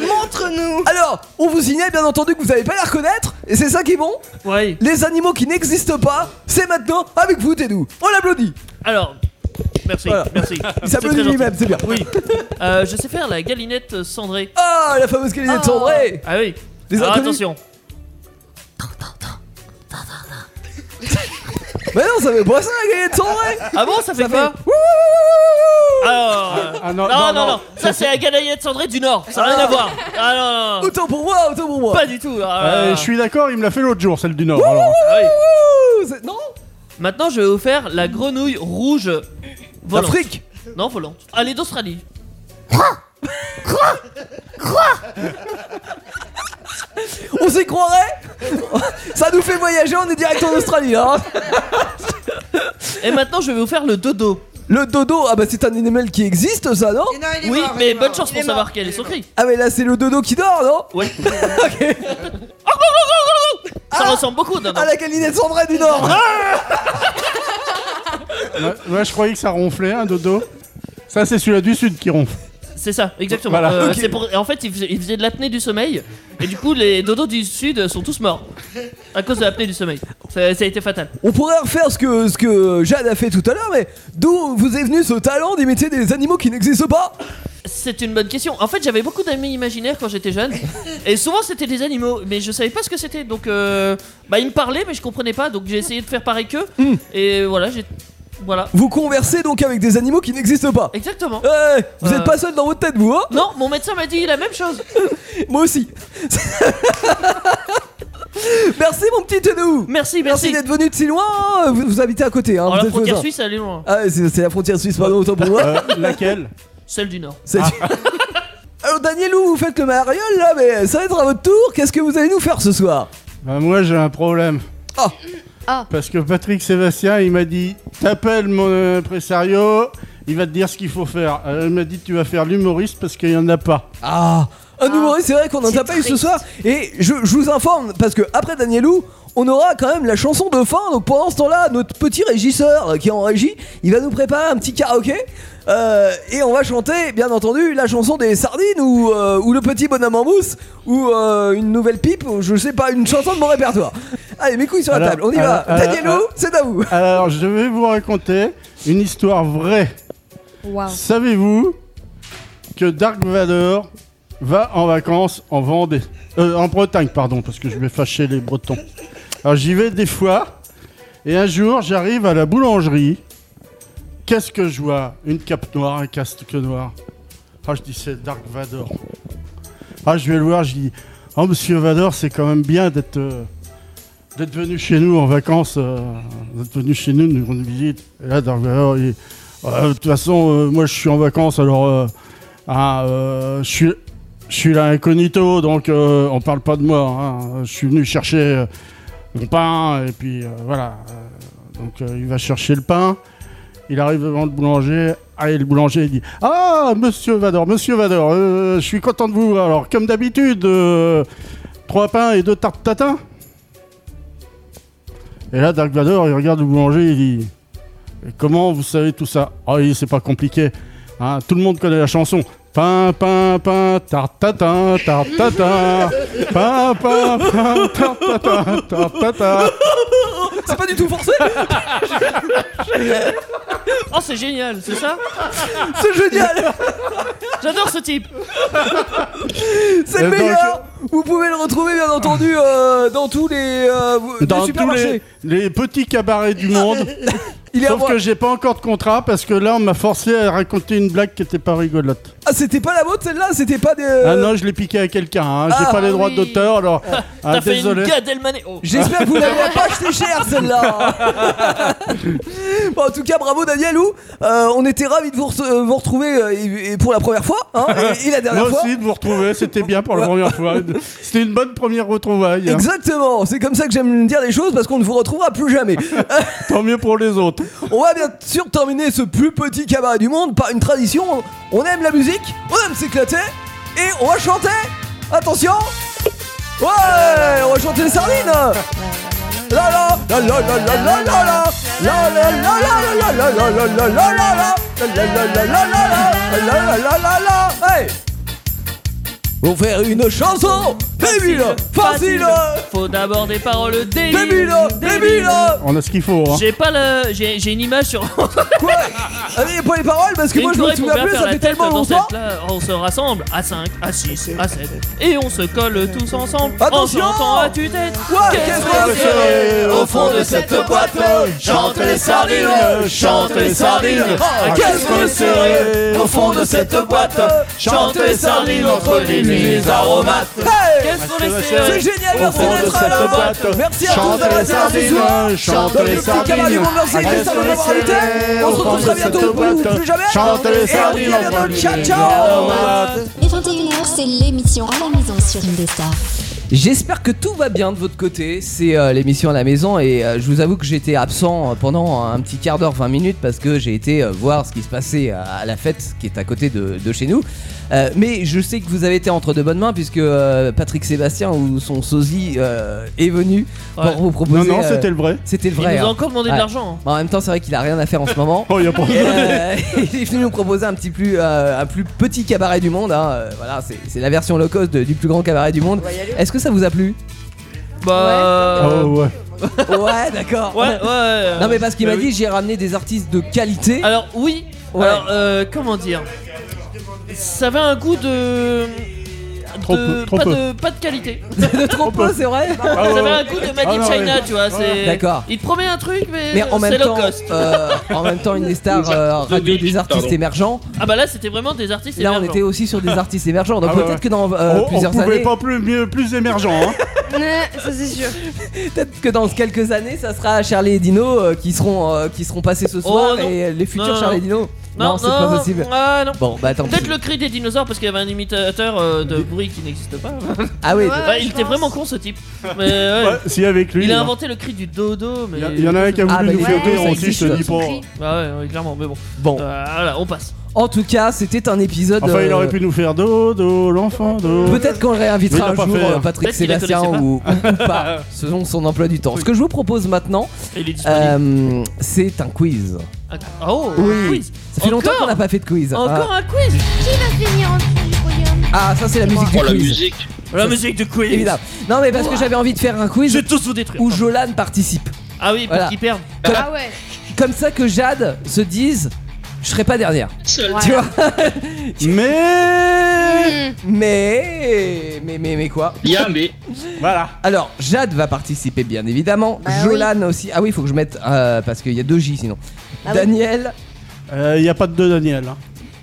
S12: Montre-nous
S10: Alors, on vous signale bien entendu que vous n'allez pas la reconnaître, et c'est ça qui est bon.
S3: Ouais.
S10: Les animaux qui n'existent pas, c'est maintenant avec vous, Tédou. On l'applaudit.
S3: Alors, merci,
S10: Voilà.
S3: merci.
S10: Il
S3: C'est
S10: s'applaudit
S3: très gentil.
S10: lui-même, c'est bien.
S3: Oui. Euh, je sais faire la galinette euh, cendrée.
S10: Ah, la fameuse galinette cendrée.
S3: Ah oui.
S10: Les
S3: Alors,
S10: inconnus.
S3: attention.
S10: Mais non, ça fait pas ça, la galinette cendrée.
S3: Ah bon, ça fait quoi Alors. euh,
S6: Ah
S3: non, non, non, Ça, c'est la galinette cendrée du Nord. Ça n'a rien à voir. Ah non, non, non.
S10: Autant pour moi, autant pour moi.
S3: Pas du tout. Ah, là,
S6: Euh,
S3: là.
S6: je suis d'accord, il me l'a fait l'autre jour, celle du Nord. alors.
S3: Ah oui.
S10: Ouh, c'est- Non,
S3: Maintenant, je vais vous faire la grenouille rouge volante.
S10: l'Afrique.
S3: Non, volante. Allez, d'Australie.
S10: On s'y croirait. ça nous fait voyager, on est direct en Australie. Hein.
S3: Et maintenant, je vais vous faire le dodo.
S10: Le dodo, ah bah c'est un animal qui existe, ça, non
S12: Et non, il est
S3: Oui,
S12: mort, il
S3: mais
S12: est mort.
S3: bonne chance
S12: Il
S3: pour
S12: est mort,
S3: savoir quel
S12: il
S3: est son
S12: mort.
S3: cri.
S10: Ah mais là c'est le dodo qui dort, non
S3: Ouais.
S10: Ok.
S3: Ça ressemble beaucoup d'un
S10: À la galinette cendrée du Nord.
S6: Ouais, ouais, je croyais que ça ronflait, un dodo. Ça, c'est celui-là du Sud qui ronfle.
S3: C'est ça, exactement.
S6: Voilà.
S3: Euh,
S6: Ok.
S3: c'est pour- et En fait, ils faisaient, ils faisaient de l'apnée du sommeil. Et du coup, les dodos du sud sont tous morts. À cause de l'apnée du sommeil. Ça, ça a été fatal.
S10: On pourrait refaire ce que, ce que Jade a fait tout à l'heure, mais d'où vous est venu ce talent d'imiter des animaux qui n'existent pas
S3: C'est une bonne question. En fait, j'avais beaucoup d'amis imaginaires quand j'étais jeune. Et souvent, c'était des animaux. Mais je savais pas ce que c'était. Donc, euh, bah, ils me parlaient, mais je comprenais pas. Donc, j'ai essayé de faire pareil qu'eux.
S10: Hmm.
S3: Et voilà, j'ai. Voilà.
S10: Vous conversez donc avec des animaux qui n'existent pas
S3: Exactement.
S10: Eh, vous
S3: Euh.
S10: êtes pas seul dans votre tête, vous, hein
S3: Non, mon médecin m'a dit la même chose.
S10: Moi aussi. merci, mon petit Tenou. Merci
S3: Merci, merci.
S10: d'être venu de si loin. hein. Vous, vous habitez à côté, hein.
S3: Alors,
S10: vous
S3: la
S10: êtes
S3: frontière
S10: voisins.
S3: suisse, elle est loin.
S10: Ah, c'est c'est la frontière suisse, pardon, autant pour moi.
S6: Euh, laquelle Ah.
S3: Celle du Nord.
S10: C'est- Alors, Danielou, vous faites le mariole là, mais ça va être à votre tour. Qu'est-ce que vous allez nous faire ce soir
S6: Bah, moi, j'ai un problème.
S10: Ah.
S4: Ah.
S6: Parce que Patrick Sébastien, il m'a dit T'appelles mon euh, impresario, il va te dire ce qu'il faut faire. Euh, il m'a dit Tu vas faire l'humoriste parce qu'il n'y en a pas.
S10: Ah Un humoriste, c'est vrai qu'on n'en a pas eu ce soir. Et je, je vous informe, parce que après Danielou, on aura quand même la chanson de fin. Donc pendant ce temps-là, notre petit régisseur euh, qui est en régie, il va nous préparer un petit karaoké. euh, et on va chanter, bien entendu, la chanson des sardines ou, euh, ou le petit bonhomme en mousse ou euh, une nouvelle pipe ou je sais pas, une chanson de mon répertoire. Allez, mes couilles sur la
S6: Alors,
S10: table, on y
S6: alors,
S10: va.
S6: alors,
S10: Danielou,
S6: alors.
S10: c'est à vous.
S6: euh, Alors, je vais vous raconter une histoire vraie.
S4: Waouh.
S6: Savez-vous que Dark Vador va en vacances en Vendée Euh, En Bretagne, pardon, parce que je vais fâcher les Bretons. Alors j'y vais des fois, et un jour j'arrive à la boulangerie. Qu'est-ce que je vois Une cape noire, un casque noir. Ah, je dis c'est Dark Vador. Ah, je vais le voir, je dis Oh, monsieur Vador, c'est quand même bien d'être. euh, D'être venu chez nous en vacances, euh, d'être venu chez nous nous rendre visite. Et là, Dark Vador, il, Ouais, De toute façon, euh, moi je suis en vacances, alors euh, ah, euh, je suis je suis là incognito, donc euh, on parle pas de moi. hein. Je suis venu chercher euh, mon pain et puis euh, voilà. Euh, Donc euh, il va chercher le pain. Il arrive devant le boulanger. Ah, et le boulanger il dit Ah, monsieur Vador, monsieur Vador, euh, je suis content de vous. voir. Alors, comme d'habitude, euh, trois pains et deux tartes tatin. Et là, Dark Vador, il regarde le boulanger, il dit Et comment vous savez tout ça Ah oui, c'est pas compliqué. Hein, tout le monde connaît la chanson. Pin, pin, pin, tartatin, tartatin. Pin, pin, pin, tartatin, tartatin.
S2: C'est pas du tout forcé
S3: Oh, c'est génial, c'est ça
S2: C'est génial
S3: J'adore ce type.
S2: C'est le
S6: Et
S3: Euh,
S6: donc-
S2: meilleur Vous pouvez le retrouver bien entendu euh, dans tous les, euh, les
S6: Dans tous
S2: supermarchés.
S6: les, les petits cabarets du monde.
S2: Il est à
S6: Sauf
S2: voir.
S6: que j'ai pas encore de contrat parce que là, on m'a forcé à raconter une blague qui était pas rigolote.
S2: Ah c'était pas la vôtre celle-là, c'était pas des. euh,
S6: Ah non, je l'ai piqué à quelqu'un. hein. J'ai
S2: Ah,
S6: pas les droits
S3: oui.
S6: d'auteur, alors. ah,
S3: T'as fait
S6: désolé.
S3: une Gad Elmaleh. Oh.
S2: J'espère que vous l'avez pas acheté cher celle-là. Bon, en tout cas, bravo Daniel. Ou euh, on était ravis de vous, re- euh, vous retrouver euh, et, et pour la première fois hein, et, et la dernière
S6: Moi
S2: fois.
S6: aussi, de vous retrouver, c'était bien pour la première fois. C'était une bonne première retrouvaille. hein.
S2: Exactement, c'est comme ça que j'aime dire les choses parce qu'on ne vous retrouvera plus jamais.
S6: Tant mieux pour les autres.
S2: On va bien sûr terminer ce plus petit cabaret du monde par une tradition. On aime la musique, on aime s'éclater et on va chanter. Attention Ouais, on va chanter les sardines La la la la la la la la la La la la la la la la la la la la La la la la la la la la la la la la Hey Pour faire une chanson débile, facile
S3: Faut d'abord des paroles débiles.
S2: Débile, débile
S6: On a ce qu'il faut. hein.
S3: J'ai pas le. J'ai j'ai une image sur.
S2: Quoi Ah mais y a pas les paroles parce que moi
S3: Une
S2: je me
S3: choré qu'on
S2: souviens
S3: vient
S2: plus,
S3: faire
S2: ça
S3: la
S2: fait
S3: tête
S2: tellement
S3: dans cette
S2: longtemps
S3: là, On se rassemble à 5, à 6, à 7. Et on se colle tous ensemble.
S2: Attention
S3: En chantant à tue-tête.
S2: Ouais, qu'est-ce que c'est
S6: au fond de cette boîte Chante les sardines, chante les sardines
S2: Ah,
S3: Ah,
S2: Qu'est-ce que c'est au fond de cette boîte
S6: Chante les sardines
S2: entre
S6: les nuits
S2: aromates
S3: Qu'est-ce qu'on
S2: C'est
S3: essaie
S2: génial, merci d'être là Merci à tous
S6: Chante
S2: d'avoir
S6: les
S2: été là ce
S6: sardines,
S2: soir
S6: chante
S2: Dans
S6: les
S2: le petit cabaret du
S6: sardines
S2: monde, merci à Christophe de m'avoir invité On se retrouve très bientôt, plus, plus jamais
S6: Chante les
S2: Et on dit
S6: sardines
S2: à bientôt, ciao ciao
S1: Les 21h, c'est l'émission à la maison sur Indestar.
S2: J'espère que tout va bien de votre côté. C'est euh, l'émission à la maison et euh, je vous avoue que j'étais absent euh, pendant un petit quart d'heure, 20 minutes parce que j'ai été euh, voir ce qui se passait à, à la fête qui est à côté de, de chez nous. Euh, mais je sais que vous avez été entre de bonnes mains puisque euh, Patrick Sébastien ou son sosie euh, est venu
S3: Ouais.
S2: pour vous
S6: Non,
S2: proposer.
S6: non,
S2: euh,
S6: c'était le vrai.
S2: c'était le
S3: Il
S2: vrai.
S3: nous a
S2: hein.
S3: encore demandé
S2: Ouais.
S3: de l'argent.
S2: En même temps, c'est vrai qu'il a rien à faire en ce moment.
S6: Oh, il y a pas
S2: Et, euh, il est venu nous proposer un petit plus, euh, un plus petit cabaret du monde. hein. Euh, Voilà, c'est c'est la version low cost de- du plus grand cabaret du monde. Est-ce que ça vous a plu Euh,
S3: Bah.
S6: Oh, ouais.
S2: Ouais, d'accord.
S3: Ouais, ouais. euh,
S2: Non mais parce qu'il
S3: euh,
S2: m'a
S3: oui.
S2: dit j'ai ramené des artistes de qualité.
S3: Alors, oui.
S2: Ouais.
S3: Alors, euh, comment dire Ça avait un goût de.
S6: Trop
S3: de-
S6: peu, trop
S3: pas,
S6: peu.
S3: De, pas de qualité.
S2: de trop peu, c'est vrai.
S6: Ah,
S3: Bah, Ça
S6: ouais,
S3: avait
S6: ouais.
S3: un goût de Made
S6: Ah,
S3: in
S6: non,
S3: China,
S6: ouais.
S3: tu vois. c'est-
S2: D'accord.
S3: Il te promet un truc, mais,
S2: Mais en même
S3: c'est low
S2: temps,
S3: cost.
S2: euh, en même temps, une star radio des artistes
S7: Pardon.
S2: émergents.
S3: Ah bah là, c'était vraiment des artistes
S2: Là, on
S3: émergents.
S2: était aussi sur des artistes émergents. Donc
S6: Ah ouais,
S2: peut-être
S6: ouais.
S2: que dans euh,
S6: On- on
S2: plusieurs
S6: pouvait
S2: années,
S6: pas plus, mieux, plus émergent. Hein.
S4: Ouais, ça c'est sûr.
S2: peut-être que dans quelques années, ça sera Charlie et Dino euh, qui seront euh, qui seront passés ce soir
S3: Oh, non.
S2: et les futurs
S3: Non, non.
S2: Charlie et Dino. Non, c'est pas possible.
S3: Ah non.
S2: Bon, bah tant pis.
S3: Peut-être le cri des dinosaures parce qu'il y avait un imitateur euh, de bruit qui n'existe pas.
S2: Ah oui.
S4: Ouais.
S3: Bah, il
S4: je
S3: était
S4: pense.
S3: vraiment con ce type. Mais, euh, ouais.
S6: Ouais, si avec lui.
S3: Il a
S6: hein.
S3: inventé le cri du dodo, mais.
S6: Il y, a- il y en a un qui a voulu
S2: Ah, bah,
S6: nous
S2: les
S6: faire
S2: photos,
S6: rire
S2: ça
S6: aussi, je te
S2: existe.
S6: dis pas.
S3: Ah ouais, ouais, clairement, mais bon.
S2: Bon.
S3: Euh, voilà, on passe.
S2: En tout cas, c'était un épisode.
S6: Enfin, il
S2: euh,
S6: aurait pu nous faire dodo, l'enfant dodo.
S2: Peut-être qu'on le
S6: Mais il
S2: réinvitera
S6: l'a
S2: un
S6: pas
S2: jour
S6: fait, hein.
S2: euh, Patrick
S3: Peut-être qu'il la
S2: Sébastien
S3: connaissait
S2: ou, ou pas, selon son emploi du temps. Ce que je vous propose maintenant,
S3: Et Il est disponible.
S2: euh, c'est un quiz.
S3: Ah, Oh,
S2: oui.
S3: un quiz.
S2: Ça fait longtemps
S3: Encore
S2: qu'on n'a pas fait de quiz.
S3: Encore un quiz.
S5: Qui va finir en dessous du podium
S2: Ah, ça c'est la musique du
S7: Oh la
S2: quiz.
S7: musique
S3: La musique du quiz. Oh.
S2: Évidemment. Non mais parce que j'avais envie de faire un
S3: Je vais
S2: quiz
S3: tous vous détruire.
S2: où Jolan participe.
S3: Ah oui, pour
S2: Voilà.
S3: qu'ils perdent.
S4: Ah ouais.
S2: Comme ça que Jade se dise je serai pas dernière.
S7: Seul.
S2: Tu vois Hmm.
S6: Mais.
S2: Mais mais mais mais quoi
S7: Il y a un B.
S6: Voilà.
S2: Alors, Jade va participer, bien évidemment.
S9: Bah
S2: Jolan aussi. Ah oui, il faut que je mette. euh, parce qu'il y a deux J sinon.
S9: Ah oui.
S2: Daniel.
S6: Euh, Il n'y a pas de deux Daniel. hein.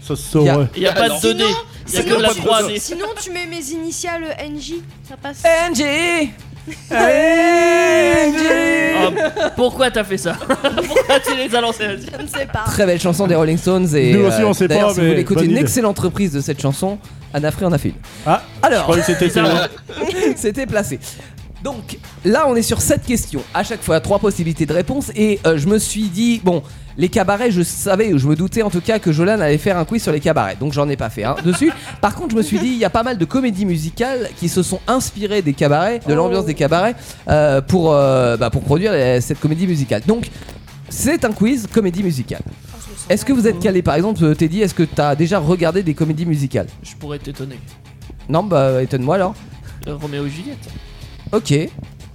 S6: Ça se
S2: Y a-
S6: saurait.
S3: Il n'y a pas de
S7: non.
S3: 2D. Il y a
S4: Oh, sinon,
S3: que la
S4: tu-
S3: 3D.
S4: Sinon, tu mets mes initiales NJ, ça passe.
S2: NG NG
S3: Oh, pourquoi t'as fait ça Pourquoi tu les as lancés
S4: Je ne sais pas.
S2: Ah. Très belle chanson des Rolling Stones. Et, euh,
S6: Nous aussi, on sait
S2: d'ailleurs,
S6: pas,
S2: Si
S6: mais
S2: vous voulez écouter
S6: bonne
S2: une
S6: idée.
S2: excellente reprise de cette chanson, Anafri en a fait une.
S6: Ah, je
S2: Alors,
S6: croyais que c'était
S3: Bizarre.
S6: Clément.
S2: c'était placé. Donc là, on est sur sept questions. À chaque fois, trois possibilités de réponse. Et euh, je me suis dit, bon, les cabarets, je savais, ou je me doutais en tout cas que Jolan allait faire un quiz sur les cabarets. Donc j'en ai pas fait un dessus. Par contre, je me suis dit, il y a pas mal de comédies musicales qui se sont inspirées des cabarets, de l'ambiance des cabarets, euh, pour, euh, bah, pour produire les- cette comédie euh, musicale. Donc. C'est un quiz comédie musicale. Est-ce que vous êtes calé par exemple Teddy Est-ce que t'as déjà regardé des comédies musicales
S3: Je pourrais t'étonner.
S2: Non bah étonne-moi alors.
S3: Euh, Roméo et Juliette.
S2: Ok.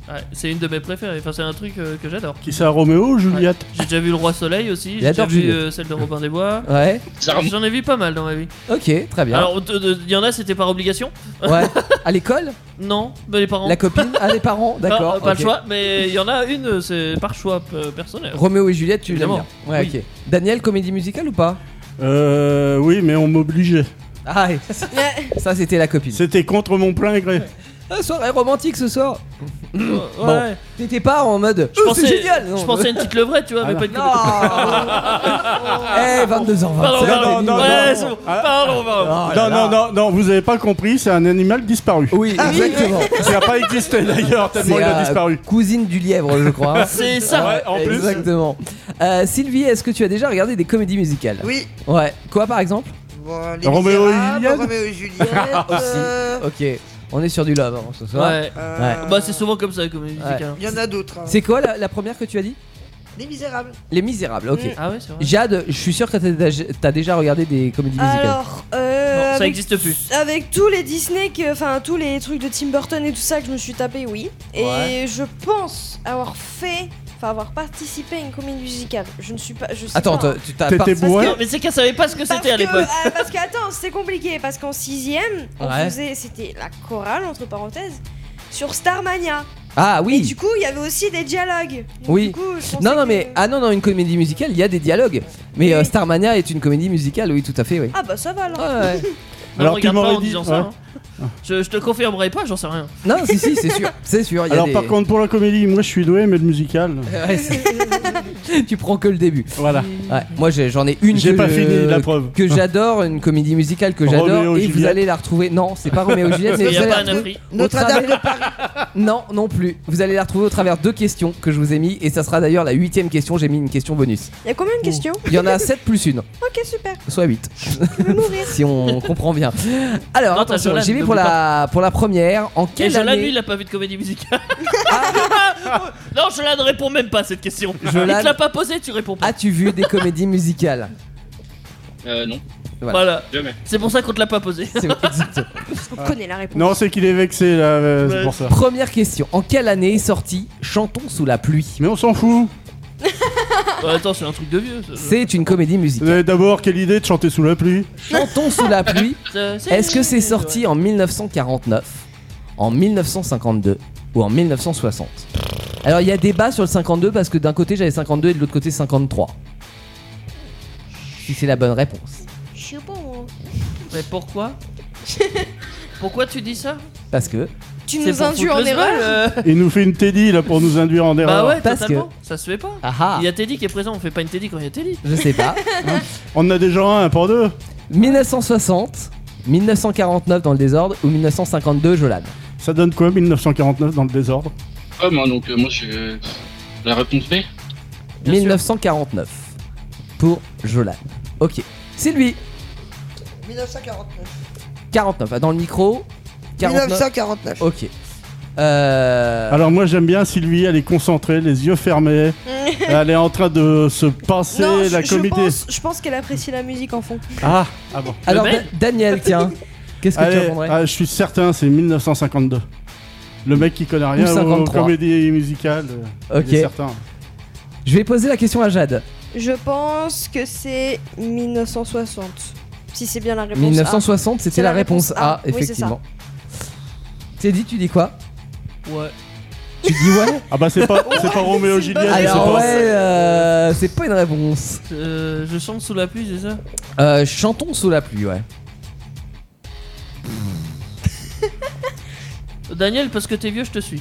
S3: Ouais, c'est une de mes préférées. Enfin, c'est un truc euh, que j'adore.
S6: Qui c'est, Roméo ou Juliette
S3: J'ai déjà vu Le Roi Soleil aussi. J'ai déjà
S2: adore
S3: vu
S2: Juliette.
S3: euh, celle de Robin des Bois.
S2: Ouais.
S3: J'en ai vu pas mal dans ma vie.
S2: Ok. Très bien.
S3: Alors, de- de- il y en a, c'était par obligation
S2: Ouais. À l'école
S3: Non, mais les parents.
S2: La copine Ah les parents
S3: Ah,
S2: D'accord.
S3: euh, pas
S2: ok.
S3: le choix, mais il y en a une, euh, c'est par choix euh, personnel.
S2: Roméo et Juliette, tu l'aimes bien.
S3: Évidemment.
S2: Ouais,
S3: Oui.
S2: ok. Daniel, comédie musicale ou pas
S6: Euh, oui, mais on m'obligeait.
S2: Ah, ouais. ça c'était la copine.
S6: C'était contre mon plein gré.
S2: Ah, soirée romantique ce soir.
S3: Ouais,
S6: Bon.
S3: euh, ouais.
S2: T'étais pas en mode.
S3: Je
S2: Oh,
S3: pensais,
S2: c'est génial.
S3: je pensais à une petite levrette, tu vois, mais
S6: Ah,
S3: pas une
S2: Non.
S3: comédie.
S2: Eh, 22h27.
S3: Pardon, pardon,
S6: non,
S3: ouais,
S6: non.
S3: c'est bon.
S6: Ah.
S3: Pardon, pardon.
S2: Oh là
S6: Non,
S2: là.
S6: non, non, non, vous avez pas compris, c'est un animal disparu.
S2: Oui,
S3: Ah,
S2: exactement.
S6: Qui n'a pas existé d'ailleurs, tellement il
S2: C'est,
S6: a
S2: euh,
S6: disparu.
S2: Cousine du lièvre, je crois.
S3: C'est ça.
S6: Ouais, en plus.
S2: Exactement. Euh, Sylvie, est-ce que tu as déjà regardé des comédies musicales
S9: Oui.
S2: Ouais. Quoi par exemple
S9: Bon, les
S6: Roméo et
S9: Misérables,
S6: Juliette
S9: Roméo et Juliette. euh,
S2: Ok. On est sur du love hein, ce soir.
S3: Ouais.
S9: euh,
S3: Bah, c'est souvent comme ça, comme musique.
S2: Ouais.
S3: hein.
S9: Il y en a d'autres. hein.
S2: C'est quoi la, la première que tu as dit
S9: Les Misérables.
S2: Les Misérables, ok.
S3: Ah ouais, c'est vrai.
S2: Jade, je suis sûr que t'as déjà- t'as déjà regardé des comédies musicales.
S10: Alors, euh,
S3: Non, ça
S10: avec,
S3: existe plus.
S10: avec tous les Disney, que- enfin tous les trucs de Tim Burton et tout ça que je me suis tapé, oui. Et
S2: Ouais.
S10: je pense avoir fait, enfin avoir participé à une comédie musicale. Je ne suis pas, je sais
S2: Attends,
S10: pas.
S2: t'as- tu t'as
S6: T'étais
S2: part-
S6: bourré
S3: Non, mais c'est qu'elle savait pas ce que
S10: Parce
S3: c'était à
S10: que-
S3: l'époque.
S10: ah, parce que attends, c'était compliqué parce qu'en sixième, on
S2: Ouais.
S10: faisait, c'était la chorale entre parenthèses sur Starmania.
S2: Ah
S10: Et
S2: oui.
S10: du coup, il y avait aussi des dialogues. Donc,
S2: Oui.
S10: du coup, je
S2: Non,
S10: pensais
S2: non, mais
S10: que-
S2: ah non, non, une comédie musicale, il y a des dialogues. Mais
S10: Oui.
S2: euh, Starmania est une comédie musicale, oui, tout à fait, oui.
S10: Ah bah ça va alors.
S2: Ouais, ouais.
S3: Non,
S6: Alors,
S3: regarde
S6: tu
S3: pas
S6: m'aurais
S3: en
S6: dit,
S3: disant ça.
S6: ouais.
S3: hein. Je, je te confirmerai pas, j'en sais rien.
S2: non, si, si, c'est sûr, c'est sûr. il y a
S6: Alors
S2: des-
S6: par contre pour la comédie, moi je suis doué mais le musical.
S2: Ouais, c'est- tu prends que le début.
S6: Voilà.
S2: Ouais, moi j'ai- j'en ai une
S6: J'ai
S2: que
S6: pas
S2: je-
S6: fini la preuve.
S2: que j'adore, une comédie musicale que j'adore,
S6: Roméo et
S2: et vous
S6: Juliette.
S2: allez la retrouver. Non, c'est pas Roméo et Juliette, mais
S3: Il
S2: vous
S3: y a
S2: allez la
S3: pas un
S2: retrouver.
S3: abri.
S9: Notre-Dame de Paris.
S2: Non, non plus. Vous allez la retrouver au travers de questions que je vous ai mis, et ça sera d'ailleurs la huitième question. J'ai mis une question bonus.
S10: Il y a combien de questions
S2: Il y en a 7 plus une,
S10: Ok super.
S2: soit 8.
S10: Je vais mourir.
S2: si on comprend bien. Alors,
S3: Non, t'as
S2: attention,
S3: Jolan,
S2: j'y vais pour
S3: n'oublie
S2: la, pour la première. En
S3: Et
S2: quelle
S3: Jolan,
S2: année Ah.
S3: lui, il a pas vu de comédie musicale. non, Jolan ne répond même pas à cette question. Il
S2: Jolan-
S3: te l'a pas posée, tu réponds pas.
S2: as-tu vu des comédies musicales
S7: Euh, non,
S3: Voilà.
S7: jamais.
S3: C'est pour ça qu'on te l'a pas posée.
S2: C'est exact.
S10: On connaît la réponse.
S6: Non c'est qu'il est vexé là, euh,
S3: Ouais.
S6: c'est pour ça.
S2: Première question. En quelle année est sorti Chantons sous la pluie
S6: Mais on s'en fout.
S3: Ouais, Bah, attends, c'est un truc de vieux. ça.
S2: C'est une comédie
S6: Vous
S2: musicale.
S6: avez D'abord quelle idée de chanter sous la pluie
S2: Chantons sous la pluie.
S3: Euh, c'est-
S2: Est-ce que c'est sorti en 1949, en 1952 ou en 1960 Alors, il y a débat sur le 52 parce que d'un côté j'avais 52 et de l'autre côté 53. Si c'est la bonne réponse.
S5: Je sais pas.
S10: hein.
S5: moi.
S3: Mais pourquoi Pourquoi tu dis ça
S2: Parce que.
S10: Tu
S3: C'est
S10: nous
S3: pour
S10: induis
S3: foutre
S10: en
S3: le
S10: erreur.
S3: seum, euh.
S6: Il nous fait une Teddy là pour nous induire en
S3: Bah
S6: erreur.
S3: ouais,
S2: Parce
S3: totalement. Ça se fait pas.
S2: Ah ah
S3: Il y a Teddy qui est présent, on fait pas une Teddy quand il y a Teddy.
S2: Je sais pas.
S6: On en a déjà un pour deux.
S2: 1960, 1949 dans le désordre ou 1952 Jolan
S6: Ça donne quoi 1949 dans le désordre
S7: Ah, moi, donc, euh, moi, je. La réponse B
S3: Bien sûr.
S2: 1949 pour Jolan. Ok. Sylvie,
S9: 1949.
S2: 49. Ah, Dans le micro, 49.
S9: 1949.
S2: Ok. Euh...
S6: Alors moi j'aime bien Sylvie, elle est concentrée, les yeux fermés. elle est en train de se passer
S10: Non,
S6: la
S10: je, je
S6: comité.
S10: pense, je pense qu'elle apprécie la musique en fond.
S6: Ah, ah bon.
S2: Alors,
S3: Le
S2: Da-
S3: mec
S2: Daniel, tiens, qu'est-ce que tu
S6: Allez,
S2: répondrais
S6: ah, je suis certain, c'est 1952. Le mec qui connaît rien aux
S2: 53.
S6: comédies musicales. euh,
S2: Ok.
S6: il est certain.
S2: Je vais poser la question à Jade.
S10: Je pense que c'est 1960. Si c'est bien la réponse.
S2: 1960, c'était
S10: C'est
S2: la
S10: la réponse
S2: réponse A,
S10: A. Oui, c'est ça.
S2: effectivement. Teddy, tu dis quoi
S3: Ouais.
S2: Tu dis ouais
S6: Ah bah c'est pas, c'est pas Roméo Juliette. je
S2: Alors
S6: pense.
S2: ouais, euh, c'est pas une réponse.
S3: Euh, je chante sous la pluie, c'est ça
S2: Euh, chantons sous la pluie, ouais.
S3: Daniel, parce que t'es vieux, je te suis.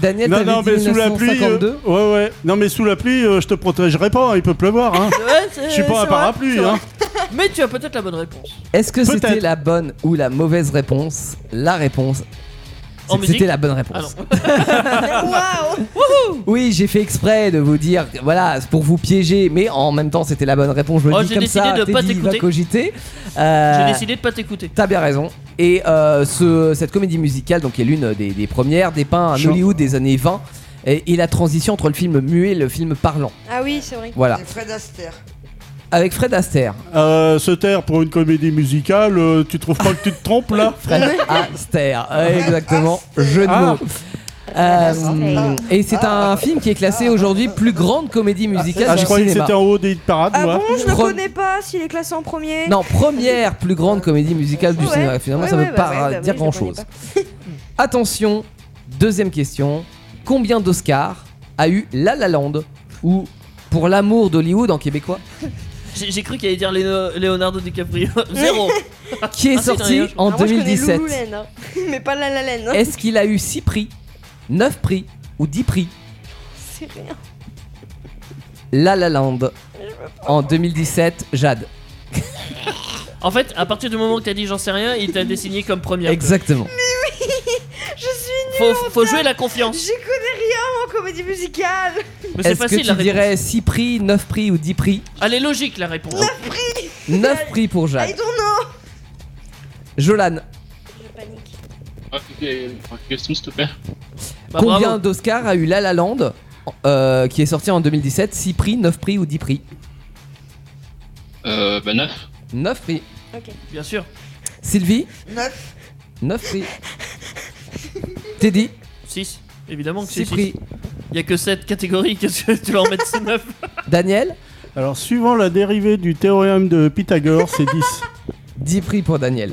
S2: Daniel,
S6: Non
S2: t'avais
S6: non
S2: dit
S6: mais sous la pluie. euh,
S2: 1952
S6: ouais ouais. Non mais sous la pluie, euh, je te protégerai pas. hein, il peut pleuvoir. Hein.
S3: Ouais,
S6: Je suis pas un parapluie. Hein.
S3: Mais tu as peut-être la bonne réponse.
S2: Est-ce que
S6: Peut-être.
S2: c'était la bonne ou la mauvaise réponse La réponse.
S3: En
S2: c'est que C'était
S3: musique
S2: la bonne
S3: Ah
S2: réponse.
S3: non.
S10: Waouh
S2: oui, j'ai fait exprès de vous dire, voilà, c'est pour vous piéger, mais en même temps, c'était la bonne réponse. Je le
S3: Oh,
S2: dis
S3: j'ai
S2: comme ça,
S3: décidé de pas
S2: Teddy va
S3: t'écouter.
S2: cogiter. Euh,
S3: J'ai décidé de pas t'écouter.
S2: T'as bien raison. Et euh, ce- cette comédie musicale, donc, qui est l'une des, des premières, dépeint un
S10: Sure.
S2: Hollywood des années 20 et, et la transition entre le film muet et le film parlant.
S10: Ah oui, c'est vrai.
S2: Voilà.
S9: Et Fred Astaire.
S2: Avec Fred Astaire.
S6: Euh, se taire pour une comédie musicale, euh, tu trouves pas que tu te trompes là
S2: Fred Astaire, ouais, exactement. Jeu de
S6: Ah.
S2: mots. Euh, et c'est un film qui est classé aujourd'hui plus grande comédie musicale.
S6: Ah,
S2: du
S6: je croyais que
S2: cinéma.
S6: c'était en haut des hit parades,
S10: Ah
S6: moi.
S10: bon, je le
S2: Pro-
S10: connais pas s'il est classé en premier.
S2: Non, première plus grande comédie musicale du
S10: Ouais.
S2: cinéma. Finalement,
S10: Ouais,
S2: ça ne
S10: ouais,
S2: veut
S10: bah
S2: pas
S10: ouais, bah oui,
S2: dire
S10: je
S2: grand chose. Attention, deuxième question. Combien d'Oscars a eu La La Land ou Pour l'amour d'Hollywood en québécois
S3: J'ai j'ai cru qu'il allait dire Léno- Leonardo DiCaprio. Zéro.
S2: Qui est
S3: Ah, si,
S2: sorti
S3: t'en as eu un, je
S2: en
S10: Ah,
S3: crois.
S10: moi, je connais
S2: 2017.
S10: Lululen, hein. mais pas la la laine. hein.
S2: Est-ce qu'il a eu 6 prix, 9 prix ou 10 prix
S10: C'est rien.
S2: La La Land en 2017, Jade.
S3: En fait, à partir du moment où t'as dit j'en sais rien, il t'a désigné comme première.
S2: Exactement.
S10: Oui, je suis
S3: Faut,
S10: nulle.
S3: faut jouer la confiance.
S10: J'y connais rien en comédie musicale.
S2: Est-ce que tu dirais 6 prix, 9 prix ou 10 prix
S3: Elle est logique la réponse.
S2: 9 prix pour Jade.
S10: I don't know.
S2: Jolan,
S7: Ouais, Ah, ok, question s'il te plaît.
S3: Bah,
S2: Combien d'Oscars a eu La La Land euh, qui est sorti en 2017 6 prix, 9 prix ou 10 prix
S7: Euh, bah 9.
S2: 9 prix.
S10: Ok.
S3: Bien sûr.
S2: Sylvie
S9: 9.
S2: 9 prix. Teddy
S3: 6. Évidemment que
S2: Six
S3: c'est
S2: prix.
S3: 6. Il y a que 7 catégories. Qu'est-ce que tu vas en mettre 9
S2: Daniel
S6: Alors, suivant la dérivée du théorème de Pythagore, c'est 10.
S2: 10 prix pour Daniel.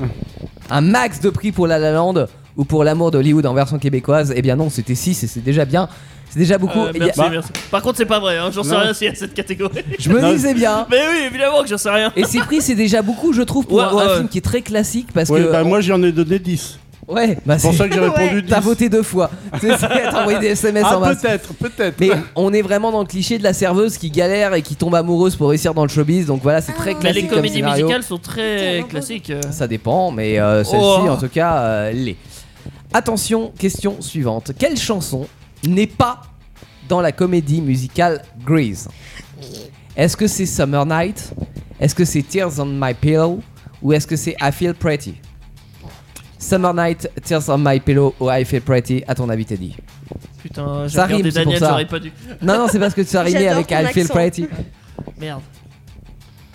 S2: Un max de prix pour La La Land ou pour L'amour d'Hollywood en version québécoise Eh bien non, c'était 6 et c'est déjà bien. C'est déjà beaucoup. Eh
S3: Euh,
S2: Il y a-
S3: merci, merci. Par contre, c'est pas vrai. Hein. J'en sais
S2: Non.
S3: rien s'il y a cette catégorie.
S2: Je me Non. disais bien.
S3: Mais oui, évidemment que j'en sais rien.
S2: Et ces prix, c'est déjà beaucoup, je trouve, pour
S3: Ouais,
S2: un,
S3: ouais,
S2: un
S3: ouais.
S2: film qui est très classique parce
S6: Ouais,
S2: que. euh,
S6: bah, moi, j'en ai donné 10.
S2: Ouais, bah
S6: C'est pour ça que j'ai répondu 10.
S2: T'as voté deux fois. T'as envoyé des SMS
S6: Ah,
S2: en masse.
S6: peut-être, peut-être.
S2: Mais on est vraiment dans le cliché de la serveuse qui galère et qui tombe amoureuse pour réussir dans le showbiz. Donc voilà, c'est très
S3: Mais
S2: classique
S3: les
S2: comme
S3: comédies
S2: scénario.
S3: musicales sont très classiques. euh.
S2: Bah, Ça dépend, mais euh, celle-ci
S3: Oh.
S2: en tout cas euh, l'est. Attention, question suivante. Quelle chanson n'est pas dans la comédie musicale Grease Est-ce que c'est Summer Night Est-ce que c'est Tears on My Pillow Ou est-ce que c'est I Feel Pretty Summer Night, Tears on My Pillow ou I Feel Pretty, à ton avis, Teddy
S3: Putain, j'ai
S2: Ça rime,
S3: regardé
S2: c'est pour
S3: Daniel,
S2: ça.
S3: j'aurais pas dû.
S2: Non, non, c'est parce que tu as rimé
S3: J'adore
S2: avec
S3: ton
S2: I Feel
S3: accent.
S2: Pretty.
S3: Merde.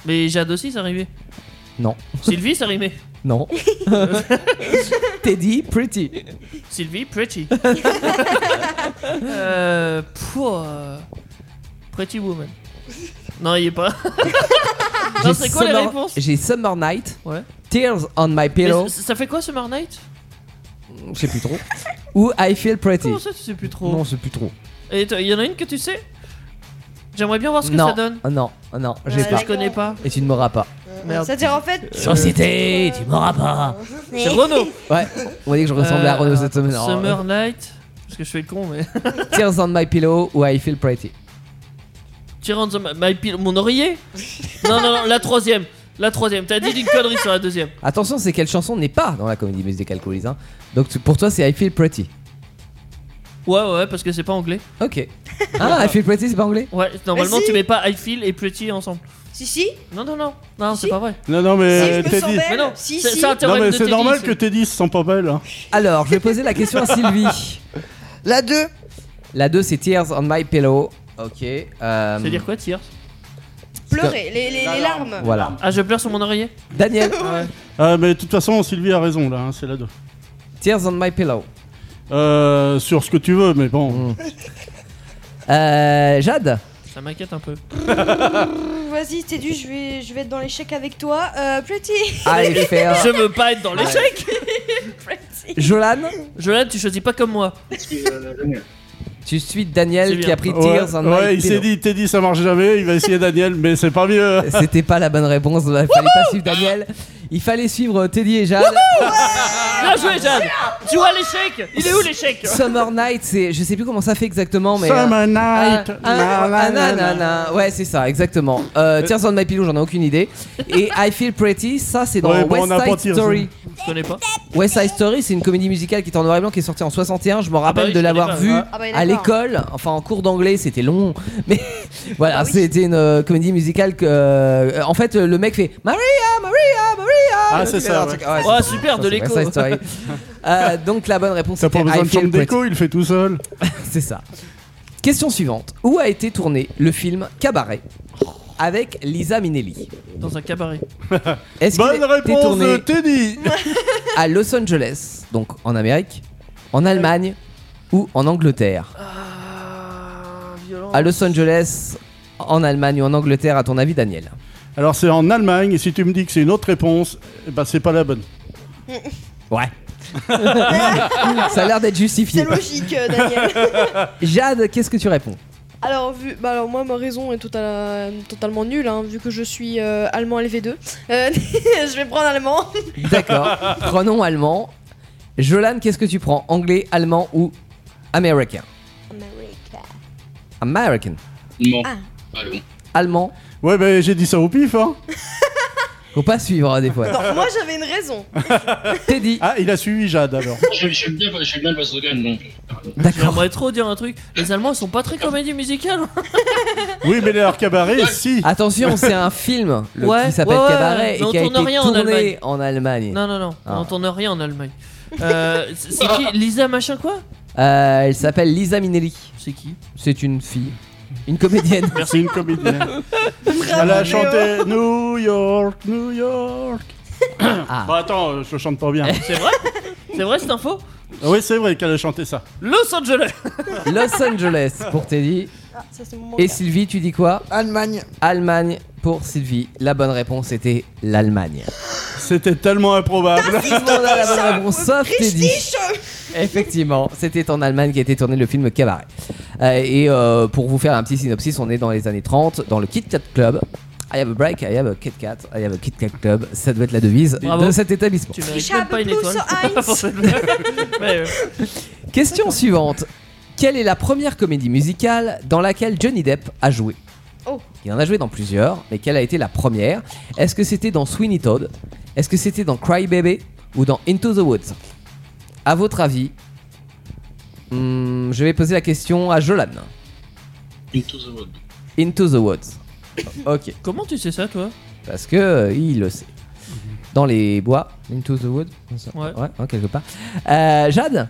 S3: Mais Jade aussi, ça rimait.
S2: Non.
S3: Sylvie, ça rimait.
S2: Non. Teddy, pretty.
S3: Sylvie, pretty. euh, pouah. pretty woman. Non, il y est pas. non,
S2: J'ai
S3: c'est quoi la
S2: Summer-
S3: réponse
S2: J'ai Summer Night,
S3: Ouais.
S2: Tears on My Pillow,
S3: Mais c- Ça fait quoi Summer Night
S2: je sais plus trop, ou I Feel Pretty.
S3: Comment ça, tu sais plus trop
S2: Non, c'est plus trop.
S3: Et t- il y en a une que tu sais J'aimerais bien voir ce que
S2: non, Ah
S3: ça donne.
S2: non, non, j'ai
S3: Ouais,
S2: pas.
S3: je connais pas.
S2: Et tu ne m'auras pas.
S3: Merde.
S10: C'est-à-dire en fait.
S2: Euh, Société, tu m'auras pas.
S3: C'est Renaud Euh,
S2: Ouais, on va dire que je ressemblais à Renaud cette semaine. Alors,
S3: Summer Night. Parce que je fais le con, mais.
S2: euh, Tears on My Pillow ou I Feel Pretty.
S3: Tyrant the Ma- My Pillow- Mon oreiller Non, non, non, la troisième. La troisième. T'as dit une connerie sur la deuxième.
S2: Attention, c'est quelle chanson n'est pas dans la comédie musicale Coolies. Hein. Donc tu- pour toi, c'est I Feel Pretty.
S3: Ouais, ouais, parce que c'est pas anglais.
S2: Ok. Ah, I Feel Pretty, c'est pas anglais
S3: Ouais, normalement,
S2: Mais si.
S3: tu mets pas I feel et pretty ensemble.
S10: Bah, Si, si.
S3: Non, non, non. Non, c'est pas vrai.
S6: Non, non, mais
S3: Si, je me sens
S6: Teddy.
S3: belle. Mais non, Si, c'est- si. c'est un
S6: Non,
S3: théorème
S6: mais
S3: de
S6: c'est
S3: Teddy,
S6: normal
S3: c'est-
S6: que Teddy se sent pas belle. hein.
S2: Alors, je vais poser la question à Sylvie.
S9: La 2.
S2: La 2, c'est Tears on My Pillow. Ok. Euh...
S3: Ça veut dire quoi, Tears
S10: Pleurer, les, les, les larmes.
S2: Voilà.
S3: Ah, je pleure sur mon oreiller
S2: Daniel
S6: Ah, mais de toute façon, Sylvie a raison, là, hein, c'est la 2.
S2: Tears on My Pillow.
S6: Euh, sur ce que tu veux, mais bon.
S2: Euh, Jade
S3: Ça m'inquiète un peu.
S10: Mmh, Vas-y, t'es dû, je vais, je vais être dans l'échec avec toi. Euh, Pretty.
S2: Allez, faire.
S3: Je veux pas être dans l'échec
S2: Jolan
S3: Jolan, tu choisis pas comme moi.
S2: euh, Tu suis Daniel qui a pris Tears
S6: Ouais,
S2: on
S6: ouais,
S2: My
S6: il s'est
S2: Pillow.
S6: dit, Teddy, ça marche jamais, il va essayer Daniel, mais c'est pas mieux.
S2: C'était pas la bonne réponse, il fallait pas suivre Daniel. Il fallait suivre Teddy et Jade.
S3: Bien joué, Jade Tu vois l'échec Il est où l'échec hein
S2: Summer Night, c'est, je sais plus comment ça fait exactement, mais.
S6: Summer
S2: ah,
S6: Night, na,
S2: ah,
S6: na,
S2: ah, na,
S6: na,
S2: na, na. Ouais, c'est ça, exactement. Euh, Tears on My Pillow, j'en ai aucune idée. Et I Feel Pretty, ça c'est dans
S6: Ouais, bon, on
S2: West
S6: n'a pas
S2: Side
S6: Tears. hein.
S2: Story.
S3: Je connais pas.
S2: West Side Story, c'est une comédie musicale qui est en noir et blanc, qui est sortie en 61. Je me rappelle
S3: bah oui,
S2: de
S3: je
S2: l'avoir
S3: connais
S2: vue
S3: pas.
S10: Ah bah,
S2: à
S10: d'accord.
S2: l'école, enfin en cours d'anglais, c'était long. Mais
S3: Ah
S2: voilà, c'était une euh, comédie musicale que. euh, en fait, le mec fait Maria, Maria, Maria Ah,
S6: Ah, c'est ça, ouais.
S2: c'est
S6: Oh,
S2: ça.
S6: super, de
S2: Ça, c'est
S6: l'écho.
S2: West Side Story. Euh, donc la bonne réponse
S6: T'as
S2: c'était
S6: pas besoin
S2: I
S6: de
S2: Feel
S6: chambre
S2: Pretty.
S6: d'écho, il fait tout seul.
S2: C'est ça. Question suivante. Où a été tourné le film Cabaret avec Lisa Minnelli
S3: Dans un cabaret.
S2: Est-ce qu'il
S3: Bonne
S2: a été
S3: réponse
S2: tourné
S3: de
S2: à Los Angeles, donc en Amérique, en Allemagne ou en Angleterre
S10: Ah,
S2: À Los Angeles, en Allemagne ou en Angleterre, à ton avis, Daniel
S6: Alors c'est en Allemagne, et si tu me dis que c'est une autre réponse, eh ben c'est pas la bonne.
S2: Ouais. Ça a l'air d'être justifié.
S10: C'est logique, euh, Daniel.
S2: Jade, qu'est-ce que tu réponds
S10: Alors, vu, bah alors moi, ma raison est totale- totalement nulle, hein, vu que je suis euh, allemand LV2. Euh, je vais prendre allemand.
S2: D'accord. Prenons allemand. Jolan, qu'est-ce que tu prends Anglais, allemand ou américain American.
S7: Non.
S10: Ah.
S7: Allons.
S2: Allemand.
S6: Ouais, ben j'ai dit ça au pif, hein.
S2: Faut pas suivre hein, des fois.
S10: Non, moi, j'avais une raison.
S2: Teddy.
S6: Ah, il a suivi Jade alors.
S7: Je je suis bien, je suis bien le boss de Gun, donc.
S3: J'aimerais trop dire un truc. Les Allemands, ils sont pas très comédie musicale. hein.
S6: Oui, mais leur cabaret, si.
S2: Attention, c'est un film le-
S3: Ouais,
S2: qui s'appelle
S3: ouais, ouais,
S2: Cabaret et
S3: mais on
S2: qui a été
S3: tourne rien en Allemagne.
S2: tourné en Allemagne.
S3: Non, non, non.
S2: Ah.
S3: On n'entend rien en Allemagne. Euh, c'est c'est qui Lisa machin quoi
S2: Euh, elle s'appelle Lisa Minelli.
S3: C'est qui
S2: C'est une fille. Une comédienne.
S6: Merci, une comédienne. Elle a chanté New York, New York.
S2: Ah.
S6: Bon, attends, euh, je le chante pas bien.
S3: C'est vrai C'est vrai cette info
S6: Ah oui, c'est vrai qu'elle a chanté ça.
S3: Los Angeles
S2: Los Angeles pour Teddy.
S10: Ah, ça, c'est mon
S2: Et Sylvie, tu dis quoi
S9: Allemagne.
S2: Allemagne pour Sylvie. La bonne réponse était l'Allemagne.
S6: C'était tellement improbable.
S2: Tout le monde a la bonne réponse, sauf Teddy. Effectivement, c'était en Allemagne qui a été tourné le film Cabaret. Euh, et euh, pour vous faire un petit synopsis, on est dans les années 30, dans le Kit Kat Club. I have a break, I have a Kit Kat, I have a Kit Kat Club. Ça doit être la devise
S3: Bravo.
S2: de cet établissement.
S3: Tu mérites
S10: Ich
S3: même
S10: habe
S3: pas une étoile.
S10: plus eins.
S3: Pour cette blague. Mais, euh,
S2: Question suivante. Quelle est la première comédie musicale dans laquelle Johnny Depp a joué
S10: Oh.
S2: Il en a joué dans plusieurs, mais quelle a été la première Est-ce que c'était dans Sweeney Todd Est-ce que c'était dans Cry Baby Ou dans Into the Woods À votre avis Hmm, Je vais poser la question à Jolan.
S7: Into the Wood.
S2: Into the Woods. ok,
S3: Comment tu sais ça toi
S2: parce que euh, il le sait. Dans les bois, Into the Woods
S3: Ouais.
S2: hein, quelque part. Euh, Jade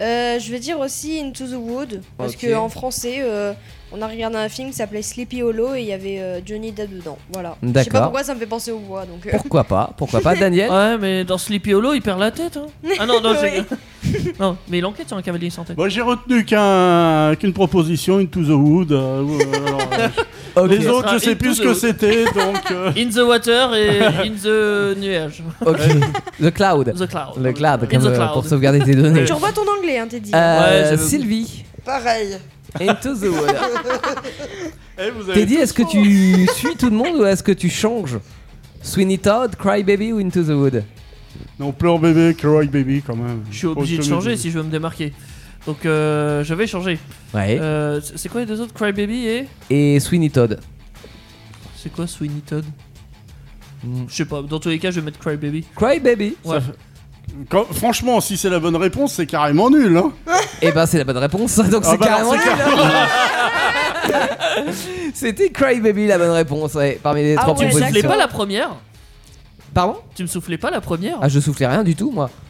S10: Euh, je vais dire aussi Into the Wood, parce
S2: Ok.
S10: que en français, euh, on a regardé un film qui s'appelait Sleepy Hollow et il y avait euh, Johnny Depp dedans. Voilà. Je sais pas
S2: D'accord.
S10: pourquoi ça me fait penser au bois. Donc, euh,
S2: Pourquoi pas Pourquoi pas Daniel
S3: Ouais, mais dans Sleepy Hollow, il perd la tête. Hein. Ah non, non, j'ai-
S10: Oui.
S3: non, mais il enquête sur un cavalier sans tête.
S6: Moi, j'ai retenu qu'un- qu'une proposition, Into the Wood. euh, ou, euh, alors, euh,
S2: Ok. Ah,
S6: Les autres, je
S3: sera
S6: sais
S3: Into
S6: plus ce
S3: the
S6: que
S3: Wood.
S6: c'était, donc. euh,
S3: In the water et in the nuage.
S2: Ok. The Cloud.
S3: The cloud.
S2: Le cloud,
S3: In
S2: comme,
S3: the
S2: euh,
S3: cloud.
S2: pour sauvegarder tes données.
S10: tu revois ton anglais, hein, Teddy.
S2: Euh,
S3: Ouais, j'avoue.
S2: Sylvie,
S9: Pareil.
S2: Into the Wood.
S6: eh, vous avez
S2: T'es dit, est-ce que tu suis tout le monde ou est-ce que tu changes Sweeney Todd, Cry Baby ou Into the Wood
S6: Non, pleure bébé, cry baby quand même.
S3: Je suis obligé de changer si je veux me démarquer. Donc euh, je vais changer.
S2: Ouais.
S3: Euh, c'est c'est quoi les deux autres Crybaby et
S2: Et Sweeney Todd.
S3: c'est quoi Sweeney Todd
S2: Mm.
S3: Je sais pas. Dans tous les cas, je vais mettre Crybaby.
S2: Cry Baby.
S3: Ouais.
S6: Quand- franchement, si c'est la bonne réponse, c'est carrément nul. Hein.
S2: Et ben c'est la bonne réponse, donc
S6: Ah
S2: c'est
S6: bah alors,
S2: carrément.
S6: c'est
S2: nul, hein. C'était Cry Baby la bonne réponse, ouais, parmi les
S10: Ah
S2: trois
S10: ouais,
S3: Tu me soufflais
S2: propositions.
S3: pas la première
S2: Pardon
S3: Tu me soufflais pas la première
S2: Ah, je soufflais rien du tout, moi.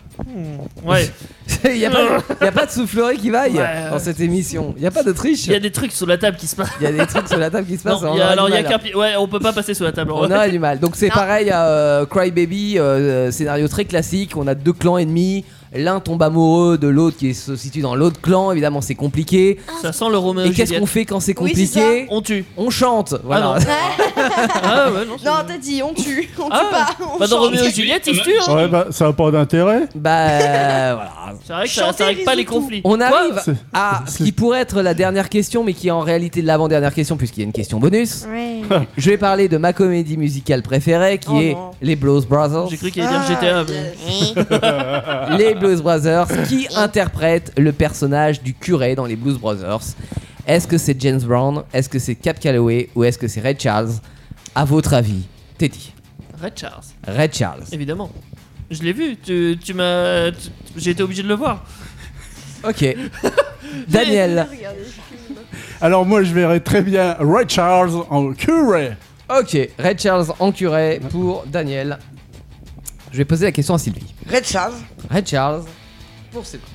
S3: Ouais.
S2: Il y, a pas- y a pas de soufflerie qui vaille
S3: Ouais.
S2: dans cette émission. Il y a pas de triche.
S3: Il y a des trucs sous la table qui se passent.
S2: Il y a des trucs sur la table qui se passent.
S3: Non,
S2: on
S3: il y a-
S2: aurait
S3: alors
S2: du
S3: il y a
S2: mal. hein.
S3: qu'un pi- Ouais, on peut pas passer sous la table. en
S2: On
S3: vrai.
S2: aurait du mal. Donc c'est pareil à euh, Cry Baby, euh, scénario très classique. On a deux clans ennemis. L'un tombe amoureux de l'autre qui se situe dans l'autre clan. Évidemment, c'est compliqué.
S3: Ça sent le Roméo
S2: Et
S3: et
S2: qu'est-ce qu'on
S3: Juliette.
S2: fait quand c'est
S10: Oui, c'est
S2: compliqué
S3: On tue.
S2: On chante. Voilà.
S3: Ah Ah ouais, non. c'est-
S10: Non, Teddy, on tue. On
S3: Ah,
S10: tue pas. On
S3: bah dans
S10: change.
S3: Roméo et Juliette, ils se tuent. hein.
S6: Ouais, bah ça a pas d'intérêt.
S2: bah euh, voilà.
S3: C'est vrai que ça,
S10: Chanter
S3: ça règle pas les
S10: Risotto.
S3: conflits.
S2: On arrive
S6: C'est-
S2: à ce qui pourrait être la dernière question, mais qui est en réalité l'avant-dernière question, puisqu'il y a une question bonus. Je vais parler de ma comédie musicale préférée, qui
S10: Oh
S2: est
S10: non. Ah,
S2: Les Blues Brothers.
S3: J'ai cru qu'il allait dire GTA. Mais...
S2: les Blues Brothers, qui interprète le personnage du curé dans les Blues Brothers. Est-ce que c'est James Brown Est-ce que c'est Cap Calloway Ou est-ce que c'est Ray Charles À votre avis, Teddy.
S3: Red Charles,
S2: Ray Charles.
S3: évidemment. Je l'ai vu. Tu, tu m'as. tu- J'ai été obligé de le voir.
S2: Ok. Daniel.
S6: Alors moi, je verrais très bien Ray Charles en curé.
S2: Ok. Ray Charles en curé pour Daniel. Je vais poser la question à Sylvie.
S9: Red Charles.
S2: Red Charles. Pour Sylvie.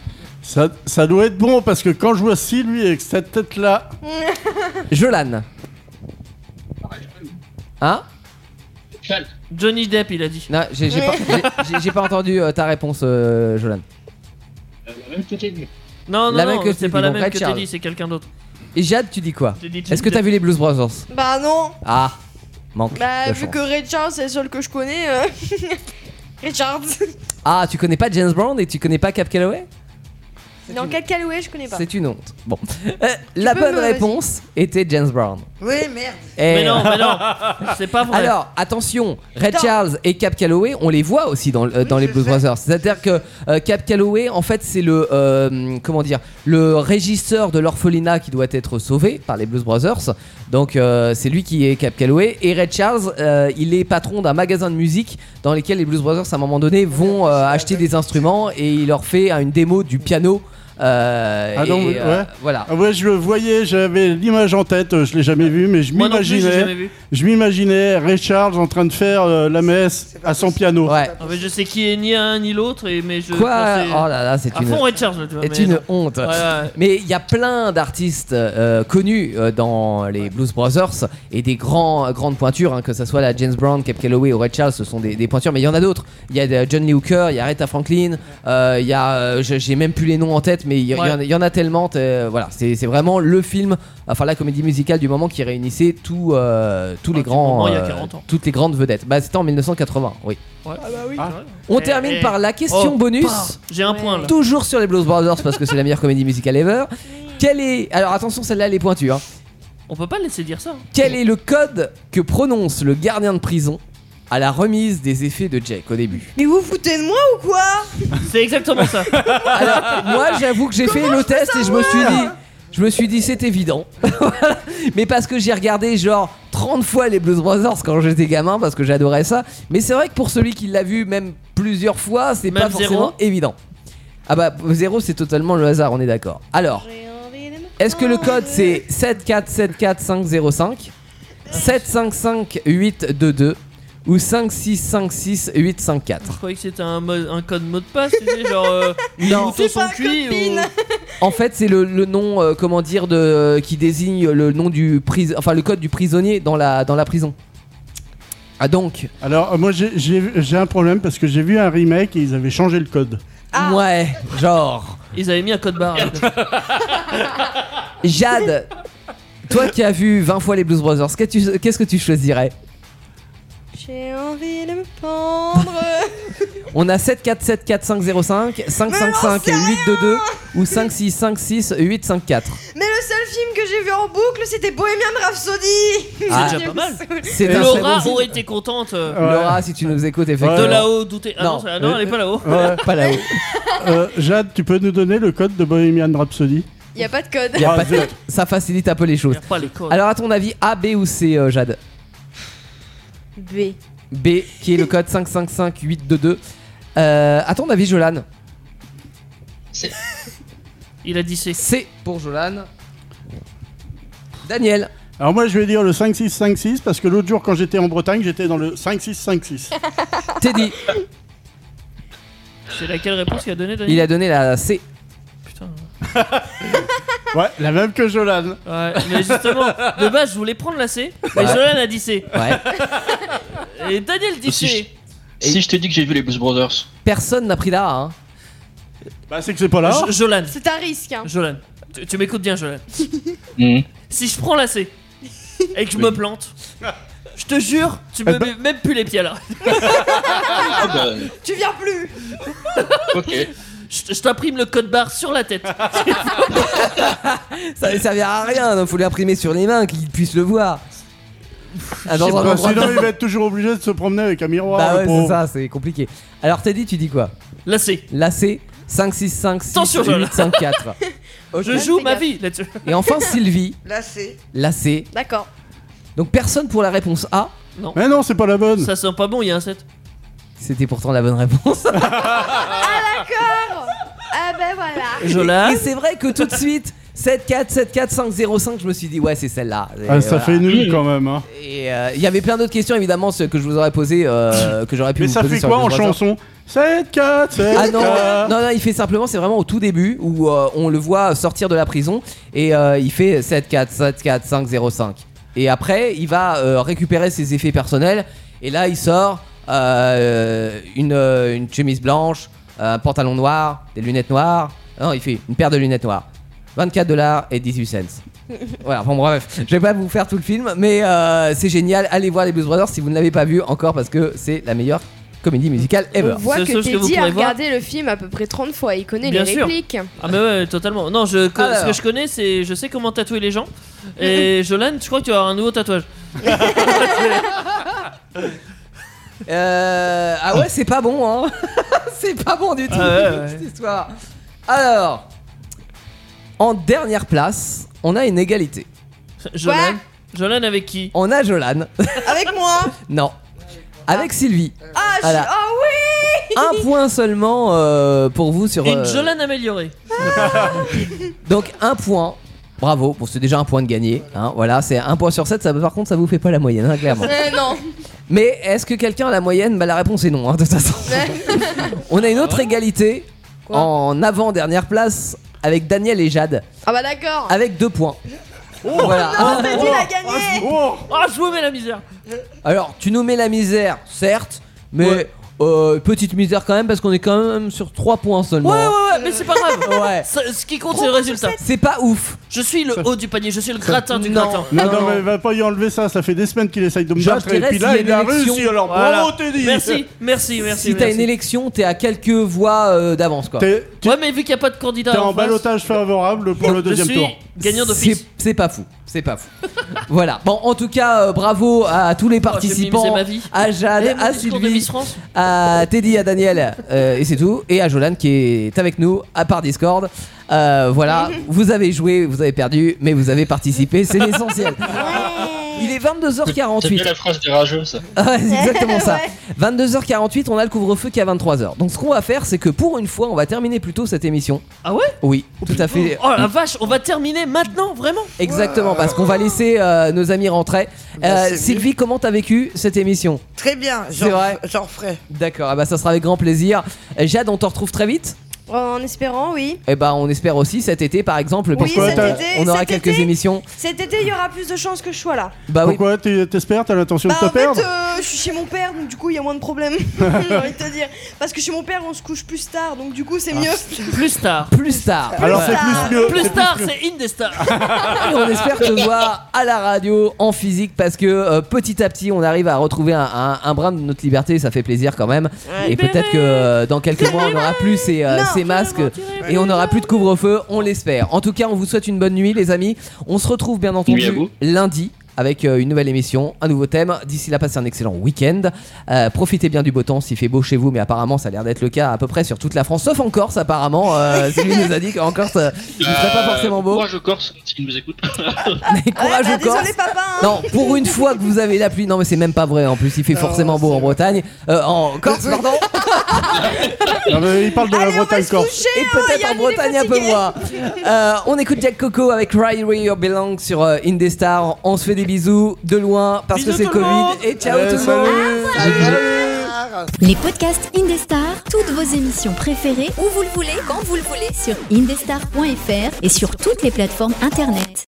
S6: Ça, ça doit être bon parce que quand je vois Sylvie avec cette tête-là.
S2: Jolane. Hein
S3: Johnny Depp, il a dit.
S2: Non, j'ai j'ai pas, j'ai- j'ai pas entendu euh, ta réponse, euh, Jolan.
S3: Non, non,
S2: La
S3: non,
S2: même que tu
S3: c'est pas
S2: dis,
S3: la
S2: donc
S3: même
S2: Red
S3: que
S2: Charles.
S3: t'as dit, c'est quelqu'un d'autre.
S2: Et Jade, tu dis quoi
S3: J'ai dit Johnny
S2: Est-ce que t'as
S3: Depp.
S2: vu les Blues Brothers
S10: Bah non
S2: Ah, manque.
S10: Bah
S2: de
S10: vu
S2: chance.
S10: que Ray Charles c'est le seul que je connais. euh, Ray Charles
S2: Ah, tu connais pas James Brown et tu connais pas Cap Calloway
S10: Non, quel Calloway je connais pas.
S2: C'est une honte. Bon, Euh, la
S10: Bah. peux
S2: bonne
S10: me-
S2: réponse était James Brown.
S9: Oui, merde.
S2: Eh
S3: Mais non,
S2: ouais.
S3: mais non, c'est pas vrai.
S2: Alors, attention, Red
S9: Attends.
S2: Charles et Cap Calloway, on les voit aussi dans, le- euh, dans les Blues Brothers. C'est-à-dire que euh, Cap Calloway, en fait, c'est le euh, comment dire, le régisseur de l'orphelinat qui doit être sauvé par les Blues Brothers. Donc, euh, c'est lui qui est Cap Calloway. Et Red Charles, euh, il est patron d'un magasin de musique dans lequel les Blues Brothers, à un moment donné, vont euh, acheter des instruments et il leur fait euh, une démo du piano. euh,
S6: Ah non,
S2: et,
S6: ouais.
S2: euh, Voilà.
S6: Ah ouais, je le voyais, j'avais l'image en tête, euh, je l'ai jamais vu, mais je
S3: Moi non plus, j'ai jamais
S6: m'imaginais.
S3: vu.
S6: Je m'imaginais Ray Charles en train de faire euh, la messe à son piano.
S2: Ouais.
S3: Ah, mais je sais qui est ni un ni l'autre, et- mais je.
S2: Quoi
S3: pensais-
S2: Oh là là, c'est
S3: À
S2: une.
S3: fond, Red Charles, là, tu vois.
S2: C'est
S3: mais
S2: une
S3: non.
S2: honte.
S3: Ouais, ouais.
S2: Mais il y a plein d'artistes euh, connus euh, dans les Blues Brothers et des grands, grandes pointures, hein, que ce soit la James Brown, Cap Calloway ou Red Charles, ce sont des, des pointures, mais il y en a d'autres. Il y a euh, John Lee Hooker, il y a Aretha Franklin, euh, il y a. euh, je- J'ai même plus les noms en tête, mais il y, il y en a- il y en a tellement. t'es- voilà, c'est c'est vraiment le film, enfin la comédie musicale du moment qui réunissait tout, euh, tous les
S3: Ah, du
S2: grands.
S3: moment, il y a
S2: euh,
S3: 40 ans.
S2: toutes les grandes vedettes. Bah, c'était en 1980, oui.
S3: Ouais.
S2: On
S3: Eh,
S2: termine
S3: eh.
S2: par la question
S3: Oh,
S2: bonus.
S3: J'ai un point là.
S2: Toujours sur les Blues Brothers parce que c'est la meilleure comédie musicale ever. Quel est alors attention celle-là elle est pointue. hein.
S3: On peut pas le laisser dire ça.
S2: Quel est le code que prononce le gardien de prison à la remise des effets de Jake au début
S10: Mais vous vous foutez de moi ou quoi
S3: C'est exactement ça.
S2: Alors moi j'avoue que j'ai fait le test et je me suis dit je me suis dit c'est évident. Voilà. Mais parce que j'ai regardé genre 30 fois les Blues Brothers quand j'étais gamin parce que j'adorais ça. Mais c'est vrai que pour celui qui l'a vu même plusieurs fois, c'est
S3: Même
S2: pas forcément
S3: zéro
S2: évident. Ah bah zéro c'est totalement le hasard, on est d'accord. Alors
S10: J'ai envie de me-
S2: Est-ce que le code c'est 7474505, 75582 ou 5656854
S3: Je croyais que c'était un, mode- un code mot de passe, tu sais, genre. Euh, les
S2: Non.
S3: moutons sont cuits ou.
S2: En fait, c'est le, le nom euh, comment dire de qui désigne le nom du pris, enfin le code du prisonnier dans la dans la prison. Ah donc
S6: Alors, euh, moi, j'ai- j'ai j'ai un problème parce que j'ai vu un remake et ils avaient changé le code.
S10: Ah.
S2: ouais, genre
S3: Ils avaient mis un code barre.
S2: Jade Toi qui as vu 20 fois les Blues Brothers, qu'est-ce que tu- qu'est-ce que tu choisirais
S10: J'ai envie de me pendre.
S2: On a 7474505, 555822 ou 5656854
S10: Mais le seul film que j'ai vu en boucle c'était Bohemian Rhapsody.
S2: Ah.
S10: Je
S3: déjà pas mal.
S10: me saoule.
S2: C'est un très bon
S3: Laura
S2: film.
S3: aurait été contente. euh,
S6: Ouais.
S2: Laura, si tu nous écoutes, effectivement.
S3: De là-haut, douter. Ah non,
S2: Non.
S3: ça- ah non, elle est pas là-haut.
S6: Ouais.
S2: Pas là-haut.
S6: Euh, Jade, tu peux nous donner le code de Bohemian Rhapsody
S10: Y a pas de code.
S2: Y a
S6: Ah,
S2: pas de-
S6: zut.
S2: Ça facilite un peu les
S3: Il
S2: choses.
S3: a pas les codes.
S2: Alors, à ton avis, A, B ou C, euh, Jade
S10: B.
S2: B, qui est le code 555822. Euh, à ton avis, Jolan
S3: Il a dit c'est.
S2: C pour Jolan. Daniel
S6: Alors, moi, je vais dire le 5656 parce que l'autre jour, quand j'étais en Bretagne, j'étais dans le 5656.
S2: Teddy,
S3: C'est laquelle réponse qu'il a donné Daniel
S2: il a donné la C.
S3: Putain.
S6: ouais, la même que Jolan.
S3: Ouais, mais justement, de base, je voulais prendre la C, mais
S2: Ouais.
S3: Jolan a dit C.
S2: Ouais.
S3: Et Daniel dit
S7: Aussi,
S3: C.
S7: Si je te dis que j'ai vu les Blues Brothers,
S2: Personne n'a pris la A. hein.
S6: Bah, c'est que c'est pas là.
S3: Jo- Jolan.
S10: C'est un risque hein.
S3: Jolan. Tu, tu m'écoutes bien, Jolan.
S6: Mm.
S7: Mhm.
S3: Si je prends la C et que je me plante, je te jure, tu me
S6: Eh ben-
S3: mets même plus les pieds là.
S7: Ah bah,
S10: Tu viens plus.
S7: ok.
S3: Je, te- je t'imprime le code barre sur la tête.
S2: Ça ne servira à rien, il faut l'imprimer sur les mains, qu'il puisse le voir. Ah, dans
S6: Parce
S2: un
S6: que
S2: endroit-
S6: sinon, il va être toujours obligé de se promener avec un miroir.
S2: Bah
S6: le
S2: ouais, c'est
S6: pauvre.
S2: ça, c'est compliqué. Alors, Teddy, tu dis quoi
S3: La C.
S2: La C, 5656
S3: Attention, Jolan.
S2: 854. Ok.
S3: Je joue
S10: fais
S3: ma
S10: gaffe.
S3: vie là-dessus.
S2: Et enfin, Sylvie,
S9: Là, c'est.
S2: la C.
S10: D'accord.
S2: Donc personne pour la réponse A.
S6: Mais non, c'est pas la bonne.
S3: Ça sent pas bon, il y a un 7.
S2: C'était pourtant la bonne réponse.
S10: Ah ben voilà.
S3: Jolan.
S4: Ah, ben,
S2: Et c'est vrai que tout de suite, 7 4 7 4 5 0 5 je me suis dit ouais c'est celle-là. Et
S6: Ah, ça
S2: voilà.
S6: fait nul quand même. hein.
S2: Et euh, il y avait plein d'autres questions évidemment ce que je vous aurais posé euh, que j'aurais pu
S6: Mais
S2: vous
S6: ça
S2: poser
S6: fait
S2: sur
S6: quoi
S2: le
S6: en
S2: Buzz Brother.
S6: chanson 7, 4, 7,
S2: Ah non,
S10: Euh.
S6: 4.
S2: non, non, il fait simplement, c'est vraiment au tout début où euh, on le voit sortir de la prison et euh, il fait 7 4 7 4 5 0 5. Et après, il va euh, récupérer ses effets personnels et là, il sort euh, une, euh, une chemise blanche, un pantalon noir, des lunettes noires. Non, il fait une paire de lunettes noires. 24 dollars et 18 cents. Voilà, bon bref, je vais pas vous faire tout le film, mais euh, c'est génial. Allez voir les Blues Brothers si vous ne l'avez pas vu encore parce que c'est la meilleure comédie musicale ever.
S10: On voit
S3: Bah, C'est
S10: que
S3: ce que vous
S10: Teddy a
S3: pourrez voir.
S10: regardé le film à peu près 30 fois, il connaît
S3: Bien
S10: les
S3: sûr.
S10: répliques.
S3: Ah mais ouais, totalement. Non, je, co-
S10: Alors.
S3: ce que je connais, c'est je sais comment tatouer les gens. Et Jolan, je crois que tu vas avoir un nouveau tatouage.
S2: Euh, ah ouais, c'est pas bon, hein. c'est pas bon du tout,
S3: Ah ouais, ouais.
S2: cette histoire. Alors, en dernière place, on a une égalité.
S3: Jolan, Jolan avec qui
S2: On a Jolan.
S9: Avec moi
S2: non. Avec Sylvie.
S10: Ah, je-
S2: Voilà.
S10: ah oui
S2: Un point seulement euh, pour vous sur.
S3: Une
S2: euh,
S3: Jolan améliorée.
S10: Ah.
S2: Donc un point. Bravo, bon, c'est déjà un point de gagné. hein, voilà, c'est un point sur 7, ça, par contre ça vous fait pas la moyenne, hein, clairement.
S10: Euh, non.
S2: Mais est-ce que quelqu'un a la moyenne Bah la réponse est non, hein, de toute façon. On a une
S3: Ah
S2: autre égalité en avant-dernière place avec Daniel et Jade,
S10: Ah bah d'accord.
S2: avec deux points.
S9: Oh,
S4: Oh,
S2: voilà.
S10: Teddy l'a gagné.
S3: Ah, je vous mets la misère.
S2: Alors, tu nous mets la misère, certes, mais euh, petite misère quand même parce qu'on est quand même sur 3 points seulement.
S3: Ouais, ouais, ouais, mais c'est pas grave.
S2: Ouais.
S3: Ça- ce qui compte, c'est le résultat.
S2: C'est pas ouf.
S3: Je suis le haut du panier, je suis le gratin du
S2: Non.
S3: gratin.
S6: Non,
S2: Non,
S6: non,
S2: non.
S6: mais va pas y enlever ça, ça fait des semaines qu'il essaye de me
S2: Genre,
S6: battre
S2: je
S6: et
S2: dirais,
S6: puis
S2: s'il
S6: là
S2: y a
S6: Ah, il a
S2: une élection-
S6: réussi alors
S3: Voilà.
S6: bravo Teddy
S3: Merci, merci, merci.
S2: si t'as
S3: merci.
S2: une élection, t'es à quelques voix euh, d'avance quoi.
S6: T'es tu-
S3: Ouais, mais vu qu'il n'y a pas de candidat.
S6: t'es
S3: en
S6: en
S3: face,
S6: ballottage favorable pour le deuxième
S3: je suis
S6: tour.
S3: gagnant d'office.
S2: C'est- C'est pas fou, c'est pas fou. voilà. Bon, en tout cas, euh, bravo à tous les
S3: Oh, j'ai
S2: participants,
S3: misé ma vie.
S2: à Jade,
S3: Eh, mon
S2: à
S3: discours de
S2: Ah, Sylvie,
S3: Miss France.
S2: à Teddy, à Daniel, euh, et c'est tout, et à Jolan qui est avec nous à part Discord. Euh, voilà, vous avez joué, vous avez perdu, mais vous avez participé, c'est l'essentiel. Il est
S7: C'est bien
S2: 22h48.
S7: la phrase des rageux, ça.
S2: Ah, c'est exactement ça. 22h48, on a le couvre-feu qui est à 23h. Donc ce qu'on va faire, c'est que pour une fois, on va terminer plus tôt cette émission.
S3: Ah ouais
S2: Oui, tout à fait.
S3: Oh la vache, on va terminer maintenant, vraiment
S2: Exactement, parce qu'on va laisser euh, nos amis rentrer.
S9: Bah,
S2: Euh,
S9: c'est
S2: Sylvie, comment t'as vécu cette émission
S9: Très bien,
S2: C'est vrai.
S9: j'en j'en referai.
S2: D'accord, ah bah, ça sera avec grand plaisir. Euh, Jade, on te retrouve très vite.
S4: Oh, En espérant, oui.
S2: Et bah, on espère aussi cet été, par exemple,
S4: Oui,
S2: puisqu'on-
S6: cet
S4: été,
S2: on aura
S4: cet
S2: quelques
S4: été.
S2: émissions.
S4: Cet été, il y aura plus de chances que je sois là.
S2: Bah oui.
S6: Pourquoi t'es- t'espères T'as l'intention
S4: Bah,
S6: de
S4: en
S6: te perdre
S4: fait, euh, je suis chez mon père, donc du coup, il y a moins de problèmes. J'ai envie de te dire. Parce que chez mon père, on se couche plus tard, donc du coup, c'est mieux.
S3: Plus tard.
S2: Ah, Plus tard.
S6: Alors
S2: Ouais.
S6: c'est
S4: tard.
S6: plus mieux.
S3: Plus
S6: c'est
S3: tard, c'est Indestar.
S2: Et on espère te voir à la radio, en physique, parce que euh, petit à petit, on arrive à retrouver un, un- un brin de notre liberté. Ça fait plaisir quand même. Et peut-être que euh, dans quelques mois, on n'aura plus ces, euh,
S4: Non,
S2: ces masques et on n'aura plus de couvre-feu. On l'espère. En tout cas, on vous souhaite une bonne nuit, les amis. On se retrouve bien
S7: Nuit à
S2: entendu
S7: vous.
S2: lundi. Avec euh, une nouvelle émission, un nouveau thème. D'ici là, passez un excellent week-end. Euh, profitez bien du beau temps s'il fait beau chez vous, mais apparemment, ça a l'air d'être le cas à peu près sur toute la France, sauf en Corse, apparemment. Euh, Sylvie nous a dit qu'en Corse, euh, il ne ferait pas
S7: Euh,
S2: forcément beau.
S7: Courage aux Corses, s'ils nous écoutent.
S2: Mais courage
S4: Ah,
S2: aux Corses.
S4: désolé, papa. hein.
S2: Non, pour une fois que vous avez la pluie, non mais c'est même pas vrai. En plus, il fait forcément beau en Bretagne, Euh, en Corse, pardon,
S6: plus- Non, mais il parle de la
S4: Allez, on va
S6: Bretagne
S4: se
S6: Corse.
S4: coucher.
S2: et peut-être en Bretagne un peu moins. Euh, on écoute Jack Coco avec Ride Where You Belong sur euh, Indestar. On se fait des bisous de loin parce que
S3: Bisous
S2: c'est
S3: tout le monde.
S2: Covid. Euh, Et ciao
S6: Allez,
S2: tout le monde.
S6: salut.
S1: Les podcasts Indestar, toutes vos émissions préférées, où vous le voulez, quand vous le voulez, sur indestar.fr et sur toutes les plateformes internet.